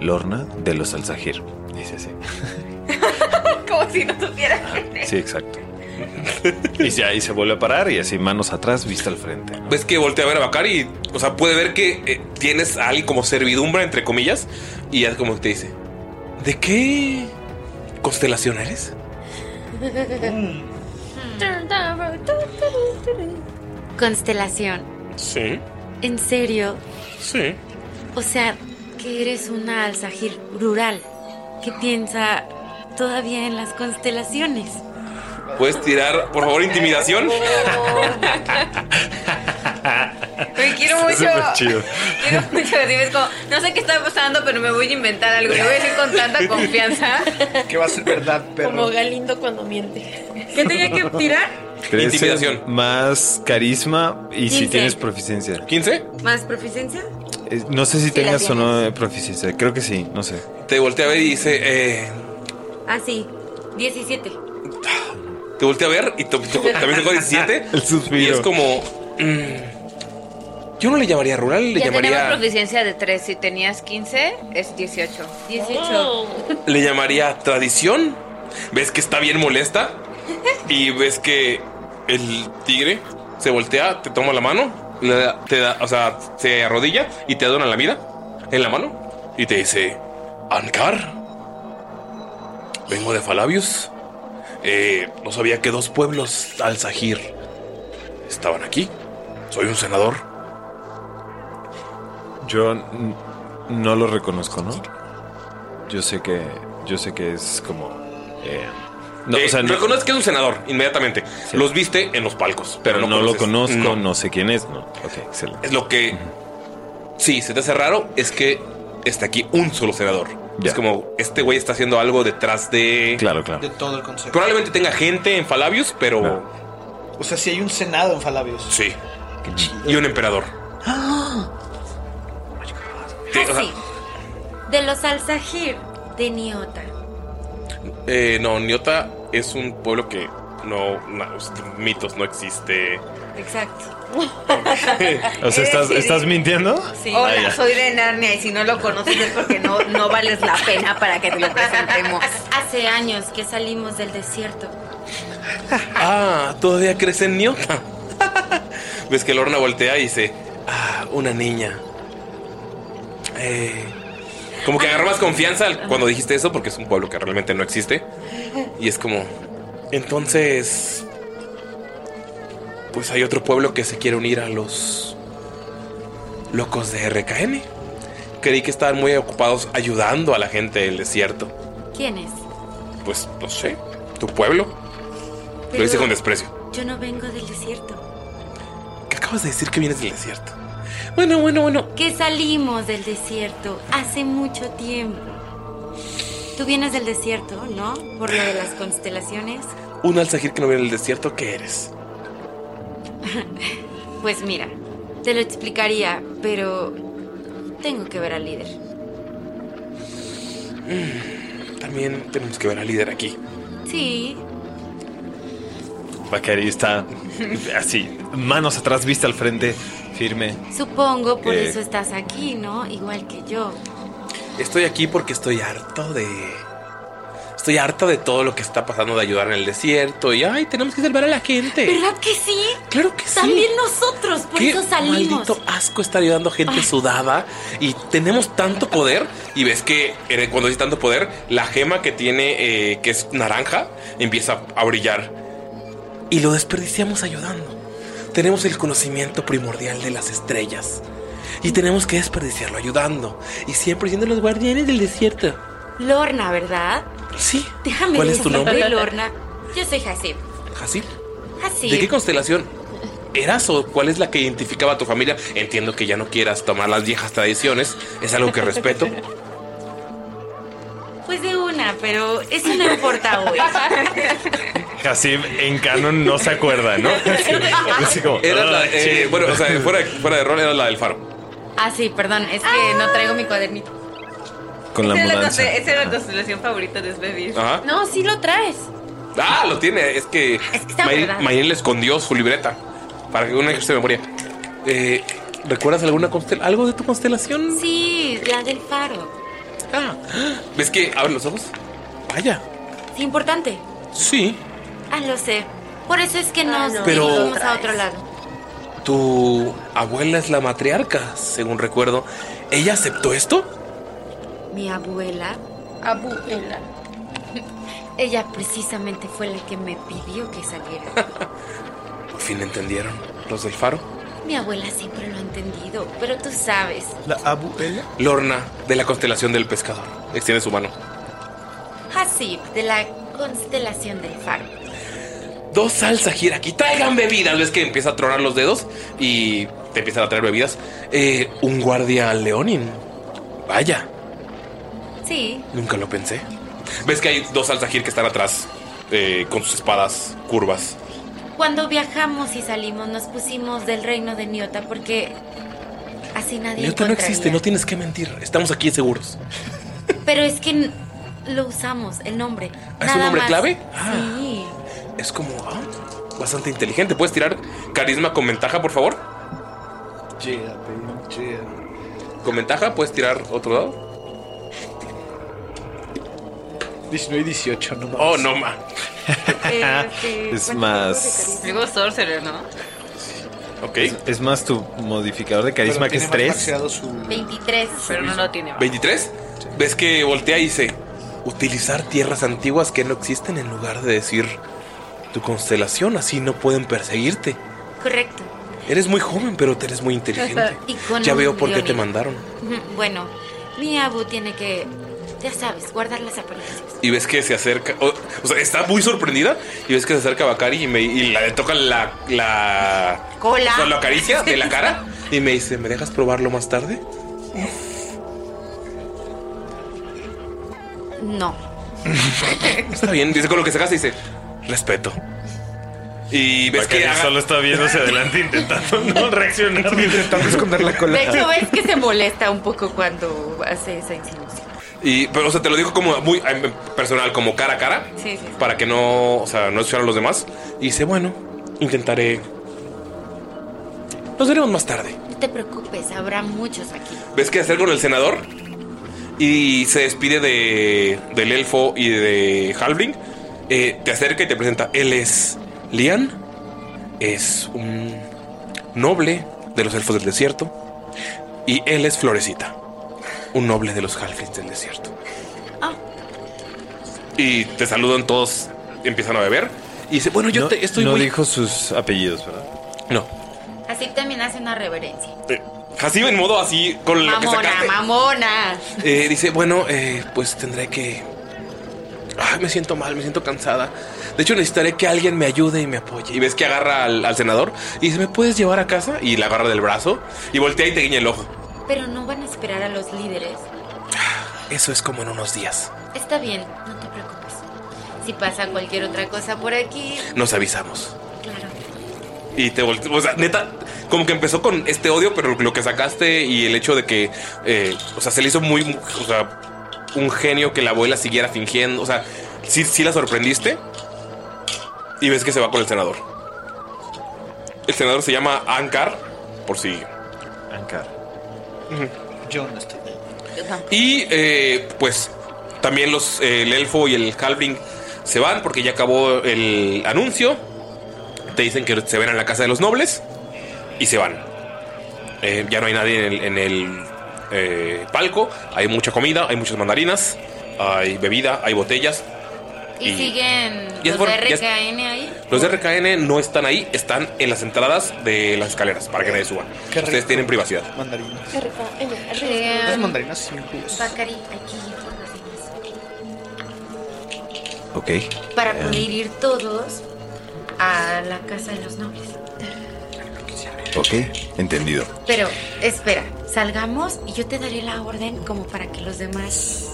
Speaker 2: Lorna de los Alzajir. Dice así.
Speaker 4: Como si no tuviera gente.
Speaker 2: Sí, exacto. Y ya ahí se vuelve a parar y así manos atrás, vista al frente.
Speaker 8: Ves que voltea a ver a Bakari, o sea, puede ver que eh, tienes a alguien como servidumbre, entre comillas, y es como que te dice: ¿De qué constelación eres?
Speaker 4: Mm.
Speaker 7: Constelación.
Speaker 8: Sí,
Speaker 7: En serio.
Speaker 8: sí.
Speaker 7: O sea, que eres una alzajir rural que piensa todavía en las constelaciones.
Speaker 8: Puedes tirar, por favor, intimidación.
Speaker 4: Me quiero mucho.
Speaker 8: chido.
Speaker 4: Quiero mucho decir, es como, no sé qué está pasando, pero me voy a inventar algo. Lo voy a decir con tanta confianza.
Speaker 3: Que va a ser verdad,
Speaker 5: Como Galindo cuando miente.
Speaker 4: ¿Qué tenía que tirar?
Speaker 2: Intimidación. Más carisma y si
Speaker 4: 15.
Speaker 2: tienes proficiencia. Eh,
Speaker 8: ¿15?
Speaker 4: ¿Más proficiencia?
Speaker 2: No sé si
Speaker 4: Sí, la
Speaker 2: tengas o no eh, proficiencia. Creo que sí, no sé.
Speaker 8: Te voltea a ver y dice: eh,
Speaker 7: Ah, sí. 17.
Speaker 8: Te voltea a ver y to- to- también tengo 17. El suspiro. Y es como. mm, yo no le llamaría rural, le
Speaker 4: ya tenemos
Speaker 8: llamaría.
Speaker 4: proficiencia de 3. Si tenías 15, es 18. 18.
Speaker 5: Oh.
Speaker 8: Le llamaría tradición. Ves que está bien molesta. Y ves que el tigre se voltea, te toma la mano, le da- te da, o sea, se arrodilla y te dona la vida en la mano. Y te dice: Ankar, vengo de Falabius. Eh, no sabía que dos pueblos al Sahir estaban aquí. Soy un senador.
Speaker 2: Yo n- no lo reconozco, ¿no? Yo sé que, yo sé que es como. eh, no, o sea, no-
Speaker 8: Reconoces que es un senador inmediatamente. Los viste en los palcos, pero no,
Speaker 2: no lo
Speaker 8: conoces.
Speaker 2: conozco,
Speaker 8: No.
Speaker 2: no. sé quién es, no. Ok, excelente.
Speaker 8: Es lo que. Sí, se te hace raro, es que está aquí un solo senador.
Speaker 2: Ya.
Speaker 8: Es como, este güey está haciendo algo detrás de.
Speaker 2: Claro, claro.
Speaker 3: todo el consejo.
Speaker 8: Probablemente tenga gente en Falabius, pero.
Speaker 3: O sea, si hay un senado en Falabios.
Speaker 8: Sí. Y un emperador. Te- o sea,
Speaker 7: De los alzajir de Niota.
Speaker 8: eh, no, Niota es un pueblo que no. na- mitos no existe.
Speaker 4: Exacto.
Speaker 2: O sea, ¿estás, estás mintiendo?
Speaker 4: Sí.
Speaker 2: Ah,
Speaker 4: Hola,
Speaker 2: ya.
Speaker 4: soy de Narnia y si no lo conoces es porque no, no vales la pena para que te lo presentemos.
Speaker 7: Hace años que salimos del desierto.
Speaker 8: Ah, todavía crece en Niota. Ves que Lorna voltea y dice, ah, una niña. Eh, como que agarró más confianza al- cuando dijiste eso, porque es un pueblo que realmente no existe. Y es como, entonces, pues hay otro pueblo que se quiere unir a los locos de RKM. Creí que estaban muy ocupados ayudando a la gente del desierto.
Speaker 7: ¿Quién es?
Speaker 8: Pues no sé, tu pueblo. Lo
Speaker 7: Pero-
Speaker 8: dice con desprecio.
Speaker 7: Yo no vengo del desierto.
Speaker 8: ¿Qué acabas de decir que vienes del desierto?
Speaker 7: Bueno, bueno, bueno. Que salimos del desierto hace mucho tiempo. Tú vienes del desierto, ¿no? Por lo de las constelaciones.
Speaker 8: Un alzajir que no viene del desierto, ¿qué eres?
Speaker 7: Pues mira, te lo explicaría, pero tengo que ver al líder.
Speaker 8: Mm, También tenemos que ver al líder aquí.
Speaker 7: Sí,
Speaker 2: Bacari está así, manos atrás, vista al frente, firme.
Speaker 7: supongo por
Speaker 8: Eh.
Speaker 7: eso estás aquí, ¿no? Igual que yo.
Speaker 8: Estoy aquí porque estoy harto de... Estoy harto de todo lo que está pasando de ayudar en el desierto y... ¡Ay, tenemos que salvar a la gente!
Speaker 7: ¿Verdad que sí?
Speaker 8: Claro que
Speaker 7: sí. También nosotros, por
Speaker 8: ¿Qué
Speaker 7: eso salimos.
Speaker 8: maldito asco estar ayudando a gente sudada? Y tenemos tanto poder. Y ves que eh, cuando dice tanto poder, la gema que tiene, eh, que es naranja, empieza a brillar. Y lo desperdiciamos ayudando. Tenemos el conocimiento primordial de las estrellas. Y tenemos que desperdiciarlo ayudando. Y siempre siendo los guardianes del desierto.
Speaker 7: Lorna, ¿verdad?
Speaker 8: Sí.
Speaker 7: Déjame
Speaker 8: ¿Cuál es tu
Speaker 7: decirte,
Speaker 8: nombre?
Speaker 7: Lorna. Yo soy Hasib.
Speaker 8: ¿Así?
Speaker 7: Hasib.
Speaker 8: ¿De qué constelación? ¿Eras o cuál es la que identificaba a tu familia? Entiendo que ya no quieras tomar las viejas tradiciones. Es algo que respeto.
Speaker 7: Pues de una, pero eso no importa hoy.
Speaker 2: Hasib en canon no se acuerda, ¿no? Así como,
Speaker 8: Era la,
Speaker 2: "Ah,
Speaker 8: eh,
Speaker 2: sí".
Speaker 8: bueno, o sea, fuera, fuera de rol era la del faro.
Speaker 7: Ah, sí, perdón, es que no traigo mi cuadernito.
Speaker 2: Con
Speaker 4: Esa era la constel- Esa era la constelación favorita de Sbebis.
Speaker 8: Ajá.
Speaker 7: No, sí lo traes.
Speaker 8: Ah, lo tiene. Es que
Speaker 7: está
Speaker 8: Mayrin
Speaker 7: guardado.
Speaker 8: Mayrin le escondió su libreta para que una ejerce memoria. Eh, ¿Recuerdas alguna constel- algo de tu constelación?
Speaker 7: Sí, la del faro.
Speaker 8: Ah. ¿Ves que abre los ojos? Vaya.
Speaker 7: Es importante.
Speaker 8: Sí.
Speaker 7: Ah, lo sé. Por eso es que nos
Speaker 8: no. Pero-
Speaker 7: dirigimos a otro lado.
Speaker 8: Tu abuela es la matriarca, según recuerdo. ¿Ella aceptó esto?
Speaker 7: Mi abuela. Abuela. Ella precisamente fue la que me pidió que saliera.
Speaker 8: Por fin entendieron los del faro.
Speaker 7: Mi abuela siempre lo ha entendido, pero tú sabes.
Speaker 8: La abuela. Lorna, de la constelación del pescador. Extiende su mano.
Speaker 7: Hasib, de la constelación del faro.
Speaker 8: Dos salsa gira aquí. Traigan bebidas. ¿Ves que empieza a tronar los dedos? Y te empiezan a traer bebidas. Eh, un guardia leonin. Vaya,
Speaker 7: Sí,
Speaker 8: nunca lo pensé. ¿Ves que hay dos salsa gira que están atrás? eh, con sus espadas curvas.
Speaker 7: Cuando viajamos y salimos, nos pusimos del reino de Niota porque así nadie.
Speaker 8: Leota no
Speaker 7: encontraría.
Speaker 8: existe, no tienes que mentir. Estamos aquí seguros.
Speaker 7: Pero es que n- lo usamos, el nombre.
Speaker 8: ¿Ah, ¿Es un
Speaker 7: Nada
Speaker 8: nombre
Speaker 7: más.
Speaker 8: clave?
Speaker 7: Sí.
Speaker 8: Es como ah, bastante inteligente. ¿Puedes tirar carisma con ventaja, por favor?
Speaker 9: Yeah, baby, yeah.
Speaker 8: Con ventaja, puedes tirar otro dado.
Speaker 9: 19 y 18, no mames.
Speaker 8: Oh, no, ma.
Speaker 2: Eh,
Speaker 4: Eh,
Speaker 2: es más.
Speaker 4: Luego sorcerer, ¿no?
Speaker 8: Ok.
Speaker 2: Es, es más tu modificador de carisma que es 3.
Speaker 7: 23.
Speaker 4: Pero no lo tiene.
Speaker 8: ¿23? ¿Ves que voltea y dice: Utilizar tierras antiguas que no existen en lugar de decir tu constelación, así no pueden perseguirte.
Speaker 7: Correcto.
Speaker 8: Eres muy joven, pero te eres muy inteligente.
Speaker 7: Y con
Speaker 8: Ya
Speaker 7: un
Speaker 8: veo por qué te
Speaker 7: leonino.
Speaker 8: mandaron.
Speaker 7: Ujú, Bueno, mi abu tiene que, ya sabes, guardar las apariencias.
Speaker 8: Y ves que se acerca, o, o sea, está muy sorprendida. Y ves que se acerca Bakari y, me, y la, le toca la, la.
Speaker 7: Cola.
Speaker 8: o sea, la caricia de la cara. Y me dice: ¿Me dejas probarlo más tarde?
Speaker 7: No.
Speaker 8: Está bien. Dice con lo que se casa dice: Respeto. Y ves que. Solo
Speaker 2: está viendo hacia adelante intentando no reaccionar.
Speaker 8: intentando esconder la
Speaker 7: De hecho, ves que se molesta un poco cuando hace esa insinuación.
Speaker 8: Y, pero, o sea, te lo digo como muy eh, personal, como cara a cara,
Speaker 7: Sí, sí.
Speaker 8: para que no, o sea, no escucharan los demás. Y dice, bueno, intentaré. Nos veremos más tarde.
Speaker 7: No te preocupes, habrá muchos aquí.
Speaker 8: ¿Ves que hacer con el senador? Y se despide de, del elfo y de Halbring. Eh, te acerca y te presenta. Él es Lian. Es un noble de los elfos del desierto. Y él es Florecita. Un noble de los Halflings del desierto.
Speaker 7: Ah.
Speaker 8: Y te saludan todos. Empiezan a beber. Y dice, bueno, yo
Speaker 2: no,
Speaker 8: te estoy
Speaker 2: no
Speaker 8: muy...
Speaker 2: dijo sus apellidos, ¿verdad?
Speaker 8: No.
Speaker 7: Así también hace una reverencia.
Speaker 8: Eh, Así en modo así con lo que
Speaker 7: Mamona,
Speaker 8: sacaste.
Speaker 7: mamona.
Speaker 8: Eh, dice, bueno, eh, pues tendré que... Ay, me siento mal, me siento cansada. De hecho, necesitaré que alguien me ayude y me apoye. Y ves que agarra al, al senador y dice, ¿me puedes llevar a casa? Y la agarra del brazo y voltea y te guiña el ojo.
Speaker 7: Pero no van a esperar a los líderes.
Speaker 8: Eso es como en unos días.
Speaker 7: Está bien, no te preocupes. Si pasa cualquier otra cosa por aquí,
Speaker 8: Nos avisamos.
Speaker 7: claro.
Speaker 8: Y te voltea. O sea, neta, como que empezó con este odio, pero lo que sacaste y el hecho de que, eh, o sea, se le hizo muy, o sea, un genio que la abuela siguiera fingiendo. O sea, sí, sí la sorprendiste. Y ves que se va con el senador. El senador se llama Ankar, por si.
Speaker 2: Ankar.
Speaker 9: Yo
Speaker 3: este.
Speaker 9: no estoy.
Speaker 8: Y eh, pues también los, eh, el elfo y el halbling se van porque ya acabó el anuncio. Te dicen que se ven en la casa de los nobles y se van. Eh, ya no hay nadie en el, en el, eh, palco. Hay mucha comida, hay muchas mandarinas, hay bebida, hay botellas.
Speaker 7: ¿Y,
Speaker 8: Y-
Speaker 7: siguen
Speaker 8: y es
Speaker 7: los
Speaker 8: por-
Speaker 7: de
Speaker 8: ya es-
Speaker 7: RKN ahí?
Speaker 8: Los de RKN no están ahí, están en las entradas de las escaleras para que nadie suba. Ustedes tienen privacidad.
Speaker 9: Mandarinas. Las
Speaker 7: Rean,
Speaker 9: mandarinas sin jugos.
Speaker 7: Bacari, aquí por las demás.
Speaker 2: Ok.
Speaker 7: Para
Speaker 2: Eh,
Speaker 7: poder ir todos a la casa de los nobles.
Speaker 2: Ok, entendido.
Speaker 7: Pero, espera, salgamos y yo te daré la orden como para que los demás,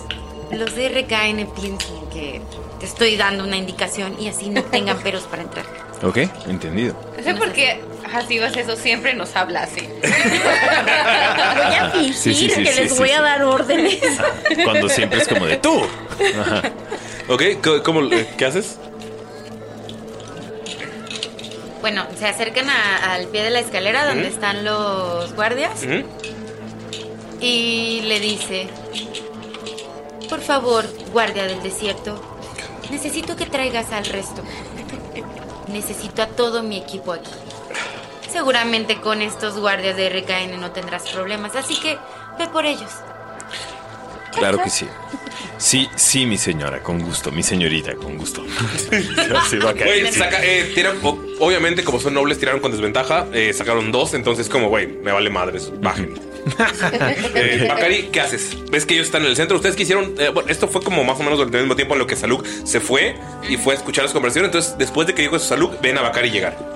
Speaker 7: los de RKN piensen que te estoy dando una indicación y así no tengan peros para entrar.
Speaker 2: Ok, entendido.
Speaker 4: No sé por qué Hasibas eso siempre nos habla así.
Speaker 7: Voy a fingir
Speaker 2: Sí, sí, sí,
Speaker 7: que
Speaker 2: sí,
Speaker 7: les
Speaker 2: sí,
Speaker 7: voy a
Speaker 2: sí.
Speaker 7: dar órdenes.
Speaker 2: Cuando siempre es como de tú. Ajá.
Speaker 8: Ok, ¿cómo- ¿cómo, eh, ¿qué haces?
Speaker 7: Bueno, se acercan a- al pie de la escalera donde
Speaker 8: Ujú.
Speaker 7: están los guardias
Speaker 8: Ujú.
Speaker 7: y le dice, por favor, guardia del desierto, necesito que traigas al resto. Necesito a todo mi equipo aquí. Seguramente con estos guardias de RKN no tendrás problemas, así que ve por ellos.
Speaker 2: Claro que sí. Sí, sí, mi señora, con gusto. Mi señorita, con gusto. Se va a caer,
Speaker 8: Güey,
Speaker 2: sí.
Speaker 8: saca- eh, tira- o- obviamente, como son nobles, tiraron con desventaja. eh, sacaron dos, entonces, como, güey, me vale madres. Bajen. Eh, Bakari, ¿qué haces? ¿Ves que ellos están en el centro? ¿Ustedes quisieron? bueno, esto fue como más o menos durante el mismo tiempo en lo que Saluk se fue y fue a escuchar las conversaciones. Entonces, después de que llegó Saluk, ven a Bakari llegar.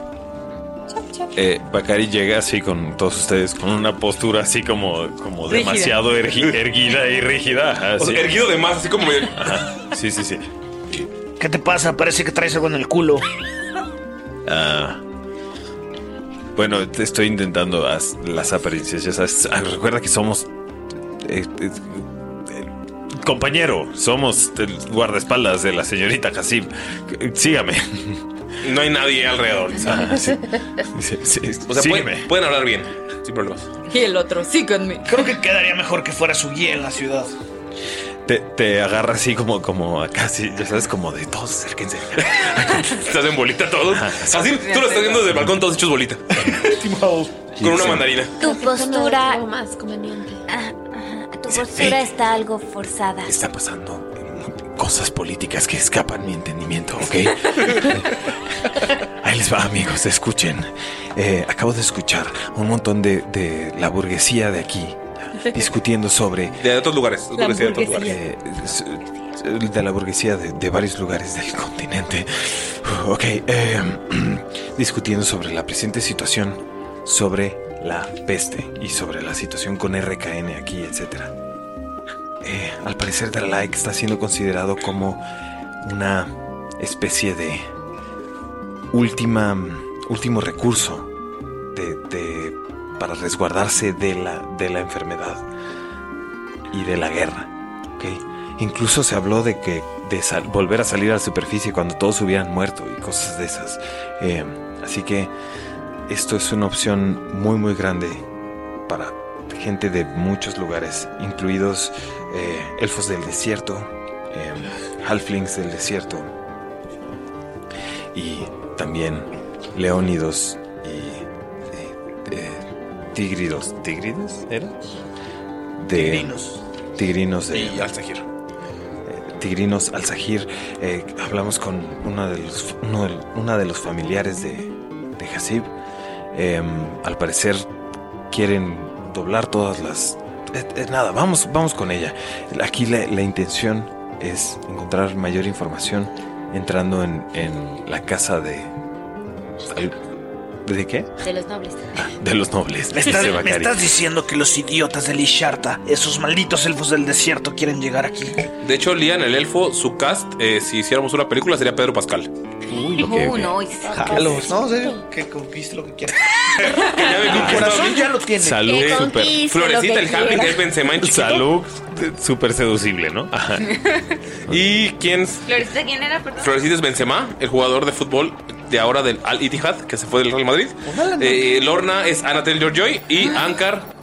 Speaker 2: Eh, Bakari llega así con todos ustedes, con una postura así como, como
Speaker 8: Rígida.
Speaker 2: demasiado ergi- erguida y rígida. ajá,
Speaker 8: O sea,
Speaker 2: sí.
Speaker 8: erguido de más, así como.
Speaker 2: Ajá, Sí, sí, sí.
Speaker 9: ¿Qué te pasa? Parece que traes algo en el culo.
Speaker 2: Ah. bueno, te estoy intentando as- las apariencias. Ya sabes, Ah, recuerda que somos. eh, eh, eh, compañero, somos el guardaespaldas de la señorita Hasib. Eh, Sígame.
Speaker 8: No hay nadie alrededor.
Speaker 2: Ah, sí. Sí, sí,
Speaker 8: O sea,
Speaker 2: sígueme.
Speaker 8: pueden, pueden hablar bien, sin problemas.
Speaker 9: Y el otro, sí conmigo. Creo que quedaría mejor que fuera su guía en la ciudad.
Speaker 2: Te, te agarra así como, como acá, sí, ya sabes, como de todos, acérquense.
Speaker 8: Se hacen bolita todos. Así, tú lo estás viendo desde el balcón, todos hechos bolita. Con una mandarina.
Speaker 6: Tu postura. Ah,
Speaker 5: más conveniente.
Speaker 6: tu
Speaker 2: Sí.
Speaker 6: postura está algo forzada.
Speaker 2: Está pasando cosas políticas que escapan mi entendimiento, ¿ok? Ahí les va, amigos, escuchen. Eh, acabo de escuchar un montón de, de la burguesía de aquí discutiendo sobre...
Speaker 8: De otros lugares.
Speaker 2: La
Speaker 8: burguesía de otros
Speaker 2: burguesía. eh, de la burguesía de, de varios lugares del continente. Ok, eh, discutiendo sobre la presente situación, sobre la peste y sobre la situación con RKN aquí, etcétera. Eh, al parecer, Dalai está siendo considerado como una especie de última, último recurso de, de- para resguardarse de la, de la enfermedad y de la guerra. ¿ok? Incluso se habló de que de sal- volver a salir a la superficie cuando todos hubieran muerto y cosas de esas. Eh, así que esto es una opción muy muy grande para gente de muchos lugares, incluidos eh, elfos del desierto, eh, halflings del desierto y también leónidos y eh, eh, tigridos. ¿Tigridos era? De,
Speaker 9: Tigrinos.
Speaker 2: Tigrinos de Eh,
Speaker 9: Y Alzajir.
Speaker 2: Tigrinos al Sahir. eh, hablamos con uno de los, uno del- una de los familiares de, de Hasib. Eh, al parecer quieren doblar todas las... eh, eh, nada, vamos, vamos con ella. Aquí la, la intención es encontrar mayor información entrando en, en la casa de... al- ¿De qué? Ah,
Speaker 7: De los nobles.
Speaker 2: De los nobles.
Speaker 9: ¿Me estás,
Speaker 2: dice
Speaker 9: me
Speaker 2: Bacari.
Speaker 9: estás diciendo que los idiotas del Isharta, esos malditos elfos del desierto, quieren llegar aquí?
Speaker 8: De hecho, Lian, el elfo, su cast, eh, si hiciéramos una película, sería Pedro Pascal.
Speaker 9: Uy,
Speaker 8: ok, ok.
Speaker 9: no,
Speaker 8: Jalos.
Speaker 9: No, en serio, que conquiste lo que quieras.
Speaker 8: Mi
Speaker 9: corazón ya lo tiene.
Speaker 2: Salud,
Speaker 9: Que
Speaker 2: super.
Speaker 9: conquiste Florecita, lo que el quiera. halfling, que es
Speaker 8: Benzema
Speaker 2: Salud, eh, súper seducible, ¿no? Ajá.
Speaker 8: ¿Y quién? es?
Speaker 4: ¿Florista quién era? Perdón.
Speaker 8: Florecides Benzema, el jugador de fútbol de ahora del Al Ittihad, que se fue del Real Madrid.
Speaker 9: Ojalá no.
Speaker 8: Eh, Lorna es Anna Taylor-Joy y
Speaker 9: Ah.
Speaker 8: Ankar.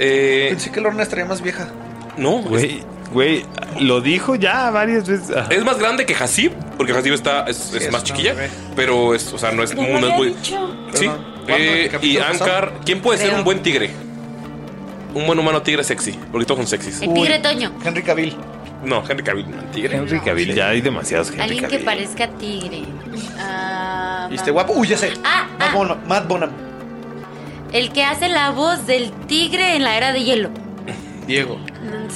Speaker 8: eh,
Speaker 9: Pensé que Lorna estaría más vieja.
Speaker 8: no, güey.
Speaker 2: Güey, lo dijo ya varias veces.
Speaker 8: Es más grande que Hasib, porque Hasib está, es, es
Speaker 9: es
Speaker 8: más
Speaker 9: una
Speaker 8: chiquilla,
Speaker 9: bebé.
Speaker 8: pero es, o sea, no es,
Speaker 9: Ya lo
Speaker 8: no es
Speaker 9: había
Speaker 8: muy.
Speaker 9: dicho.
Speaker 8: Sí.
Speaker 9: Perdón,
Speaker 8: Eh,
Speaker 9: ¿cuándo? ¿El capítulo
Speaker 8: y
Speaker 9: pasado?
Speaker 8: Ankar, ¿quién puede ser
Speaker 7: Creo.
Speaker 8: un buen tigre? Un buen humano tigre sexy, porque todos son sexys.
Speaker 7: El tigre Toño.
Speaker 9: Henry Cavill.
Speaker 8: No, Henry Cavill, no, tigre.
Speaker 2: Henry Cavill, ya hay demasiados
Speaker 7: Alguien que parezca tigre. Ah,
Speaker 9: Y este guapo. Uy, ya sé.
Speaker 7: Ah,
Speaker 9: Matt Bonham. Matt Bonham.
Speaker 7: el que hace la voz del tigre en la era de hielo.
Speaker 8: Diego.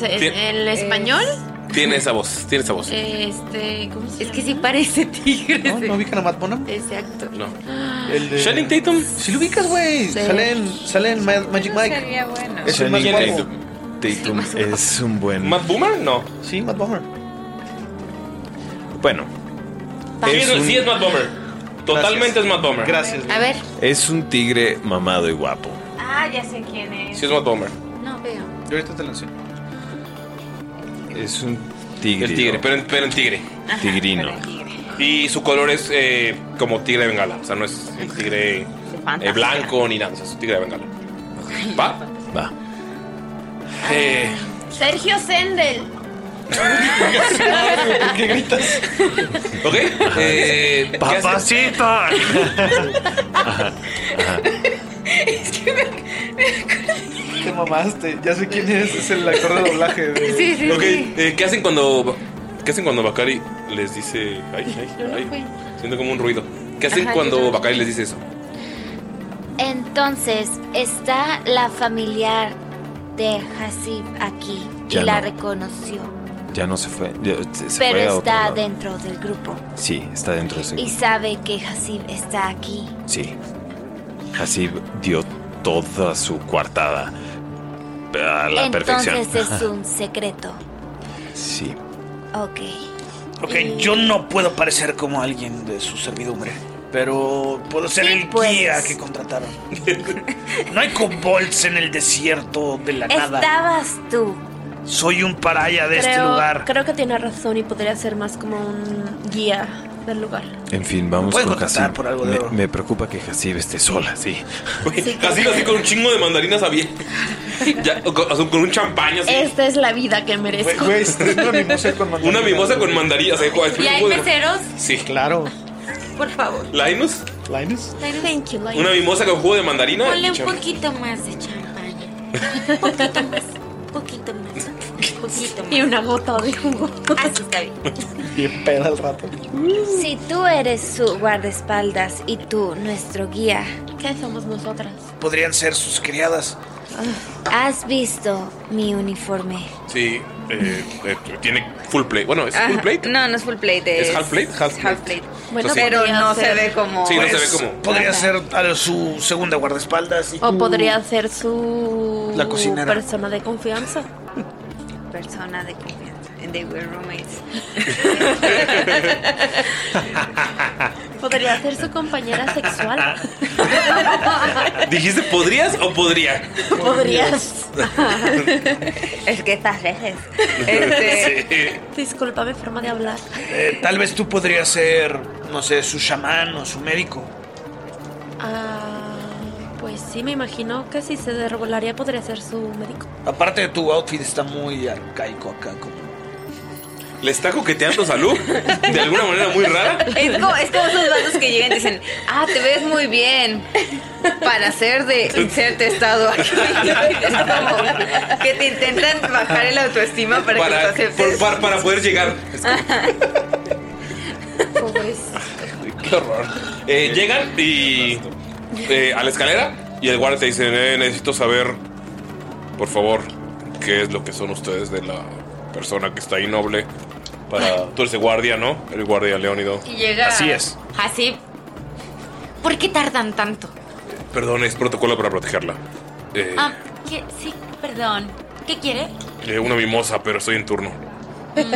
Speaker 7: ¿El español?
Speaker 8: Tiene esa voz, tiene esa voz.
Speaker 7: Este, ¿cómo se Es que sí parece tigre. ¿No,
Speaker 9: ubican a Matt Bonham?
Speaker 7: Exacto.
Speaker 8: No.
Speaker 9: El de-
Speaker 8: Channing Tatum.
Speaker 9: Si lo ubicas, güey.
Speaker 7: Sí.
Speaker 9: Sale en, sale en Ma- Magic Mike.
Speaker 4: Sería bueno.
Speaker 9: Es el más
Speaker 2: Channing
Speaker 9: guapo.
Speaker 2: Tatum. Tatum es un buen.
Speaker 8: ¿Matt Boomer? No.
Speaker 9: Sí, Matt Bomber.
Speaker 2: Bueno.
Speaker 8: Sí,
Speaker 2: Es
Speaker 8: es,
Speaker 2: un-
Speaker 8: sí, es Matt Bomber. Totalmente es Matt Bomber.
Speaker 9: Gracias.
Speaker 7: A ver.
Speaker 2: Es un tigre mamado y guapo.
Speaker 4: Ah, ya sé quién es.
Speaker 8: Sí, es Matt Bomber.
Speaker 7: No veo.
Speaker 9: Yo ahorita te lo enseño.
Speaker 2: Es un tigre.
Speaker 8: El tigre, pero en, pero en tigre.
Speaker 2: Tigrino.
Speaker 8: Y su color es eh, como tigre de bengala. O sea, no es el tigre eh, blanco ni nada. o sea, es un tigre de bengala. ¿Va?
Speaker 2: Va.
Speaker 8: Eh,
Speaker 4: Sergio Sendel.
Speaker 3: ¿Por qué gritas?
Speaker 8: Ok. Eh,
Speaker 9: ¡Papacita!
Speaker 4: Es que
Speaker 3: Te mamaste. Ya sé quién es. Es el actor de doblaje. De...
Speaker 4: Sí, sí,
Speaker 8: Ok,
Speaker 4: sí.
Speaker 8: eh, ¿qué hacen cuando qué hacen cuando Bakari les dice, ay, ay, ay, siento como un ruido. ¿Qué hacen
Speaker 6: Ajá, yo
Speaker 8: cuando
Speaker 6: también.
Speaker 8: Bakari les dice eso?
Speaker 6: Entonces, está la familiar de Hasib aquí
Speaker 2: Ya
Speaker 6: y la
Speaker 2: no.
Speaker 6: reconoció,
Speaker 2: Ya no se fue. ya- se- se fue a otro
Speaker 6: pero está
Speaker 2: lado.
Speaker 6: dentro del grupo
Speaker 2: Sí, está dentro de ese
Speaker 6: y
Speaker 2: grupo.
Speaker 6: sabe que Hasib está aquí.
Speaker 2: Sí. Así dio toda su coartada a la perfección.
Speaker 6: Entonces es un secreto.
Speaker 2: Sí.
Speaker 6: Ok.
Speaker 9: Ok,
Speaker 8: Eh,
Speaker 9: yo no puedo parecer como alguien de su servidumbre, pero puedo ser el
Speaker 8: pues.
Speaker 9: guía que contrataron. no hay kobolds en el desierto de la nada.
Speaker 6: Estabas tú.
Speaker 9: Soy un paraya de este
Speaker 5: Creo-
Speaker 9: lugar.
Speaker 5: Creo que tiene razón y podría ser más como un guía del lugar.
Speaker 2: En fin, vamos
Speaker 9: pueden
Speaker 2: con
Speaker 9: contratar
Speaker 2: Hasib.
Speaker 9: por algo de
Speaker 2: me,
Speaker 9: oro.
Speaker 2: me preocupa que Hasib esté sola, sí.
Speaker 8: Así así con un chingo de mandarinas abiertas. Ya, o con, o sea, con un champaña así.
Speaker 5: Esta es la vida que merezco.
Speaker 8: una mimosa con mandarinas. Una mimosa con mandarinas. eh, joder, es un
Speaker 5: ¿Y hay
Speaker 8: juego de-
Speaker 5: meseros?
Speaker 8: Sí. Claro.
Speaker 6: Por favor.
Speaker 8: Linus,
Speaker 3: Linus.
Speaker 6: Thank you.
Speaker 8: una mimosa con jugo de mandarina.
Speaker 6: Ponle
Speaker 8: y
Speaker 6: un
Speaker 8: cham-
Speaker 6: poquito más de champaña. Un poquito más. Un poquito más. Un poquito más.
Speaker 5: Y una gota de jugo.
Speaker 6: Así está bien.
Speaker 3: Bien peda al rato.
Speaker 6: Si tú eres su guardaespaldas y tú nuestro guía.
Speaker 5: ¿Qué somos nosotras?
Speaker 9: Podrían ser sus criadas.
Speaker 6: Has visto mi uniforme.
Speaker 8: Sí, eh, eh, tiene full plate. Bueno, es full
Speaker 6: Ajá.
Speaker 8: plate.
Speaker 6: No, no es full plate.
Speaker 8: ¿Es half plate? Half plate.
Speaker 4: Bueno,
Speaker 8: Entonces, sí.
Speaker 4: pero no se ve como.
Speaker 8: Sí, no se
Speaker 9: Pues,
Speaker 8: ve como-
Speaker 9: Podría
Speaker 5: Ajá.
Speaker 9: ser a su segunda guardaespaldas. y-
Speaker 5: O podría ser su
Speaker 9: La cocinera.
Speaker 5: persona de confianza.
Speaker 4: Persona de confianza. And they were roommates.
Speaker 5: Podría ser su compañera sexual.
Speaker 7: Ah.
Speaker 8: ¿Dijiste podrías o podría?
Speaker 5: Podrías.
Speaker 6: es que estás lejos.
Speaker 9: Sí.
Speaker 5: Disculpa mi forma de hablar.
Speaker 9: Eh, tal vez tú podrías ser, no sé, su chamán o su médico.
Speaker 5: Ah, pues sí, me imagino que si se desregularía podría ser su médico.
Speaker 9: Aparte de tu outfit está muy arcaico acá. Como...
Speaker 8: ¿Le está coqueteando salud? De alguna manera muy rara.
Speaker 4: Es como, es como esos vatos que llegan y dicen, ah, te ves muy bien. Para ser de inserte estado aquí. Es como que te intentan bajar el autoestima para, que lo
Speaker 8: Para,
Speaker 4: aceptes.
Speaker 8: por- para, para poder llegar.
Speaker 4: Pues.
Speaker 8: Qué horror. Eh, llegan y. eh, a la escalera. Y el guardia te dice: "Eh, Necesito saber, por favor, qué es lo que son ustedes de la persona que está ahí noble. Para. Tú eres el guardia, ¿no? El guardia Leónido.
Speaker 7: Y llega.
Speaker 8: Así es.
Speaker 7: Así. Ah, ¿Por qué tardan tanto?
Speaker 8: Perdón, es protocolo para protegerla. Eh,
Speaker 7: Ah, ¿qué? sí, perdón. ¿Qué quiere?
Speaker 8: eh, una mimosa, pero estoy en turno.
Speaker 7: Mm.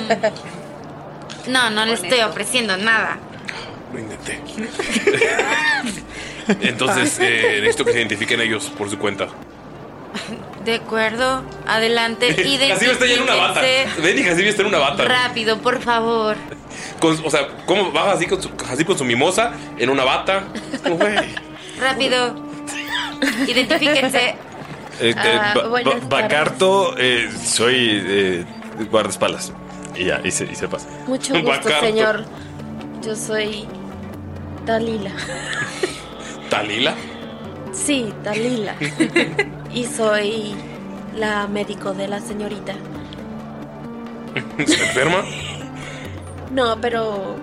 Speaker 7: No, no le estoy ofreciendo nada.
Speaker 8: Lo intenté. Entonces, eh, necesito que se identifiquen ellos por su cuenta.
Speaker 7: De acuerdo, adelante. Y de
Speaker 8: Jacibe está ya en una bata. Ven y Jacibe está en una bata.
Speaker 7: Rápido, por favor.
Speaker 8: Con- o sea, ¿cómo baja así con, su, Jacibe con su mimosa en una bata?
Speaker 7: Rápido. Identifíquense.
Speaker 2: Eh, eh,
Speaker 7: Ah,
Speaker 2: Ba- Ba-
Speaker 7: buenas tardes.
Speaker 2: Bacarto, eh, soy eh, guardaespaldas. Y ya, y se, y se pasa.
Speaker 5: Mucho gusto,
Speaker 2: Bacarto.
Speaker 5: señor. Yo soy Dalila.
Speaker 8: ¿Talila?
Speaker 5: Sí, Dalila. y soy la médico de la señorita.
Speaker 8: ¿Se enferma?
Speaker 5: No, pero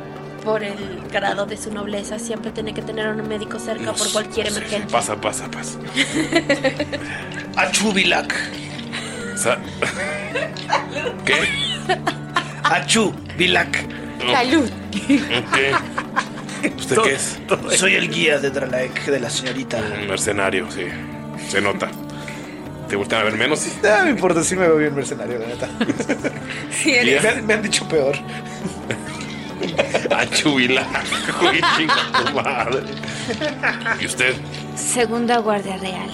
Speaker 5: por el grado de su nobleza siempre tiene que tener a un médico cerca
Speaker 8: No
Speaker 5: por
Speaker 8: sé,
Speaker 5: cualquier
Speaker 8: no sé,
Speaker 5: emergencia.
Speaker 8: Pasa, pasa, pasa.
Speaker 9: Achubilac.
Speaker 8: Sa- ¿Qué?
Speaker 9: Achubilac.
Speaker 5: Salud.
Speaker 8: Eh, ¿Qué? ¿Usted qué es?
Speaker 9: Soy el guía de Dralaek de la señorita.
Speaker 8: Un mercenario, sí. Se nota. ¿Te gustan a ver menos? Sí.
Speaker 3: No Ah, me importa si me veo bien mercenario, la neta.
Speaker 4: Sí,
Speaker 8: eres.
Speaker 3: me, han, me han dicho peor.
Speaker 8: A chubilar. Güey, chinga tu madre. ¿Y usted?
Speaker 6: Segunda guardia real.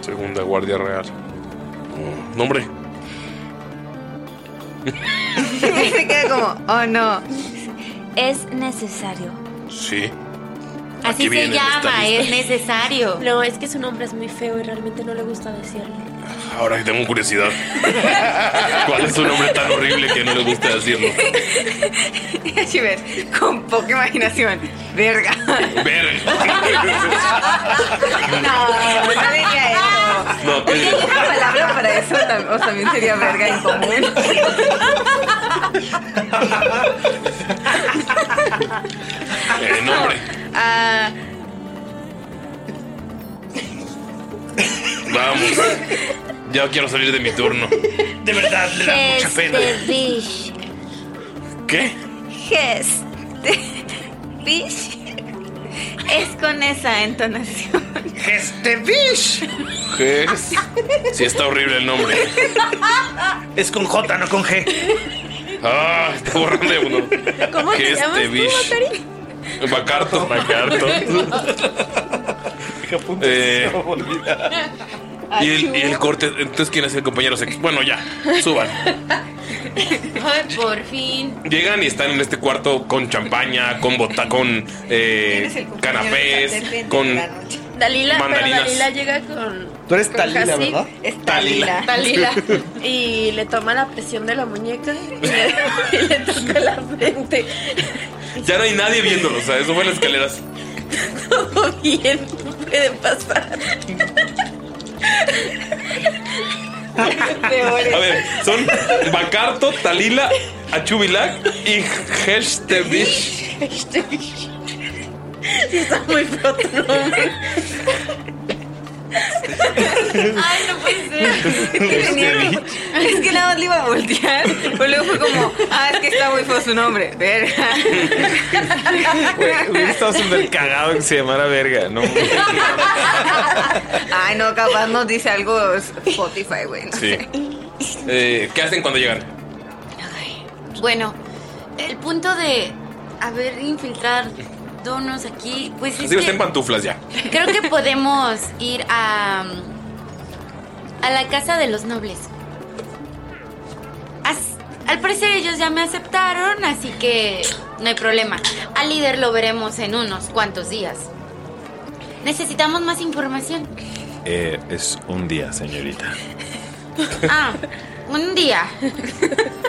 Speaker 8: Segunda Guardia Real. Oh, nombre.
Speaker 6: Y se queda como, oh no. Es necesario.
Speaker 8: Sí.
Speaker 7: Así se
Speaker 8: viene esta
Speaker 7: llama, eh. es
Speaker 8: lista.
Speaker 7: necesario.
Speaker 5: No, es que su nombre es muy feo y realmente no le gusta decirlo.
Speaker 8: Ahora que tengo curiosidad. ¿Cuál Es un hombre tan horrible que no le gusta decirlo.
Speaker 4: Así ves, con poca imaginación. Verga. No, no diría eso.
Speaker 8: No, ¿qué
Speaker 4: Oye, hay una palabra para eso, tam- o también sería verga en común.
Speaker 8: Eh, no, hombre.
Speaker 4: Ah,
Speaker 8: Vamos. Ya quiero salir de mi turno.
Speaker 9: De verdad, le da mucha pena.
Speaker 6: Bish.
Speaker 8: ¿Qué?
Speaker 6: Bish. Es con esa entonación.
Speaker 9: Bish.
Speaker 8: Ges. Sí, está horrible el nombre.
Speaker 9: Es con J, no con G.
Speaker 8: Ah, está horrible uno.
Speaker 5: ¿Cómo te
Speaker 8: Geste
Speaker 5: llamas tú,
Speaker 8: bish.
Speaker 5: Macari?
Speaker 8: Bacarto. Bacarto. Eh, y, el, y el corte. Entonces, ¿quién es el compañero? sec- Bueno, ya. Suban.
Speaker 7: Ay, por fin.
Speaker 8: Llegan y están en este cuarto con champaña, con bota, con eh, canapés, con
Speaker 5: Dalila,
Speaker 8: Mandarinas.
Speaker 5: pero Dalila llega con.
Speaker 8: Tú eres
Speaker 5: con
Speaker 8: Talila,
Speaker 5: Hasib.
Speaker 8: ¿verdad? Es Talila.
Speaker 5: Talila. Y le toma la presión de la muñeca y le, y le toca la frente.
Speaker 8: Ya no hay nadie viéndolo, o sea, eso fue en las escaleras.
Speaker 5: Todo bien, puede pasar.
Speaker 8: A ver, son Bacarto, Talila, Achubilac y Hestebish.
Speaker 5: Este- Sí, está muy feo tu nombre.
Speaker 4: Ay, no puede
Speaker 2: Este,
Speaker 4: ser. Qué genial. Es que nada más le iba a voltear. Pero luego fue como, ah, es que está muy feo su nombre. Verga.
Speaker 2: Hubiera estado súper cagado que se llamara verga, ¿no?
Speaker 4: Ay, no, capaz nos dice algo Spotify, güey. no
Speaker 8: Sí. Eh, ¿Qué hacen cuando llegan?
Speaker 7: Bueno, el punto de haber infiltrado donos aquí, pues es
Speaker 8: Así que...
Speaker 7: que
Speaker 8: en pantuflas ya.
Speaker 7: creo que podemos ir a a la casa de los nobles. As- al parecer ellos ya me aceptaron, así que no hay problema. Al líder lo veremos en unos cuantos días. Necesitamos más información.
Speaker 2: Eh, es un día, señorita.
Speaker 7: Ah, un día.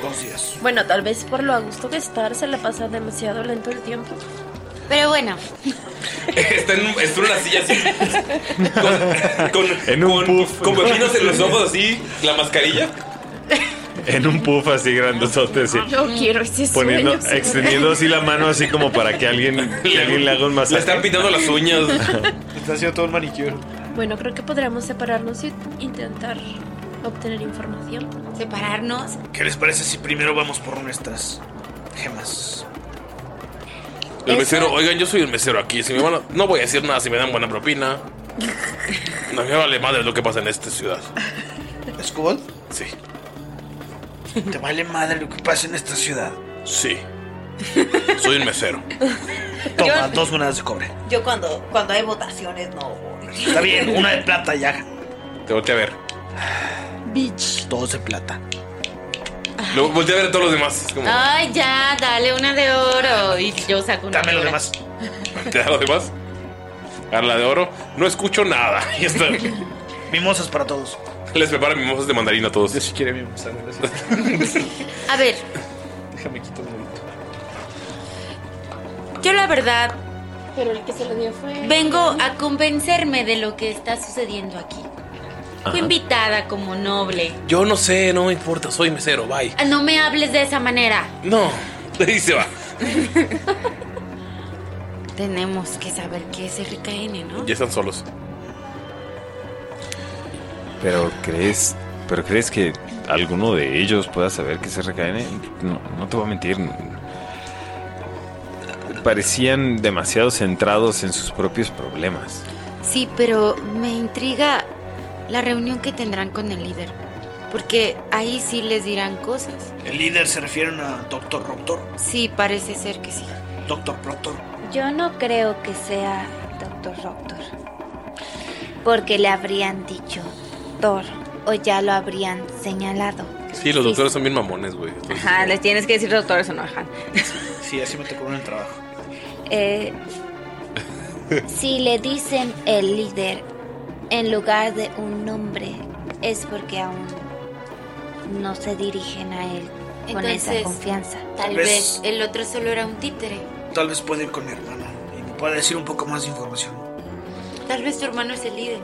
Speaker 9: Dos días.
Speaker 5: Bueno, tal vez por lo a gusto que estar se le pasa demasiado lento el tiempo.
Speaker 7: Pero bueno.
Speaker 8: Está en, está en una silla así. Con, con, con, con pepinos en los ojos así, la mascarilla.
Speaker 2: En un puff así grandotote, sí.
Speaker 5: Yo quiero ese
Speaker 2: Poniendo,
Speaker 5: sueño.
Speaker 2: extendiendo así la mano así como para que alguien, que alguien le haga un masaje. Le están
Speaker 8: pintando las uñas.
Speaker 9: Está haciendo todo un manicure.
Speaker 5: Bueno, creo que podríamos separarnos y intentar obtener información.
Speaker 7: Separarnos.
Speaker 9: ¿Qué les parece si primero vamos por nuestras gemas?
Speaker 8: El mesero, oigan, yo soy el mesero aquí. Si me van a- no voy a decir nada si me dan buena propina. No me vale madre lo que pasa en esta ciudad.
Speaker 9: ¿Escobol?
Speaker 8: Sí.
Speaker 9: ¿Te vale madre lo que pasa en esta ciudad?
Speaker 8: Sí. Soy un mesero.
Speaker 9: Toma, dos monedas de cobre.
Speaker 4: Yo cuando, cuando hay votaciones no
Speaker 9: Está bien, una de plata ya.
Speaker 8: Te volteé a ver.
Speaker 9: Bitch. Dos de plata.
Speaker 8: Lo volteé a ver a todos los demás. Es como,
Speaker 7: Ay, ya, dale una de oro. Y yo saco una.
Speaker 8: Dame
Speaker 7: de
Speaker 8: lo
Speaker 7: oro.
Speaker 8: demás. ¿Te da lo demás? A la de oro. No escucho nada. Y está.
Speaker 9: Mimosas para todos.
Speaker 8: Les prepara mimosas de mandarina a todos. Yo
Speaker 9: si quiere mimosas,
Speaker 7: A ver,
Speaker 9: Déjame quitar un momento.
Speaker 7: yo la verdad
Speaker 5: Pero el que se lo dio fue.
Speaker 7: vengo a convencerme de lo que está sucediendo aquí.
Speaker 8: Ajá.
Speaker 7: Fui invitada como noble.
Speaker 8: Yo no sé, no me importa, soy mesero, bye.
Speaker 7: Ah, No me hables de esa manera.
Speaker 8: No. Y se va.
Speaker 7: Tenemos que saber qué es RKN, ¿no?
Speaker 8: Ya están solos.
Speaker 2: Pero crees, pero crees que alguno de ellos pueda saber que se recaen. No, no te voy a mentir. Parecían demasiado centrados en sus propios problemas.
Speaker 7: Sí, pero me intriga la reunión que tendrán con el líder. Porque ahí sí les dirán cosas.
Speaker 9: El líder se refieren a Doctor Proctor.
Speaker 7: Sí, parece ser que sí.
Speaker 9: Doctor Proctor.
Speaker 6: Yo no creo que sea Doctor Doctor. Porque le habrían dicho Thor o ya lo habrían señalado.
Speaker 8: Sí, los doctores son bien mamones, güey.
Speaker 4: Ajá, les tienes que decir doctores o no, ajá.
Speaker 9: Sí, así me tocó en el trabajo.
Speaker 6: Eh, si le dicen el líder en lugar de un nombre, es porque aún no se dirigen a él con esa
Speaker 7: Entonces,
Speaker 6: confianza.
Speaker 7: Tal
Speaker 9: Ves.
Speaker 7: vez el otro solo era un títere.
Speaker 9: Tal vez pueda ir con mi hermana y me pueda decir un poco más de información.
Speaker 7: Tal vez tu hermano es el líder.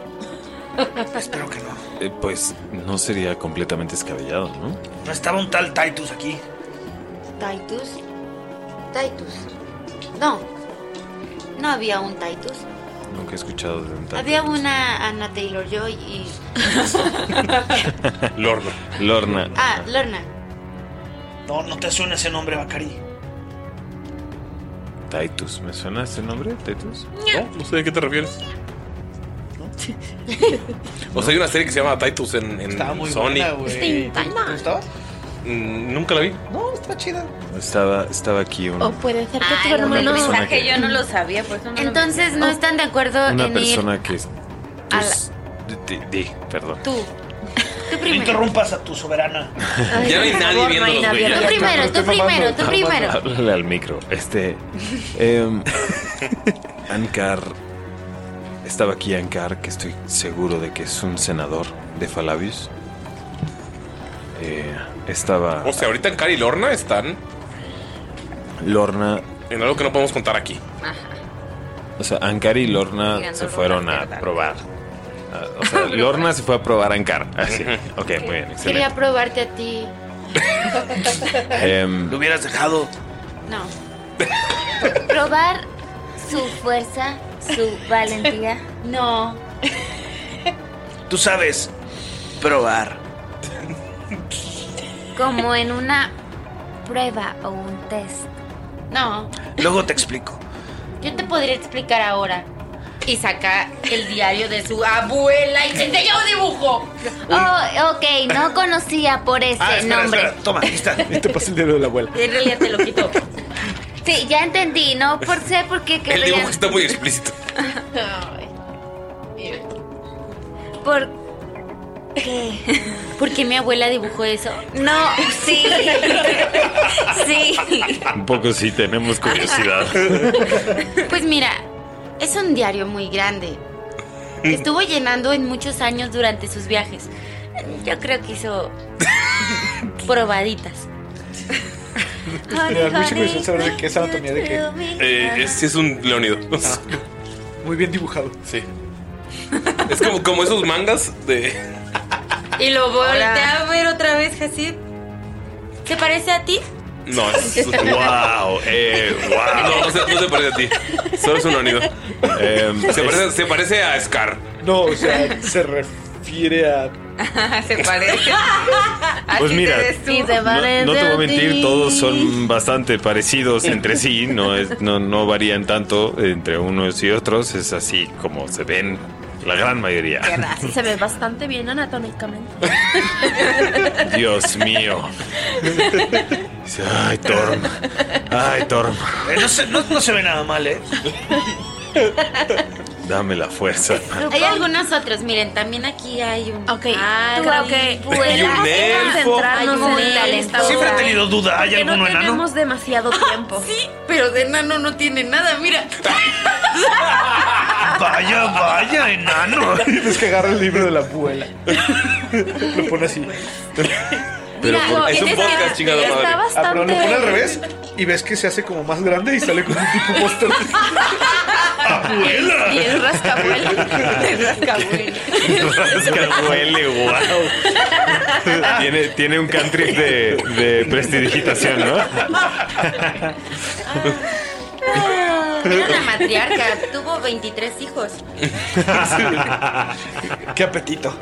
Speaker 9: Espero que no.
Speaker 2: Eh, pues no sería completamente descabellado, ¿no?
Speaker 9: No estaba un tal Titus aquí.
Speaker 6: Titus. Titus. No. No había un Titus.
Speaker 2: Nunca he escuchado de un tal.
Speaker 6: Había una Anna Taylor Joy y.
Speaker 8: Lorna.
Speaker 2: Lorna.
Speaker 6: Ah, Lorna.
Speaker 9: No, no te suena ese nombre, Bacari.
Speaker 2: Titus, ¿me suena ese nombre? Titus.
Speaker 8: No, no sé de qué te refieres. O sea, hay una serie que se llama Titus en, en
Speaker 9: Estaba muy
Speaker 8: Sony.
Speaker 9: buena,
Speaker 8: Este
Speaker 9: güey. Está
Speaker 8: ¿Te gustaba? nunca la vi.
Speaker 9: No, está chida.
Speaker 2: Estaba, estaba aquí un-
Speaker 5: Oh,
Speaker 7: O puede ser que
Speaker 4: Ay,
Speaker 7: tu
Speaker 4: no,
Speaker 7: hermano.
Speaker 4: el
Speaker 2: persona
Speaker 4: mensaje
Speaker 2: que-
Speaker 4: yo no lo sabía, por eso no lo
Speaker 7: Entonces
Speaker 4: mencioné.
Speaker 7: no están de acuerdo
Speaker 2: una
Speaker 7: en
Speaker 2: persona que. es-
Speaker 7: ir a la-
Speaker 2: Di, di, perdón.
Speaker 7: tú. Tú
Speaker 9: No
Speaker 7: primero.
Speaker 9: interrumpas a tu soberana.
Speaker 7: Ay,
Speaker 2: Ya no hay
Speaker 7: por
Speaker 2: nadie
Speaker 7: favor,
Speaker 2: viendo los
Speaker 7: reina,
Speaker 2: güeyes.
Speaker 7: Tú primero, tú primero, tú primero.
Speaker 2: Háblale al micro. Este. em, Ankar. Estaba aquí Ankar, que estoy seguro de que es un senador de Falabius. Eh, estaba
Speaker 9: Oh,
Speaker 8: O sea, ahorita en Cari y Lorna están
Speaker 2: Lorna.
Speaker 8: en algo que no podemos contar aquí.
Speaker 2: O sea, Ankar y Lorna
Speaker 8: Tirando
Speaker 2: se
Speaker 8: ropa
Speaker 2: fueron a probar. Ah, O sea, Lorna se fue a probar a Ankar. Así. Ok, muy bien,
Speaker 7: Quería
Speaker 2: excelente.
Speaker 7: probarte a ti.
Speaker 2: Em,
Speaker 9: Lo hubieras dejado.
Speaker 6: No. Probar su fuerza, su valentía. No.
Speaker 9: Tú sabes probar.
Speaker 6: Como en una prueba o un test.
Speaker 7: No,
Speaker 9: Luego te explico.
Speaker 7: yo te podría explicar ahora. Y saca el diario de su abuela y te enseña un dibujo.
Speaker 6: Oh, ok, no conocía por ese
Speaker 8: Ah,
Speaker 3: Ah,
Speaker 6: nombre.
Speaker 9: Toma, aquí está.
Speaker 1: Este pasa el dedo de la abuela.
Speaker 7: En realidad te lo quito.
Speaker 6: Sí, ya entendí, no por sé por qué
Speaker 8: El dibujo
Speaker 6: querrían.
Speaker 8: está muy explícito.
Speaker 6: Por
Speaker 7: ¿Qué? ¿Por qué mi abuela dibujó eso?
Speaker 6: No, sí. sí.
Speaker 2: un poco sí tenemos curiosidad.
Speaker 7: Pues mira, es un diario muy grande. que Estuvo llenando en muchos años durante sus viajes. Yo creo que hizo probaditas.
Speaker 8: Me da mucha curiosidad saber de qué es anatomía
Speaker 7: de qué.
Speaker 8: Eh, es, sí es un leonido.
Speaker 9: Ah,
Speaker 3: Muy bien dibujado.
Speaker 8: Sí. Es como, como esos mangas de.
Speaker 7: Y lo voltea a ver otra vez, Hasib. ¿Se parece a ti?
Speaker 8: No, es.
Speaker 2: Wow, eh, wow.
Speaker 8: No, no se, no se parece a ti. Solo es un leonido.
Speaker 2: Em,
Speaker 8: se, parece, se parece a Scar.
Speaker 3: No, o sea, se refiere a.
Speaker 4: se parece.
Speaker 2: Pues mira,
Speaker 4: Sí, se
Speaker 2: No,
Speaker 4: parece
Speaker 2: no te voy a mentir,
Speaker 4: ti.
Speaker 2: todos son bastante parecidos entre sí, no, es, no, no varían tanto entre unos y otros, es así como se ven la gran mayoría.
Speaker 5: Se ve bastante bien anatómicamente.
Speaker 2: Dios mío. Dice, Ay, Torm. Ay, Torm.
Speaker 9: Eh, no, se, no- no se ve nada mal, ¿eh?
Speaker 2: Dame la fuerza.
Speaker 7: Hay algunos otros, miren, también aquí hay un. Ok,
Speaker 5: creo que- Y un elfo. Concentrarnos en él.
Speaker 9: Siempre he tenido duda. ¿Hay
Speaker 5: Que no
Speaker 9: alguno enano?
Speaker 5: tenemos demasiado tiempo.
Speaker 7: Ah, sí, pero de enano no tiene nada, mira.
Speaker 9: Vaya, vaya, enano.
Speaker 3: Tienes que agarrar el libro de la abuela. Lo pone así.
Speaker 8: Pero
Speaker 5: Mira, por- es un es que podcast, chingada está madre. bastante-
Speaker 3: Ah, pero lo pone al revés y ves que se hace como más grande y sale como un tipo póster.
Speaker 9: ¡Abuela!
Speaker 5: Y es rascabuela. Es rascabuela.
Speaker 2: Rascahuele, wow. Tiene, tiene un country de, de prestidigitación, ¿no?
Speaker 7: Era una matriarca, tuvo 23 hijos.
Speaker 3: Qué apetito.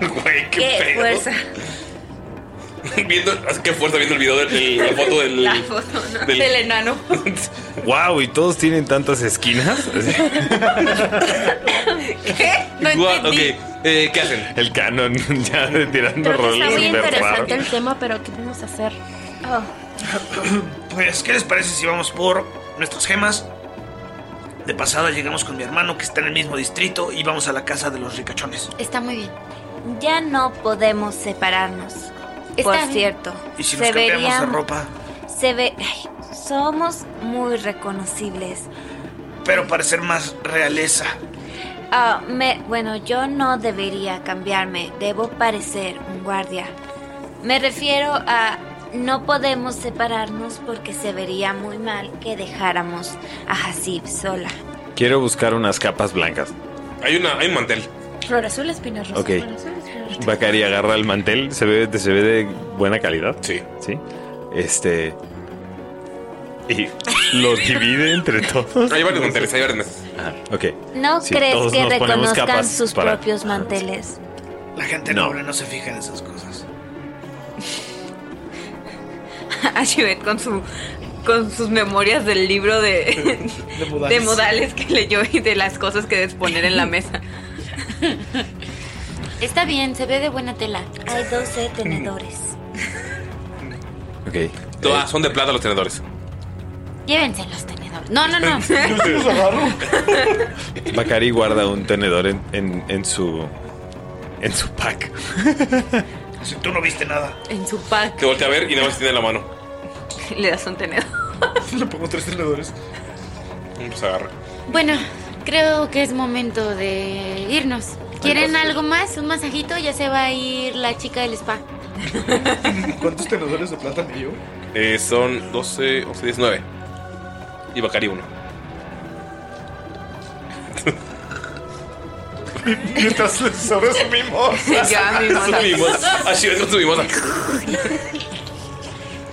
Speaker 8: Güey, qué,
Speaker 7: Qué
Speaker 8: pedo.
Speaker 7: fuerza.
Speaker 8: Viendo, qué fuerza viendo el video de la foto del.
Speaker 4: La foto, ¿no?
Speaker 8: del-
Speaker 4: Del enano.
Speaker 2: Wow, y todos tienen tantas esquinas.
Speaker 4: ¿Qué? No
Speaker 2: Guau,
Speaker 4: entendí.
Speaker 2: ok, eh, ¿qué hacen? El canon, ya de tirando
Speaker 5: Creo que
Speaker 2: roles
Speaker 5: está muy
Speaker 2: súper raros.
Speaker 5: interesante el tema, pero ¿qué vamos a hacer?
Speaker 7: Oh.
Speaker 9: Pues, ¿qué les parece si vamos por nuestras gemas? De pasada llegamos con mi hermano que está en el mismo distrito y vamos a la casa de los ricachones.
Speaker 6: Está muy bien. Ya no podemos separarnos. Por
Speaker 9: bien.
Speaker 6: cierto.
Speaker 9: Y si nos
Speaker 6: se
Speaker 9: cambiamos de
Speaker 6: verían-
Speaker 9: ropa,
Speaker 6: Se ve. ay, somos muy reconocibles.
Speaker 9: pero para ser más realeza.
Speaker 6: Ah, me, bueno, yo no debería cambiarme. Debo parecer un guardia. Me refiero a no podemos separarnos porque se vería muy mal que dejáramos a Hasib sola.
Speaker 2: Quiero buscar unas capas blancas.
Speaker 8: Hay, una, hay un mantel.
Speaker 5: Flor azul, espina rosa.
Speaker 2: Ok.
Speaker 5: flor azul, espina rosa.
Speaker 2: Bacari agarra el mantel, se ve, se ve de buena calidad.
Speaker 8: Sí.
Speaker 2: Sí. Este. Y los divide entre todos.
Speaker 8: Hay varios manteles, hay varios manteles.
Speaker 2: ok.
Speaker 6: ¿No
Speaker 2: Sí,
Speaker 6: crees
Speaker 2: todos
Speaker 6: que
Speaker 2: nos ponemos
Speaker 6: reconozcan
Speaker 2: capas
Speaker 6: sus
Speaker 2: para-
Speaker 6: propios manteles?
Speaker 9: La gente noble no se fija en esas cosas.
Speaker 4: Ashibet con su con sus memorias del libro de,
Speaker 9: De
Speaker 4: de modales que leyó y de las cosas que debes poner en la mesa.
Speaker 7: Está bien, se ve de buena tela.
Speaker 6: Hay 12 tenedores.
Speaker 8: eh,
Speaker 2: Ok.
Speaker 8: Todas son de plata los tenedores.
Speaker 7: Mm. Llévense los tenedores. No, no, no.
Speaker 2: Bacari guarda un tenedor en, en- en su. En su pack.
Speaker 9: Si tú no viste nada.
Speaker 4: En su pack
Speaker 8: Te voltea a ver y nada más tiene la mano.
Speaker 4: le das un tenedor.
Speaker 8: Le pongo tres tenedores. Pues agarra.
Speaker 7: Bueno, creo que es momento de irnos. ¿Quieren algo más? ¿Un masajito? Ya se va a ir la chica del spa.
Speaker 3: ¿Cuántos tenedores de plata me llevo?
Speaker 8: Eh, son 12, 11, 19. Y Bacari uno.
Speaker 3: Mientras le sobre su mimosa.
Speaker 6: Ya, mimosa.
Speaker 8: Su mimosa. Ashibet con su mimosa.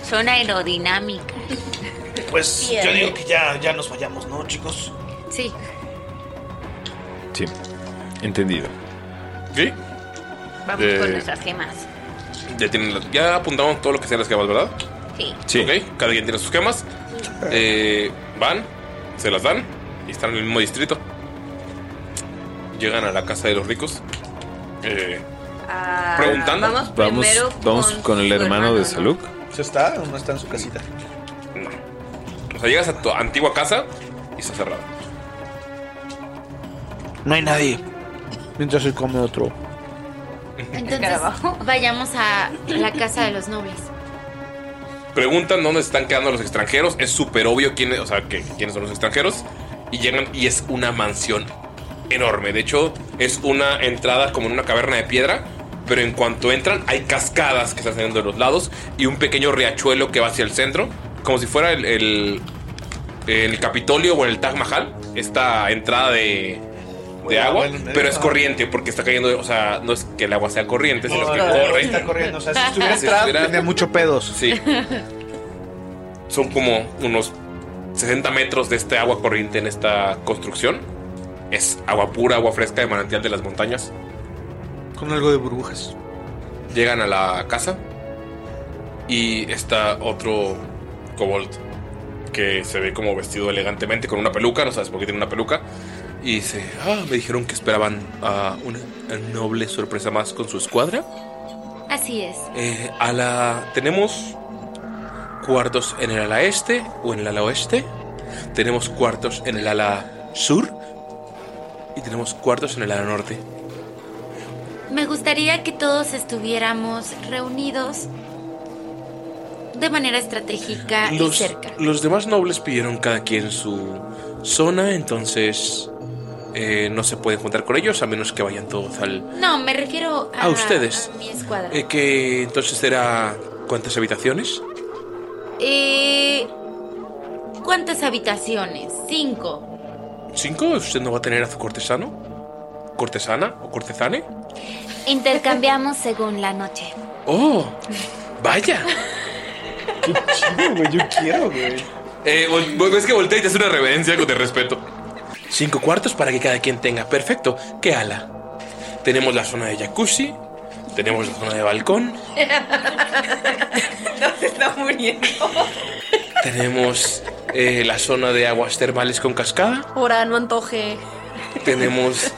Speaker 6: Son aerodinámicas.
Speaker 9: Pues
Speaker 6: Bien.
Speaker 9: yo digo que ya, ya nos vayamos, ¿no, chicos?
Speaker 6: Sí.
Speaker 2: Sí. Entendido.
Speaker 8: ¿Sí?
Speaker 6: Vamos
Speaker 8: Eh.
Speaker 6: con nuestras gemas.
Speaker 8: Ya, tienen las- ya apuntamos todo lo que sean las gemas, ¿verdad?
Speaker 6: Sí.
Speaker 8: Sí. Ok, cada quien tiene sus gemas. Eh, van, se las dan y están en el mismo distrito. Llegan a la casa de los ricos. Eh, preguntando.
Speaker 4: Ah, Vamos,
Speaker 2: Vamos,
Speaker 4: primero
Speaker 2: vamos con, el
Speaker 4: su
Speaker 2: hermano, de Saluk.
Speaker 3: ¿Se Pues está o no está en su casita?
Speaker 8: O sea, llegas a tu antigua casa y está cerrada.
Speaker 9: No hay nadie. Mientras se come otro.
Speaker 7: Entonces, vayamos a la casa de los nobles.
Speaker 8: Preguntan dónde se están quedando los extranjeros. Es súper obvio quién, o sea, que, quiénes son los extranjeros. Y llegan y es una mansión enorme. De hecho, es una entrada como en una caverna de piedra. Pero en cuanto entran, hay cascadas que están saliendo de los lados y un pequeño riachuelo que va hacia el centro. Como si fuera el, el, el Capitolio o el Taj Mahal. Esta entrada de, de
Speaker 3: Bueno,
Speaker 8: agua.
Speaker 3: bueno, medio-
Speaker 8: pero es
Speaker 3: ah.
Speaker 8: corriente porque está cayendo. O sea, no es que el agua sea corriente, sino que
Speaker 3: Órale,
Speaker 8: corre.
Speaker 3: Está corriendo. O sea, si estuviera
Speaker 8: Si
Speaker 3: atrás,
Speaker 8: estuviera-
Speaker 3: tenía mucho pedos.
Speaker 8: Sí. Son como unos 60 metros de este agua corriente en esta construcción. Es agua pura, agua fresca de manantial de las montañas.
Speaker 9: Con algo de burbujas.
Speaker 8: Llegan a la casa y está otro kobold que se ve como vestido elegantemente con una peluca, no sabes por qué tiene una peluca. Y dice, ah, me dijeron que esperaban a una noble sorpresa más con su escuadra.
Speaker 7: Así es.
Speaker 8: Eh, a la tenemos cuartos en el ala este o en el ala oeste. Tenemos cuartos en el ala sur y tenemos cuartos en el ala norte.
Speaker 7: Me gustaría que todos estuviéramos reunidos de manera estratégica Ah, y
Speaker 8: Los,
Speaker 7: cerca.
Speaker 8: los demás nobles pidieron cada quien su zona, entonces eh, no se pueden juntar con ellos a menos que vayan todos al.
Speaker 7: No, me refiero a,
Speaker 8: A ustedes.
Speaker 7: a mi escuadra.
Speaker 8: Eh, que entonces será cuántas habitaciones?
Speaker 7: Eh, ¿Cuántas habitaciones? Cinco.
Speaker 8: Cinco. Usted no va a tener a su cortesano, cortesana o cortesane.
Speaker 6: Intercambiamos según la noche.
Speaker 8: Oh, vaya.
Speaker 3: Qué chido, güey. Yo quiero, güey.
Speaker 8: Eh, vol- vol- ves que voltea y te hace una reverencia con de respeto. Cinco cuartos para que cada quien tenga. Perfecto. ¿Qué ala? Tenemos la zona de jacuzzi, tenemos la zona de balcón,
Speaker 4: No se está muriendo.
Speaker 8: tenemos eh, la zona de aguas termales con cascada,
Speaker 5: Ahora no antoje.
Speaker 8: tenemos...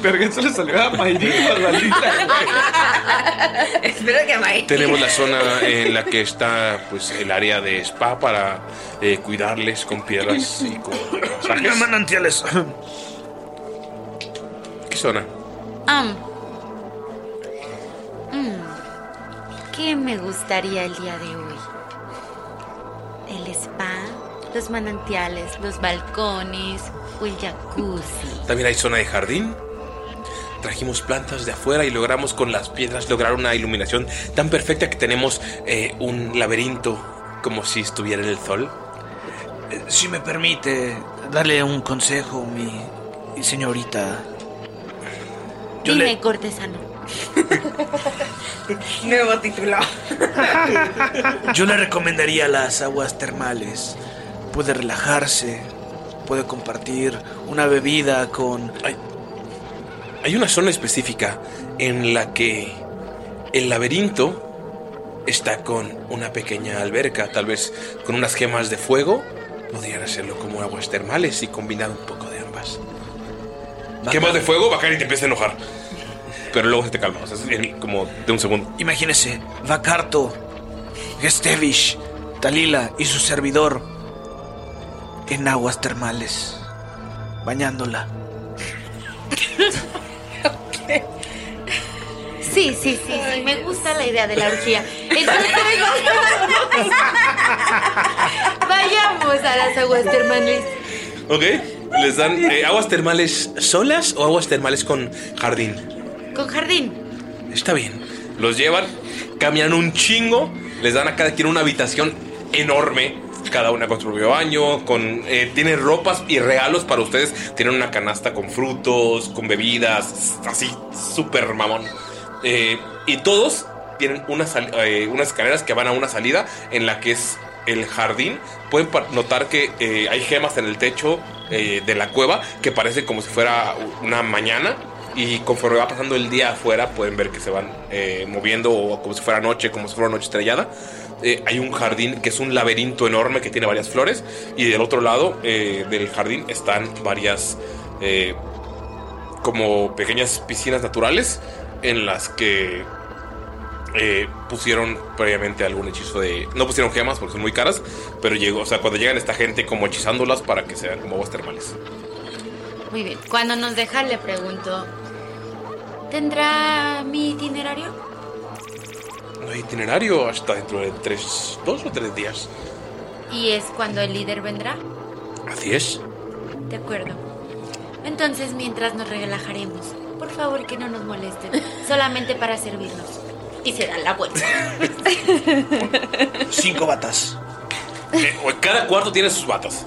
Speaker 8: Verga, eso le salió a
Speaker 4: Espero que Mike.
Speaker 8: Tenemos la zona en la que está pues el área de spa para eh, cuidarles con piedras y con
Speaker 9: No
Speaker 8: masajes.
Speaker 9: manantiales.
Speaker 8: ¿Qué zona?
Speaker 7: Am. Mm. ¿Qué me gustaría el día de hoy? El spa,
Speaker 6: los manantiales, los balcones o el jacuzzi.
Speaker 8: También hay zona de jardín. Trajimos plantas de afuera y logramos con las piedras lograr una iluminación tan perfecta que tenemos eh, un laberinto como si estuviera en el sol.
Speaker 9: Eh, Si me permite darle un consejo, mi señorita. Yo
Speaker 6: Dime,
Speaker 9: le-
Speaker 6: cortesano.
Speaker 4: Nuevo título.
Speaker 9: Yo le recomendaría las aguas termales. Puede relajarse, puede compartir una bebida con...
Speaker 8: Hay una zona específica en la que el laberinto está con una pequeña alberca, tal vez con unas gemas de fuego. Podrían hacerlo como aguas termales y combinar un poco de ambas. Gemas de fuego, bajar y te empieza a enojar. Pero luego se te calma, o sea, es el- como de un segundo.
Speaker 9: Imagínese, Vacarto, Gestevich, Talila y su servidor en aguas termales, bañándola.
Speaker 6: Sí, sí, sí, sí, me gusta la idea de la orgía. Entonces, vayamos a las aguas termales.
Speaker 8: Ok, les dan eh, aguas termales solas o aguas termales con jardín.
Speaker 6: Con jardín.
Speaker 8: Está bien. Los llevan, caminan un chingo, les dan a cada quien una habitación enorme. Cada una con su propio baño, con, eh, tiene ropas y regalos para ustedes. Tienen una canasta con frutos, con bebidas, así, súper mamón. Eh, y todos tienen unas, sal- eh, unas escaleras que van a una salida en la que es el jardín. Pueden pa- notar que eh, hay gemas en el techo eh, de la cueva que parece como si fuera una mañana. Y conforme va pasando el día afuera, pueden ver que se van eh, moviendo o como si fuera noche, como si fuera una noche estrellada. Eh, hay un jardín que es un laberinto enorme que tiene varias flores. Y del otro lado eh, del jardín están varias eh, como pequeñas piscinas naturales en las que eh, pusieron previamente algún hechizo de. No pusieron gemas porque son muy caras, pero llegó, o sea, cuando llegan esta gente como hechizándolas para que sean como aguas termales.
Speaker 6: Muy bien. Cuando nos deja, le pregunto: ¿Tendrá mi itinerario?
Speaker 8: No hay itinerario hasta dentro de tres, dos o tres días.
Speaker 6: Y es cuando el líder vendrá.
Speaker 8: Así es.
Speaker 6: De acuerdo. Entonces, mientras nos relajaremos, por favor que no nos molesten, solamente para servirnos. Y se da la vuelta.
Speaker 9: Cinco batas.
Speaker 8: Eh, cada cuarto tiene sus batas.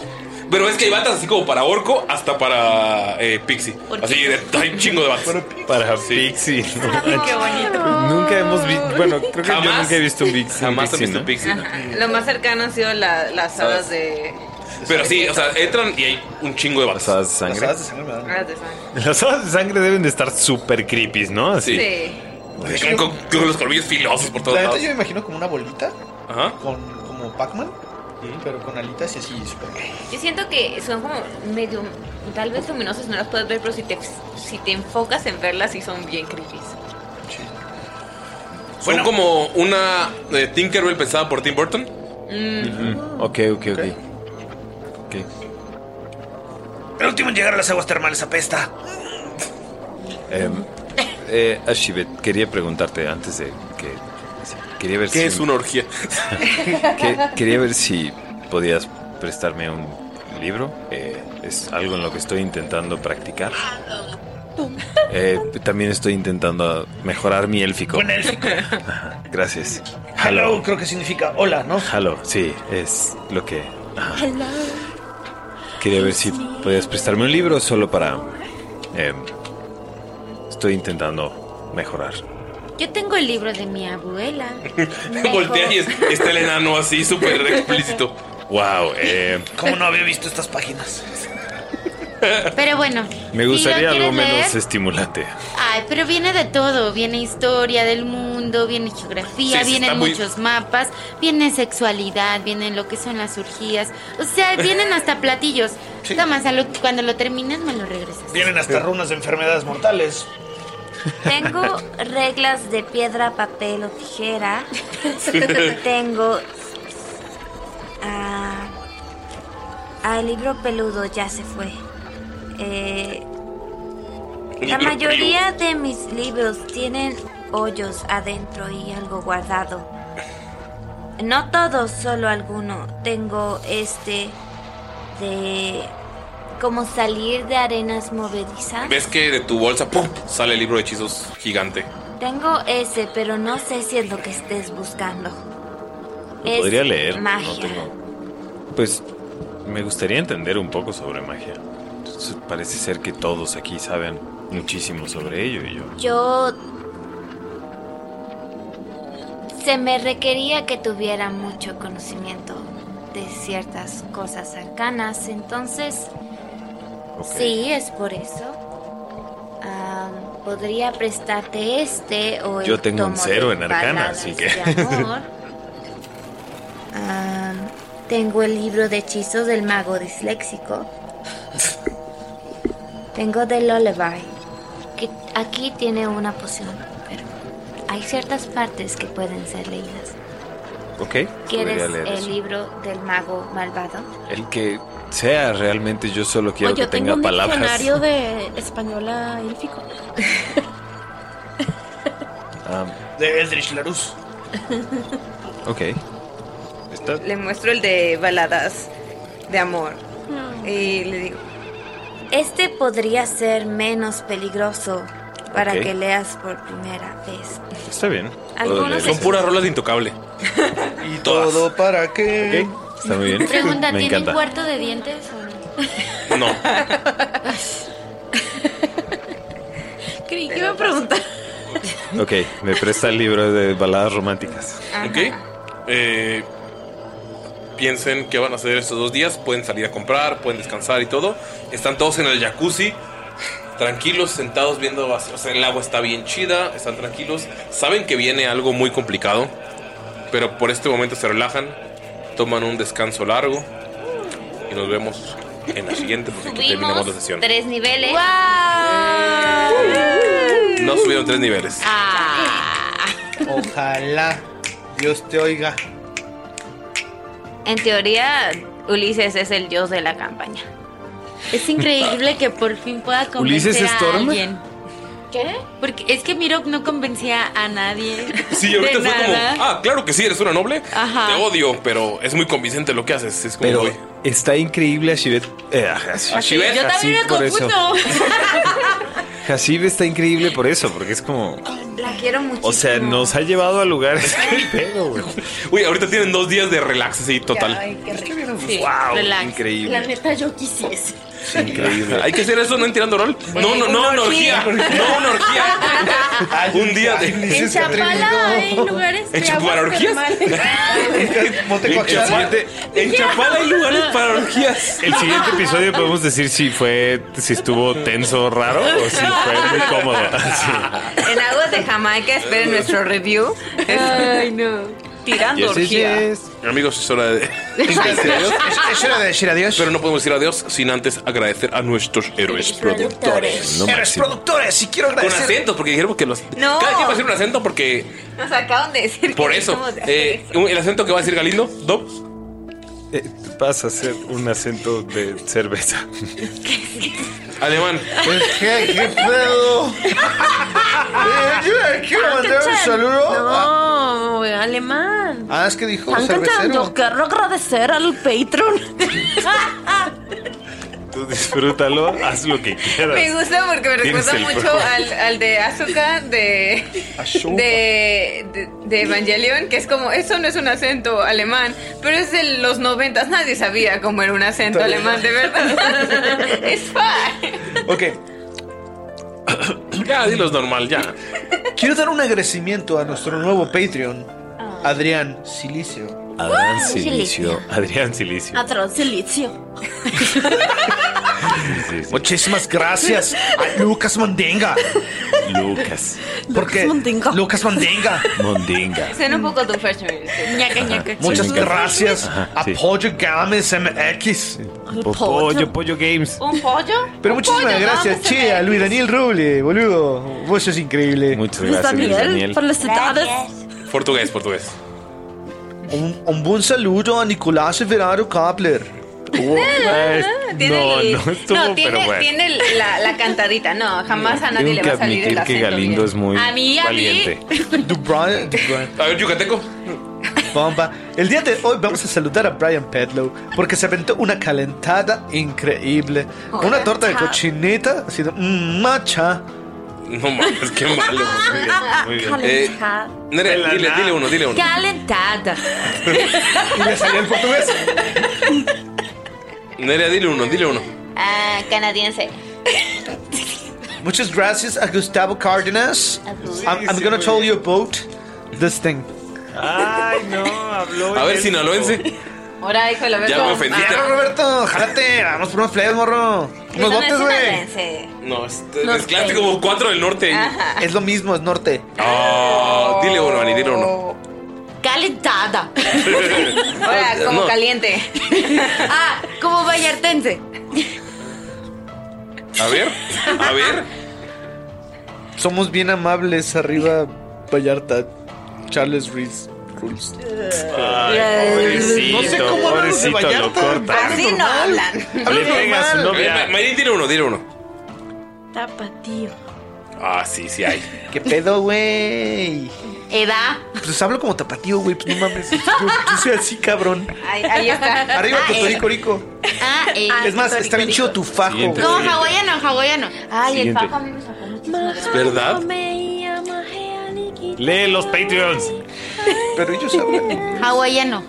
Speaker 8: Pero es que hay batas así como para orco hasta para eh, pixie. Así de, hay un chingo de batas. Para pixie.
Speaker 4: Qué bonito.
Speaker 2: Nunca hemos visto. Bueno, creo que yo
Speaker 8: Jamás.
Speaker 2: nunca he visto un Pixie.
Speaker 8: Jamás he
Speaker 2: Pixie,
Speaker 8: visto
Speaker 2: ¿no?
Speaker 8: pixie.
Speaker 4: Lo más cercano han sido la- las hadas de.
Speaker 8: Pero sí, o sea, entran y hay un chingo de batas.
Speaker 2: ¿eh? Las hadas de sangre. Las hadas
Speaker 4: hadas de sangre.
Speaker 2: Las hadas de sangre deben de estar súper creepy, ¿no? Así. Pues
Speaker 8: Con, con- con los colmillos filosos por todos
Speaker 15: La neta
Speaker 8: lados.
Speaker 15: yo me imagino como una bolita
Speaker 8: Ajá.
Speaker 15: con como Pac-Man, pero con alitas y así super.
Speaker 4: Yo siento que son como medio. Tal vez luminosas, no las puedes ver, pero si te, si te enfocas en verlas, sí son bien creepy.
Speaker 8: Son como una eh, Tinkerbell pensada por Tim Burton.
Speaker 2: Mm, ok, ok, ok. okay.
Speaker 9: El último en llegar a las aguas termales apesta.
Speaker 2: Em, eh, Ashibet, quería preguntarte antes de que. Quería ver
Speaker 8: ¿Qué
Speaker 2: si.
Speaker 8: es una orgía?
Speaker 2: Que- quería ver si podías prestarme un libro. Eh, es algo en lo que estoy intentando practicar. Eh, también estoy intentando mejorar mi élfico.
Speaker 9: Buen élfico.
Speaker 2: Gracias.
Speaker 9: Hello, creo que significa hola, ¿no?
Speaker 2: Hello, sí, es lo que. ajá. Quería ver si podías prestarme un libro solo para. eh, estoy intentando mejorar.
Speaker 7: Yo tengo el libro de mi abuela.
Speaker 8: Voltea y es- está el enano así, súper explícito.
Speaker 2: Wow, eh,
Speaker 9: ¿Cómo no había visto estas páginas?
Speaker 7: Pero bueno.
Speaker 2: me gustaría
Speaker 7: ¿Sí lo
Speaker 2: algo
Speaker 7: quieres
Speaker 2: menos
Speaker 7: leer?
Speaker 2: estimulante.
Speaker 7: Ay, pero viene de todo. Viene historia del mundo, viene geografía,
Speaker 2: Sí, sí, está
Speaker 7: vienen
Speaker 2: muy-
Speaker 7: muchos mapas, viene sexualidad, vienen lo que son las urgías. O sea, vienen hasta platillos. Toma, salud. Cuando lo termines me lo regresas.
Speaker 9: Vienen hasta runas de enfermedades mortales.
Speaker 6: Tengo reglas de piedra, papel o tijera. Tengo ah, ah, el libro peludo ya se fue. Eh, la
Speaker 4: Libro
Speaker 6: mayoría de mis libros tienen hoyos adentro y algo guardado. No todos, solo alguno. Tengo este de como salir de arenas movedizas.
Speaker 8: ¿Ves que de tu bolsa ¡pum! sale el libro de hechizos gigante?
Speaker 6: Tengo ese, pero no sé si es lo que estés buscando.
Speaker 2: Lo podría leer. no
Speaker 6: Magia.
Speaker 2: tengo- Pues me gustaría entender un poco sobre magia. Entonces, parece ser que todos aquí saben muchísimo sobre ello y yo.
Speaker 6: Yo se me requería que tuviera mucho conocimiento de ciertas cosas arcanas, entonces sí es por eso. Ah, podría prestarte este o el
Speaker 2: Yo tengo un
Speaker 6: tomo
Speaker 2: cero
Speaker 6: de
Speaker 2: en arcana,
Speaker 6: baladas
Speaker 2: así que.
Speaker 6: de amor. Ah, tengo el libro de hechizos del mago disléxico. Tengo de Lullaby, que aquí tiene una poción, pero hay ciertas partes que pueden ser leídas.
Speaker 2: ok, podría
Speaker 6: ¿Quieres
Speaker 2: leer
Speaker 6: el
Speaker 2: eso.
Speaker 6: libro del mago malvado?
Speaker 2: El que sea realmente, yo solo quiero
Speaker 5: Oh, yo
Speaker 2: que tenga
Speaker 5: tengo un
Speaker 2: palabras.
Speaker 5: diccionario de española élfico.
Speaker 2: Ah,
Speaker 9: De Eldritch Larus.
Speaker 2: ok. Está-
Speaker 4: Le muestro el de baladas de amor. Y le digo,
Speaker 6: Este podría ser menos peligroso para
Speaker 8: Ok.
Speaker 6: que leas por primera vez.
Speaker 2: Está bien.
Speaker 6: Algunos
Speaker 8: Son
Speaker 6: es-
Speaker 8: puras rolas de intocable. y todo para qué.
Speaker 2: Está muy bien.
Speaker 7: Pregunta,
Speaker 8: Me
Speaker 7: ¿tienen
Speaker 8: encanta.
Speaker 7: cuarto de dientes o no?
Speaker 8: No.
Speaker 5: Creí que iba a preguntar.
Speaker 2: Ok, me presta el libro de baladas románticas.
Speaker 8: Ok. Eh, piensen qué van a hacer estos dos días. Pueden salir a comprar, pueden descansar y todo. Están todos en el jacuzzi, tranquilos, sentados viendo. hacia- O sea, el agua está bien chida, están tranquilos. Saben que viene algo muy complicado, pero por este momento se relajan, toman un descanso largo y nos vemos en la siguiente porque aquí terminamos la sesión.
Speaker 6: tres niveles.
Speaker 8: No subieron tres niveles.
Speaker 15: Ojalá Dios te oiga.
Speaker 4: En teoría, Ulises es el dios de la campaña.
Speaker 7: Es increíble que por fin pueda convencer
Speaker 4: ¿Ulises
Speaker 7: a
Speaker 4: Storm?
Speaker 7: alguien. ¿Qué? Porque es que Mirok no convencía a nadie.
Speaker 8: Sí, ahorita
Speaker 7: de
Speaker 8: fue como,
Speaker 7: nada.
Speaker 8: ah, claro que sí, eres una noble.
Speaker 7: Ajá.
Speaker 8: Te odio, pero es muy convincente lo que haces. Es como,
Speaker 2: Pero
Speaker 8: güey.
Speaker 2: está increíble a Shivet. Eh, a Hasib.
Speaker 7: Yo también me
Speaker 2: Hasib por eso.
Speaker 7: confundo.
Speaker 2: Hasib está increíble por eso, porque es como.
Speaker 6: La quiero mucho.
Speaker 2: O sea, nos ha llevado a lugares. ¡Qué pedo, güey!
Speaker 8: Uy, ahorita tienen dos días de relax así total.
Speaker 7: Ay, qué rico.
Speaker 8: bien,
Speaker 7: Sí,
Speaker 8: wow,
Speaker 7: relax.
Speaker 8: increíble.
Speaker 7: La neta, yo quisiese.
Speaker 8: Increíble. Hay que hacer eso, no en tirando rol. No, no, no, una orgía. No, una orgía. Un día de.
Speaker 7: En Chapala hay lugares
Speaker 8: ¿En
Speaker 7: de aguas
Speaker 8: Chapala orgías?
Speaker 7: termales.
Speaker 8: El siguiente- En Chapala hay lugares para orgías.
Speaker 2: El siguiente episodio podemos decir si fue, si estuvo tenso, raro o si fue muy cómodo. Así.
Speaker 4: En aguas de Jamaica, esperen nuestro review. Ay, no. Tirando
Speaker 8: Yes, yes,
Speaker 4: orgía.
Speaker 8: Amigos, es hora de.
Speaker 4: Es
Speaker 8: hora de decir adiós. Pero no podemos decir adiós sin antes agradecer a nuestros héroes productores.
Speaker 4: Productores. Héroes
Speaker 8: productores, y quiero
Speaker 4: agradecer-
Speaker 8: Con acento, porque dijeron que los.
Speaker 4: No.
Speaker 8: Cada quien va a hacer un acento porque.
Speaker 4: Nos acaban de decir
Speaker 8: Por
Speaker 4: que
Speaker 8: eso.
Speaker 4: somos de-
Speaker 8: eh, el acento que va a decir Galindo, Dob.
Speaker 2: Eh, Vas a hacer un acento de cerveza.
Speaker 8: Alemán.
Speaker 15: ¿Qué, qué pedo?
Speaker 5: Ah,
Speaker 15: Eh, yo quiero mandar un saludo.
Speaker 5: No, alemán.
Speaker 15: Ah, es que dijo
Speaker 5: Están cantando.
Speaker 15: cervecero.
Speaker 5: Quiero agradecer al Patreon.
Speaker 2: Tú disfrútalo, haz lo que quieras.
Speaker 4: Me gusta porque me
Speaker 2: Tienes
Speaker 4: recuerda
Speaker 2: el
Speaker 4: mucho
Speaker 2: programa.
Speaker 4: al, al de Azúcar de, de, de, de Evangelion, que es como, eso no es un acento alemán, pero es de los noventas, nadie sabía cómo era un acento
Speaker 15: Todavía
Speaker 4: alemán, de verdad. es fine.
Speaker 15: Ok.
Speaker 8: ya, dilos normal, ya.
Speaker 15: Quiero dar un agradecimiento a nuestro nuevo Patreon,
Speaker 4: Ah.
Speaker 15: Adrián Silicio.
Speaker 2: Adrián
Speaker 5: Ay, Silicio.
Speaker 2: Silicio. Adrián Silicio.
Speaker 5: Atrocilicio.
Speaker 15: Muchísimas gracias a Lucas Mandenga.
Speaker 2: Lucas.
Speaker 15: Porque Lucas Mandenga.
Speaker 2: Mondinga.
Speaker 4: Suena un poco tu freshman.
Speaker 5: Ñaca, ñaca.
Speaker 15: Muchas gracias
Speaker 2: Ajá,
Speaker 15: a Pollo Games MX.
Speaker 2: Pollo, Pollo Games.
Speaker 5: ¿Un pollo?
Speaker 15: Pero muchísimas gracias, che, a Luis Daniel Ruble, boludo. Vos sos increíble.
Speaker 2: Muchas
Speaker 4: Pues
Speaker 5: Luis Daniel, felicidades.
Speaker 8: Portugués, portugués.
Speaker 15: Un, un buen saludo a Nicolás Everardo Kapler.
Speaker 3: Este,
Speaker 4: Tiene el- no, tiene, tiene el- la, la cantadita, no, jamás a
Speaker 2: Tengo
Speaker 4: nadie le
Speaker 2: que
Speaker 4: va a salir el
Speaker 2: admitir
Speaker 4: acento
Speaker 2: que Galindo
Speaker 4: bien.
Speaker 2: es muy
Speaker 4: A mí, a mí.
Speaker 2: valiente.
Speaker 8: A ver, yucateco.
Speaker 3: bomba. El día de hoy vamos a saludar a Brian Pedlow porque se aventó una calentada increíble. Una torta de cochinita, así de mm, macha.
Speaker 8: No mames, qué malo. Muy bien, muy bien. Eh,
Speaker 5: Calentada.
Speaker 8: Nerea, dile, dile uno, dile uno.
Speaker 5: Calentada.
Speaker 8: ¿Y le salió el portugués? Nerea, dile uno, dile uno.
Speaker 16: Ah, canadiense.
Speaker 3: Muchas gracias a Gustavo Cárdenas. I'm, I'm gonna tell you about this thing.
Speaker 9: Ay, no, habló.
Speaker 8: A ver,
Speaker 3: él
Speaker 8: sinaloense.
Speaker 4: Ahora, hijo, lo
Speaker 8: Ya me ofendiste.
Speaker 3: Ah, Roberto, jálate. Vamos por unos flares, morro. Unos botes, güey.
Speaker 8: No, este, mezclaste como cuatro del norte.
Speaker 4: Ah.
Speaker 3: Es lo mismo, es norte.
Speaker 8: Oh, dile uno, Ani, dile uno.
Speaker 7: Calentada.
Speaker 4: Ahora, como
Speaker 8: No.
Speaker 4: caliente.
Speaker 7: ah, como vallartense.
Speaker 8: A ver, a ver.
Speaker 3: Somos bien amables arriba, Vallarta. Charles Reese Rules.
Speaker 8: pobrecito,
Speaker 3: no sé cómo hablan los de
Speaker 8: pobrecito, lo corta.
Speaker 3: Vallarta.
Speaker 4: Así no hablan.
Speaker 8: Habla
Speaker 3: Le pega a su
Speaker 8: normal.
Speaker 3: novia.
Speaker 8: Ma- Mayrin, dile uno, dile uno.
Speaker 5: Tapatío.
Speaker 8: Ah, sí, sí hay.
Speaker 3: ¿Qué pedo, güey?
Speaker 7: Edad.
Speaker 3: Pues hablo como tapatío, güey. Pues no mames. Yo, yo soy así, cabrón.
Speaker 4: Ahí, ahí está.
Speaker 3: Arriba,
Speaker 7: Ah,
Speaker 3: tu
Speaker 7: eh.
Speaker 3: Rico.
Speaker 7: Ah, eh.
Speaker 3: Es más, está bien chido tu fajo.
Speaker 7: No, hawaiano, hawaiano. Ay,
Speaker 9: el Siguiente. fajo
Speaker 7: a mí me sacó
Speaker 9: ¿Verdad? Lee los Patreons.
Speaker 3: Pero ellos hablan.
Speaker 7: Hawaiano.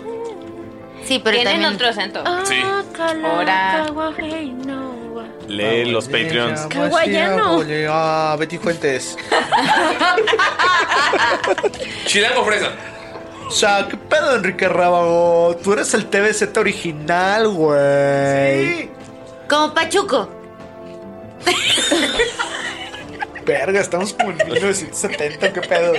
Speaker 7: Sí, pero
Speaker 4: Tienen
Speaker 7: también.
Speaker 4: otro acento.
Speaker 5: Ah,
Speaker 9: Sí.
Speaker 4: Ahora.
Speaker 9: Lee los Patreons.
Speaker 4: Hawaiano.
Speaker 3: Oye, ah, Betty Fuentes.
Speaker 8: Chilango fresa.
Speaker 3: O sea, ¿qué pedo, Enrique Rábago? Tú eres el TVZ original, güey.
Speaker 7: Como Pachuco.
Speaker 3: Verga, estamos como en 1970, ¿qué pedo?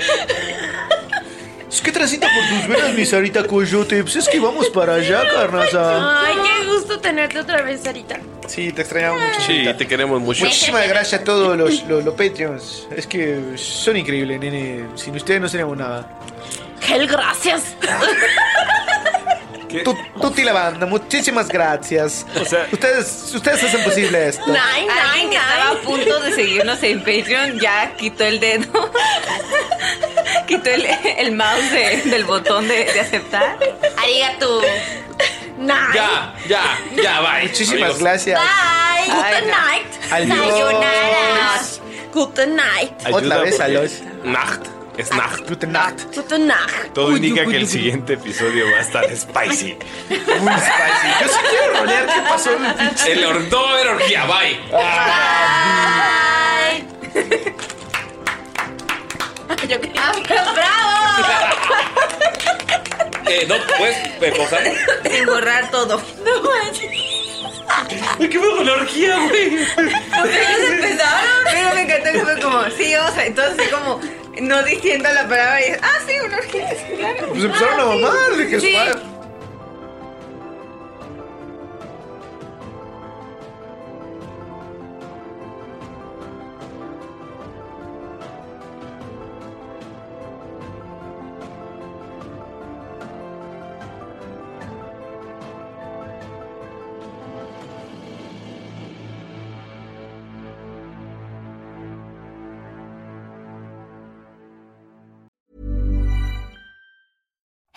Speaker 3: Es que transita por tus venas, mi Sarita Coyote. Pues es que vamos para allá, carnaza.
Speaker 5: Ay, qué gusto tenerte otra vez, Sarita.
Speaker 3: Sí, te extrañamos
Speaker 7: Ah.
Speaker 3: mucho.
Speaker 8: Sí, te queremos mucho.
Speaker 3: Muchísimas gracias a todos los, los, los Patreons. Es que son increíbles, nene. Sin ustedes no seríamos nada.
Speaker 5: Gel, gracias.
Speaker 3: Tú- Tutti la banda, muchísimas gracias. ustedes, ustedes hacen posible esto.
Speaker 4: Alguien que estaba a punto de seguirnos en Patreon ya quitó el dedo. quitó el, el mouse de- del botón de, de aceptar.
Speaker 7: Arigato. Night.
Speaker 8: Ya, ya, ya, bye.
Speaker 3: Muchísimas gracias.
Speaker 5: Bye. Good night.
Speaker 3: Adiós.
Speaker 5: Sayonara. Good night.
Speaker 3: Otra vez a los.
Speaker 8: Nacht. Es Nacht.
Speaker 3: Guten Nacht.
Speaker 5: Good night.
Speaker 9: Todo indica que el siguiente episodio va a estar spicy.
Speaker 3: Muy spicy. Yo sí
Speaker 5: é,
Speaker 3: quiero rolear qué
Speaker 5: tipo
Speaker 3: pasó en el pinche.
Speaker 8: El ordo era orgía, bye.
Speaker 5: Yo creo- ¡Bravo!
Speaker 8: Eh, no, puedes eh, posar.
Speaker 4: Sin borrar todo.
Speaker 5: No manches.
Speaker 8: ¿Qué fue con la orgía, güey?
Speaker 4: Ellos empezaron, pero me encantó que fue como, sí, o sea, entonces como no diciendo la palabra y ah, sí, una orgía, sí, claro.
Speaker 3: Pues empezaron a
Speaker 4: Ah, sí.
Speaker 3: mamar. Dije,
Speaker 4: Sí.
Speaker 3: "Suave".